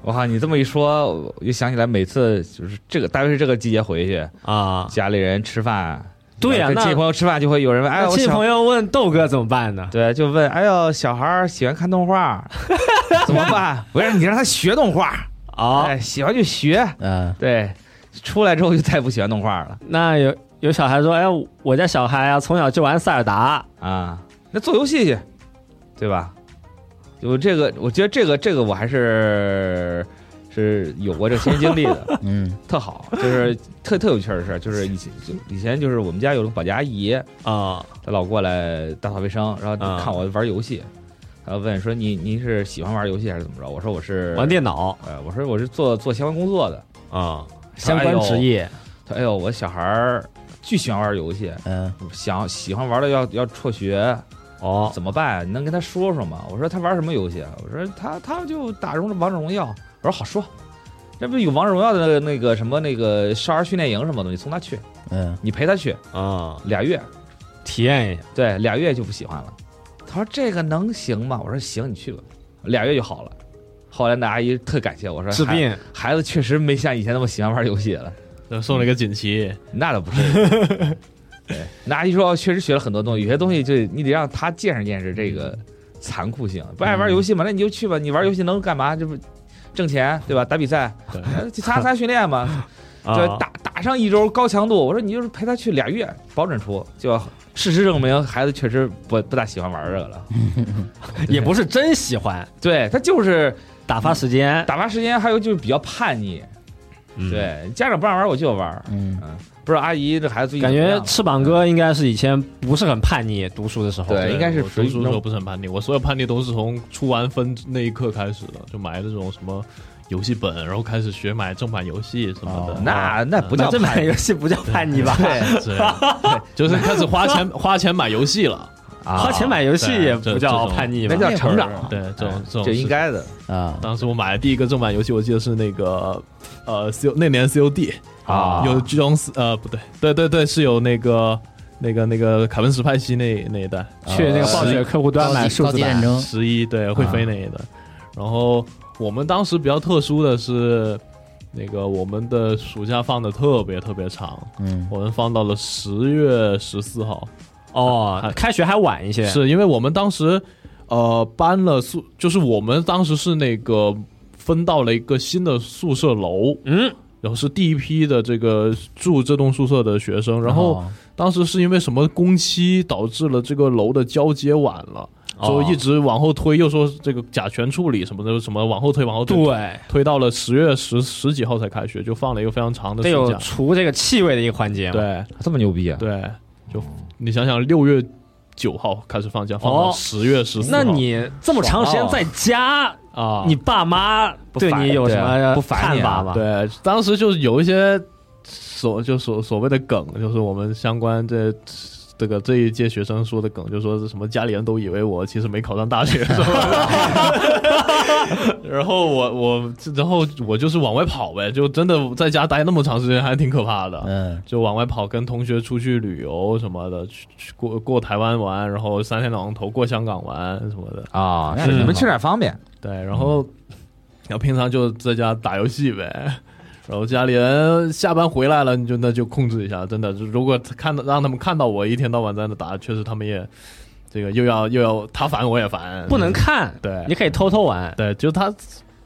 D: 我靠，你这么一说，我又想起来，每次就是这个，大约是这个季节回去，
E: 啊，
D: 家里人吃饭，
E: 对呀
D: 跟
E: 那
D: 亲戚朋友吃饭就会有人问，哎，
E: 那
D: 我
E: 亲戚
D: 小
E: 朋友问豆哥怎么办呢？
D: 对，就问，哎呦，小孩儿喜欢看动画， 怎么办？我让你让他学动画，
E: 啊，
D: 哎，喜欢就学，
B: 啊，
D: 对，出来之后就再也不喜欢动画了
E: 那有有小孩说，哎，我家小孩啊，从小就玩塞尔达，
D: 啊。那做游戏去，对吧？我这个，我觉得这个这个我还是是有过这个亲身经历的，
B: 嗯
D: 特好，就是特特有趣儿的事儿，就是以前就以前就是我们家有个保洁阿姨，
E: 啊
D: 她老过来打扫卫生，然后就
E: 啊
D: 看我玩游戏，她问说你您是喜欢玩游戏还是怎么着？我说我是
E: 玩电脑
D: 呃，我说我是做做相关工作的。
E: 啊，相关职业
D: 她哎呦，我小孩儿巨喜欢玩游戏，
B: 嗯
D: 想喜欢玩的要要辍学，
E: 哦
D: 怎么办呀、你能跟他说说吗？我说他玩什么游戏啊？我说他他就打荣王者荣耀。我说好说，这不是有王者荣耀的那个那个什么那个少儿训练营什么的，你送他去，
B: 嗯，
D: 你陪他去
E: 啊，
D: 俩月，
E: 体验一下
D: 对，俩月就不喜欢了。他说这个能行吗？我说行，你去吧，俩月就好了。后来那阿姨特感谢我说，
E: 治
D: 孩
E: 病
D: 孩子确实没像以前那么喜欢玩游戏了。
C: 然后送了一个锦旗，
D: 那倒不是。对，那阿姨说确实学了很多东西，有些东西就你得让他见识见识这个残酷性。不爱玩游戏嘛，那你就去吧，你玩游戏能干嘛？这不挣钱对吧？打比赛，
C: 对
D: 呃 去参加训练嘛，对
E: 啊，，
D: 打打上一周高强度。我说你就是陪他去俩月，保准出。就事实证明，孩子确实不不大喜欢玩这个了。
E: 也不是真喜欢，
D: 对他就是
E: 打发时间
D: 打发时间，还有就是比较叛逆。
E: 嗯
D: 对，家长不让玩我就玩。
B: 嗯
D: 嗯，不知道阿姨这孩子最近
E: 感
D: 怎么
E: 觉
D: 样
E: 翅膀哥应该是以前不是很叛逆，读书的时候。
D: 对应该是
C: 我
D: 属于
C: 读书
D: 那
C: 的
D: 种
C: 时候不是很叛逆，我所有叛逆都是从出完分那一刻开始的，就买那种什么游戏本，然后开始学买正版游戏什么的
B: 哦。
D: 那那不叫
E: 这
D: 叛
E: 版
D: 逆
E: 游戏不叫叛逆吧？
C: 这样就是开始花钱花钱买游戏了，
D: 啊
E: 花钱买游戏
C: 对
E: 也不叫叛逆吧
D: 那？叫
B: 那
D: 成
B: 会儿
D: 长，
C: 对，这种这种
D: 哎这应
C: 事
D: 该的
B: 啊，
C: 当时我买的第一个正版游戏，我记得是那个呃 C 那年 COD
D: 啊
C: 有剧中斯呃不对，对对对，是有那个那个那个凯文史派西那那一代
E: 去那个暴雪客户端
B: 高
E: 买
B: 级
E: 数
B: 高
E: 字
B: 级战
E: 版
B: 争，
C: 十一对会飞那一代，然后我们当时比较特殊的是。那个我们的暑假放的特别特别长，
B: 嗯
C: 我们放到了十月十四号，
E: 哦，开学还晚一些，
C: 是因为我们当时，呃，搬了宿，就是我们当时是那个分到了一个新的宿舍楼，
E: 嗯，
C: 然后是第一批的这个住这栋宿舍的学生，然
E: 哦
C: 后当时是因为什么工期导致了这个楼的交接晚了，
E: 哦
C: 所以一直往后推，又说这个甲醛处理什么的什么往后推往后推，
E: 对，
C: 推到了十月十十几号才开学，就放了一个非常长的
E: 得
C: 暑
E: 有
C: 假，
E: 除这个气味的一个环节嘛。
C: 对
D: 这么牛逼啊！
C: 对，就你想想六月。九号开始放假，放到
E: 哦
C: 十月十四、
E: 那你这么长时间在家，
C: 啊，
E: 你爸妈
D: 不
E: 对
D: 烦
E: 你有
D: 对
E: 什
D: 啊
E: 么
D: 不烦
E: 看
D: 你啊
E: 法吗？
C: 对，当时就是有一些所就所所谓的梗，就是我们相关这这个这一届学生说的梗，就说是什么家里人都以为我其实没考上大学，是吧 然后我我然后我就是往外跑呗，就真的在家待那么长时间，还挺可怕的。
B: 嗯
C: 就往外跑，跟同学出去旅游什么的，去去过过台湾玩，然后三天两头过香港玩什么的。
D: 啊，
B: 那
D: 是
B: 挺
D: 你们
B: 好
D: 去哪儿方便？
C: 对，然后然后平常就在家打游戏呗。然后家里人下班回来了，你就那就控制一下，真的，就如果看到让他们看到我一天到晚在那打，确实他们也这个又要又要他烦我也烦，嗯
E: 不能看，
C: 对
E: 你可以偷偷玩。
C: 对，就他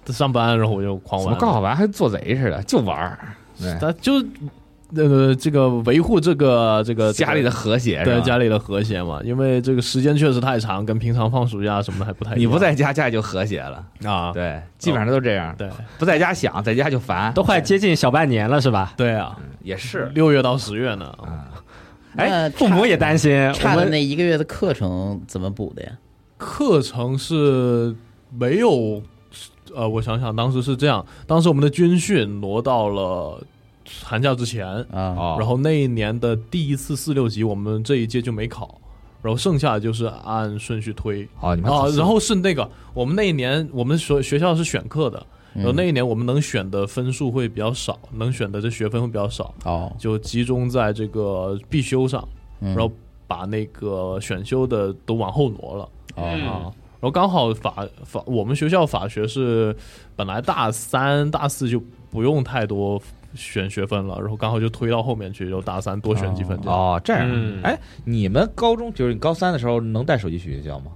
C: 上班，然后我就狂
D: 怎么
C: 玩，
D: 刚好玩还做贼似的，就玩儿。对，
C: 他就呃这个维护这个这个
D: 家里的。
C: 这个
D: 和谐
C: 对
D: 是吧
C: 家里的和谐嘛，因为这个时间确实太长，跟平常放暑假什么的还不太一样。
D: 你不在家，家里就和谐了。
C: 啊？
D: 对，基本上都这样。
C: 对
D: 不在家想，在家就烦。
E: 都快接近小半年了，是吧？
C: 对啊，
D: 也是，
C: 六月到十月呢，
E: 哎
B: 那，
E: 父母也担心我
B: 差的
E: 们
B: 那一个月的课程怎么补的呀？
C: 课程是没有，呃，我想想，当时是这样，当时我们的军训挪到了寒假之前，
B: 啊，
D: 哦，
C: 然后那一年的第一次四六级，我们这一届就没考，然后剩下就是按顺序推。
D: 哦，你们
C: 啊
D: 好，
C: 然后是那个，我们那一年我们学学校是选课的，然后那一年我们能选的分数会比较少，能选的这学分会比较少，
B: 哦，
C: 就集中在这个必修上，
B: 然
C: 然后把那个选修的都往后挪了。
B: 哦，
C: 啊。然后刚好法法我们学校法学是本来大三大四就不用太多选学分了，然后刚好就推到后面去，就大三多选几分这样。
D: 哦，这样啊
E: 嗯，
D: 哎，你们高中就是你高三的时候能带手机去学校吗？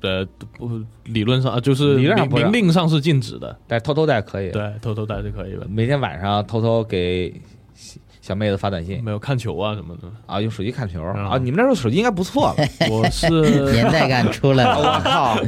C: 对，不理论上啊，就是
D: 理论上
C: 明
D: 不让
C: 明令上是禁止的，
D: 带偷偷带可以，，
C: 对，偷偷带是可以的。
D: 每天晚上偷偷给小小妹子发短信
C: 没有看球啊什么 的，
D: 啊，用手机看球
C: 嗯
D: 啊。你们那时候手机应该不错了，
C: 我
B: 年
C: 是
B: 代感出来
D: 啊
C: 哦
B: 了，
D: 我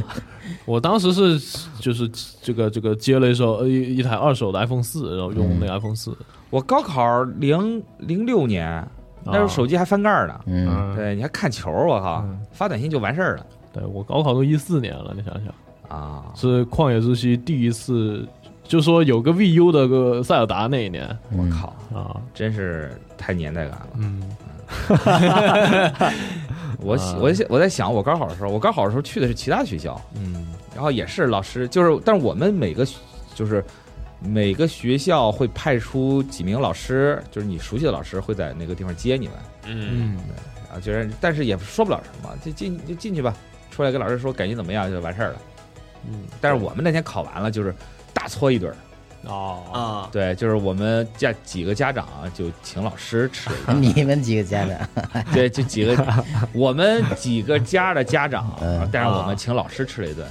D: 靠，
C: 我当时是就是这个这个接了一手呃一一台二手的 iPhone 四，然后用那
D: 嗯
C: 个 iPhone 四，
D: 我高考零零六年，
C: 哦
D: 那时候手机还翻盖儿呢，
B: 嗯，
D: 对，你还看球，我靠
C: 嗯，
D: 发短信就完事儿了
C: 对我高考都一四年了，你想想，
D: 啊。
C: 是《旷野之息》第一次，就说有个 VU 的个塞尔达那一年
B: 我，
D: 靠，
C: 啊，
D: 真是太年代感了。
C: 嗯，
D: 我喜我喜我在想，我高考的时候，我高考的时候去的是其他学校，
C: 嗯，
D: 然后也是老师，就是，但是我们每个就是每个学校会派出几名老师，就是你熟悉的老师会在那个地方接你们，
E: 嗯，
C: 嗯，
D: 然后就是，但是也说不了什么，就进就进去吧，出来跟老师说感觉怎么样就完事儿了。
C: 嗯，
D: 但是我们那天考完了，就是大搓一顿儿，
E: 哦，
F: 啊，
D: 对，就是我们家几个家长啊就请老师吃一顿，
B: 嗯你们几个家长，
D: 对，就几个我们几个家的家长
B: 嗯，
D: 但是
C: 啊
D: 我们请老师吃了一顿，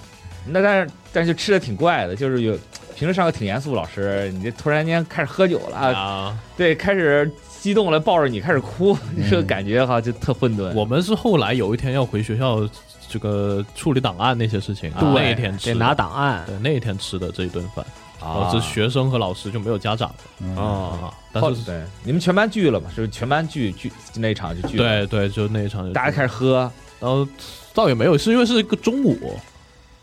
D: 那但是但是就吃的挺怪的，就是有平时上课挺严肃的老师，你这突然间开始喝酒了，啊、
C: 啊，
D: 对，开始激动了，抱着你开始哭，
B: 嗯
D: 这个感觉哈就特混沌。
C: 我们是后来有一天要回学校这个处理档案那些事情，啊
D: 对
C: 那一天吃
E: 得
C: 的
E: 拿，档案，
C: 对，那一天吃的这一顿饭，
D: 啊
C: 哦，这学生和老师就没有家长了
B: 嗯
C: 啊，
D: 后
C: 但是
D: 对你们全班聚了嘛？是不是全班聚聚那一场就聚了，
C: 对对，就那一场就，
D: 大家开始
B: 啊
D: 喝，
C: 然后倒也没有，是因为是个中午。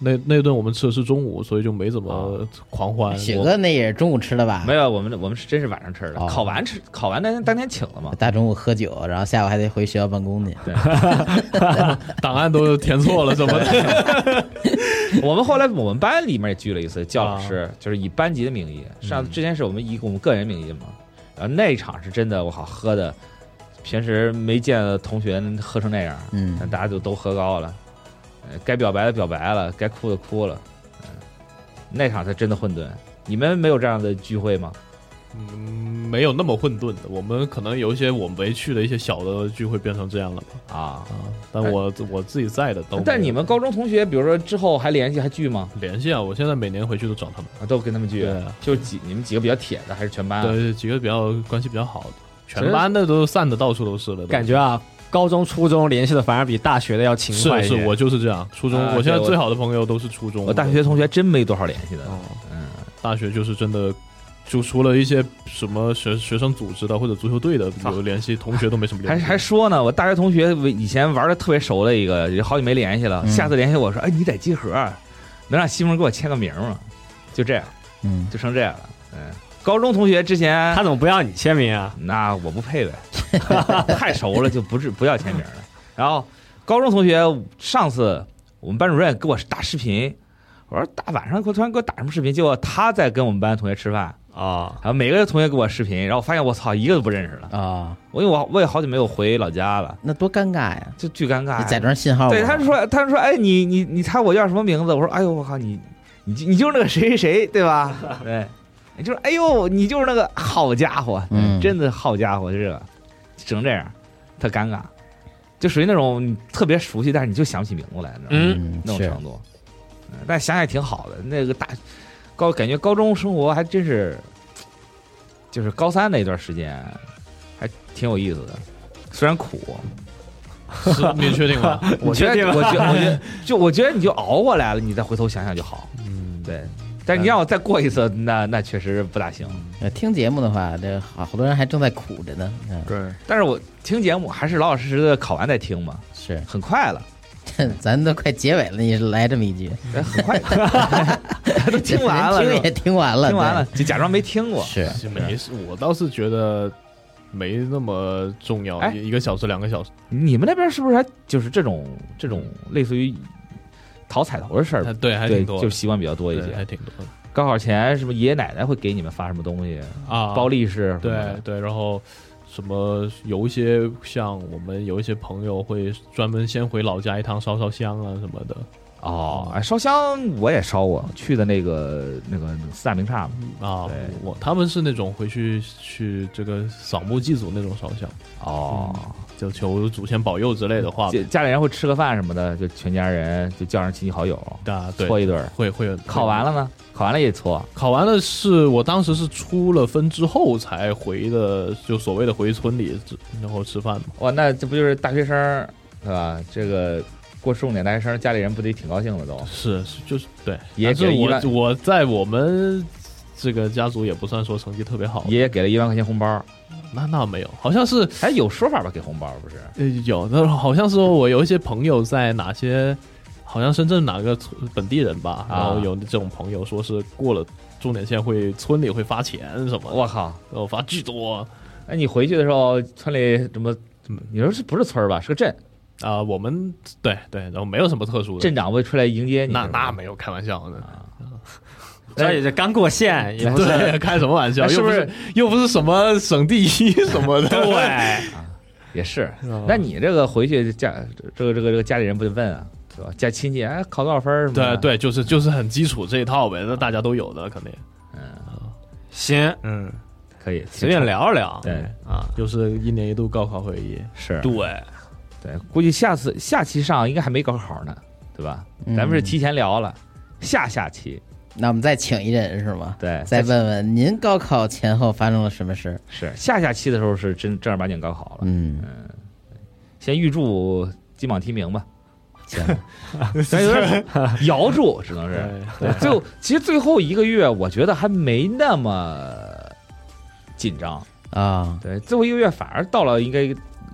C: 那那顿我们吃的是中午，所以就没怎么狂欢。
B: 雪
C: 我
B: 哥那也是中午吃的吧
D: 没？有我们我们是真是晚上吃的，
B: 哦
D: 考完吃考完那天当天请了嘛？
B: 大中午喝酒，然后下午还得回学校办公去，
C: 档案都填错 了，怎么？
D: 我们后来我们班里面也聚了一次，教老师
C: 啊
D: 就是以班级的名义，
C: 嗯
D: 上之前是我们以我们个人名义嘛，然后那一场是真的，我靠，喝的平时没见的同学喝成那样，
B: 嗯
D: 但大家就都喝高了，呃该表白的表白了，该哭的哭了，嗯，那场才真的混沌。你们没有这样的聚会吗？
C: 嗯，没有那么混沌的。我们可能有一些我们没去的一些小的聚会变成这样了吧
D: 啊，
C: 啊。但我、我自己在的都没有，
D: 但你们高中同学，比如说之后还联系还聚吗？
C: 联系啊，我现在每年回去都找他们。
D: 啊，都跟他们聚
C: 对啊，
D: 就几你们几个比较铁的，还是全班啊？
C: 对，几个比较关系比较好的，
D: 其
C: 全
D: 实
C: 班的都散的到处都是了。都
E: 感觉啊，高中、初中联系的反而比大学的要勤快一
C: 是是
E: 些，
C: 我就是这样。初中、
D: 啊
C: 我现
D: 对
C: 在
D: 我
C: 最好的朋友都是初中的，
D: 我大学同学真没多少联系的，
C: 哦，
D: 嗯。
C: 大学就是真的。就除了一些什么学学生组织的或者足球队的有联系，同学都没什么
D: 还
C: 联系。
D: 还说呢，我大学同学以前玩的特别熟的一个，也好久没联系了。
B: 嗯
D: 下次联系我说，哎，你在集合，能让西蒙给我签个名吗？就这样，
B: 嗯，
D: 就成这样了。嗯，高中同学之前
E: 他，怎么不让你签名啊？
D: 那我不配呗， 太熟了就不是不要签名了。然后高中同学上次我们班主任给我打视频，我说大晚上给我突然给我打什么视频？结果他在跟我们班同学吃饭，
E: 啊，
D: 然后每个同学给我视频，然后我发现我操一个都不认识了。
B: 啊，
D: 我因为我我也好久没有回老家了，
B: 那多尴尬呀！
D: 就巨尴尬。
B: 你假装信号，
D: 对，他就说，他就说，哎，你你你猜我叫什么名字？我说，哎呦，我靠，你你就你就是那个谁谁谁，对吧？对，你就是，哎呦，你就是那个好家伙，
B: 嗯
D: 真的好家伙，就这个，整这样，特尴尬，就属于那种你特别熟悉，但是你就想不起名字来那种、
E: 嗯，
B: 嗯，
D: 那种
B: 是
D: 程度。嗯但想想也挺好的，那个大高感觉高中生活还真是，就是高三那段时间还挺有意思的，虽然苦，
C: 是你确定 吗？
D: 我觉得
E: 确，定吗
D: 我觉得，我 觉得，就我觉得你就熬过来了，你再回头想想就好。
C: 嗯，
D: 对，但是你让我再过一次，那那确实不大行。
C: 嗯
B: 呃，听节目的话，这好好多人还正在苦着呢。嗯，
C: 对，
D: 但是我听节目还是老老实实的考完再听嘛，
B: 是，
D: 很快了，
B: 咱都快结尾了，你来这么一句，
C: 嗯
D: 哎很快， 都听 完了，
B: 人听也
D: 是吧
B: 听完了，
D: 听完了
B: 对，
D: 就假装没听过。
B: 是，
C: 是没事，我倒是觉得没那么重要，
D: 哎
C: 一个小时、两个小时，
D: 你们那边是不是还就是这种这种类似于讨彩头的事儿？
C: 哎还对，还
D: 对，
C: 挺多的，
D: 就是习惯比较多一
C: 对还
D: 些。
C: 挺多的。
D: 高考前什么爷爷奶奶会给你们发什么东西，
C: 啊，
D: 包利是，
C: 对对，然后什么有一些像我们有一些朋友会专门先回老家一趟烧烧香啊什么的，
D: 哦，
C: 嗯
D: 哎，烧香我也烧过，去的那个那个四大名刹嘛，
C: 啊
D: 对，
C: 我他们是那种回去去这个扫墓祭祖那种烧香，
D: 哦，
C: 就求祖先保佑之类的话
D: 家家里人会吃个饭什么的，就全家人就叫上亲戚好友
C: 啊，对，
D: 搓一顿儿，
C: 会会有
D: 考完，了呢，考完了也搓，
C: 考完了是我当时是出了分之后才回的，就所谓的回村里，然后吃饭嘛。
D: 哇，那这不就是大学生儿对吧？这个过重点大学生儿，家里人不得挺高兴的都？
C: 是，是就是对，
D: 也
C: 但是
D: 给了一万
C: 我我在我们这个家族也不算说成绩特别好，
D: 爷爷给了一万块钱红包，
C: 那那没有，好像是
D: 还有说法吧？给红包不是？
C: 呃有的，好像是说我有一些朋友在哪些，好像深圳哪个村本地人吧，然后有这种朋友说是过了重点线会村里会发钱什么的，
D: 我靠！
C: 然后发巨多啊、
D: 哎，你回去的时候，村里怎么怎么？你说是不是村儿吧？是个镇，
C: 啊我们对对，然后没有什么特殊的
D: 镇，长会出来迎接你。
C: 那
D: 是吧
C: 那没有开玩笑的。
E: 这也是刚过线，也不是
C: 对， 开什么玩笑？
D: 哎是
C: 又
D: 不
C: 不
D: 是
C: 是又不是什么省第一什么的？
E: 对，
D: 也是。
C: 嗯
D: 那你这个回去家，这个这个这个家里人不得问啊，对吧？家亲戚哎，考多少分儿什么
C: 对
D: 的？
C: 对，就是就是很基础这一套呗，那大家都有的肯定。
E: 行，
C: 嗯，
D: 可以
E: 随便。聊一聊，
D: 对，
E: 啊，
C: 就是一年一度高考回忆。
D: 是
E: 对，
D: 对，估计下次下期上应该还没高考呢，对吧？
B: 嗯
D: 咱们是提前聊了，下下期
B: 那我们再请一人是吗？
D: 对，
B: 再问问您高考前后发生了什么事儿？
D: 是下下期的时候是真正儿八经高考了。
B: 嗯，
D: 先预祝金榜题名吧，
B: 行，
D: 咱有点摇住，只能是。
C: 对，
D: 对，最后其实最后一个月，我觉得还没那么紧张。
B: 啊，
D: 对，最后一个月反而到了应该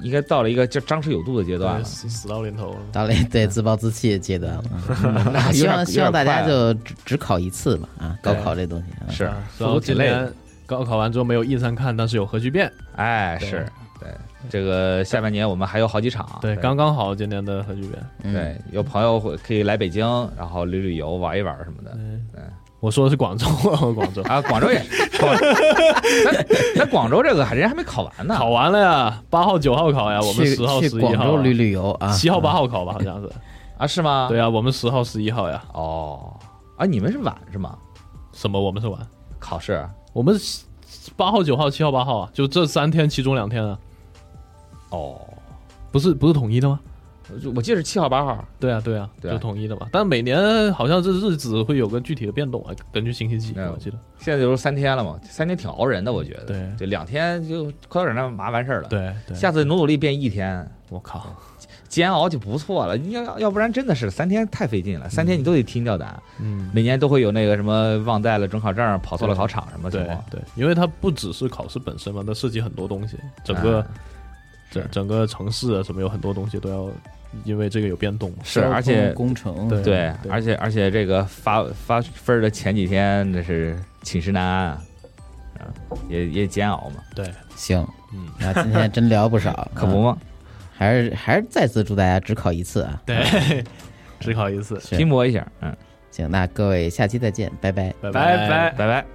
D: 应该到了一个叫张弛有度的阶段了。
C: 死死到临头了。
B: 到了对自暴自弃的阶段 了，啊希望希望大家就只只考一次吧啊，高考这东西啊，
D: 是，
C: 然
D: 说
C: 后
D: 都
C: 嗯今
D: 挺累的。
C: 年高考完之后没有硬上看，但是有核聚变。
D: 哎，
C: 对
D: 是对这个下半年我们还有好几场，
C: 对，刚刚好今年的核聚变。
B: 嗯
D: 对，有朋友会可以来北京，然后旅旅游、玩一玩什么的
C: 嗯，我说的是广州， 广州
D: 啊。广州 也，广咱咱广州这个还人还没考完呢，
C: 考完了呀，八号、九号考呀，我们
B: 去
C: 十号、
B: 去
C: 十一号
B: 广
C: 啊，
B: 州旅旅游啊，
C: 七号、八号考吧，好像是。
D: 啊是吗？
C: 对啊，我们十号、十一号呀，
D: 哦啊，你们是晚是吗？
C: 什么？我们是晚，
D: 考试
C: 我们是八号、九号、七号、八号啊，就这三天，其中两天啊，
D: 哦，
C: 不是不是统一的吗？
D: 我我记得是七号八号
C: 对啊，对啊，
D: 对啊
C: 就统一的嘛。但每年好像这日子会有个具体的变动啊，根据星期几，
D: 嗯
C: 我记得。
D: 现在就是三天了嘛，三天挺熬人的，我觉得。
C: 对
D: 这两天就快到点那麻完事儿了。，
C: 对对，
D: 下次努努力变一天，
C: 我靠，
D: 煎熬就不错了。你要要不然真的是三天太费劲了，三天你都得提心吊胆。
C: 嗯，
D: 每年都会有那个什么忘带了准考证、跑错了考场什么情
C: 对
D: 况。
C: 对，因为它不只是考试本身嘛，它涉及很多东西，整个
D: 啊
C: 整
D: 是
C: 整个城市啊什么有很多东西都要因为这个有变动嘛。
D: 是，
B: 交通
D: 而且
B: 工程
C: 对啊
D: 对，
C: 对
D: 而且而且这个发发分儿的前几天，那是寝食难安啊，啊也也煎熬嘛，
C: 对，
B: 行，
C: 嗯，
B: 那今天真聊不少，
D: 可不
B: 啊
D: 嘛。
B: 还是还是再次祝大家只考一次啊，
C: 对，只考一次，
B: 是
D: 拼搏一下，嗯，
B: 行，那各位下期再见，拜拜。
C: 拜
D: 拜拜。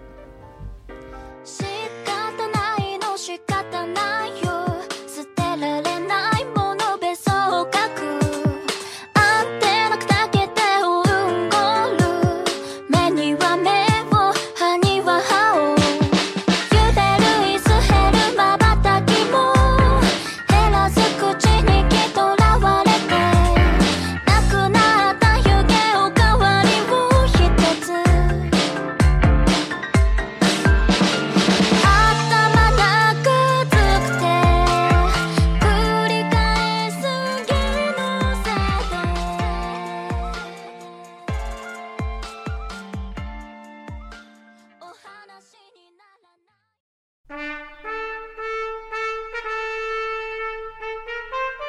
A: 仕方ないの仕方ないよ捨てられないものべそう書くアンテナだけでうんごる目には目を歯には歯を茹でる椅子減るまばたきも減らす口にきとらわれてなくなった湯気を代わりを一つ頭長くくて繰り返す気のせでお話にならない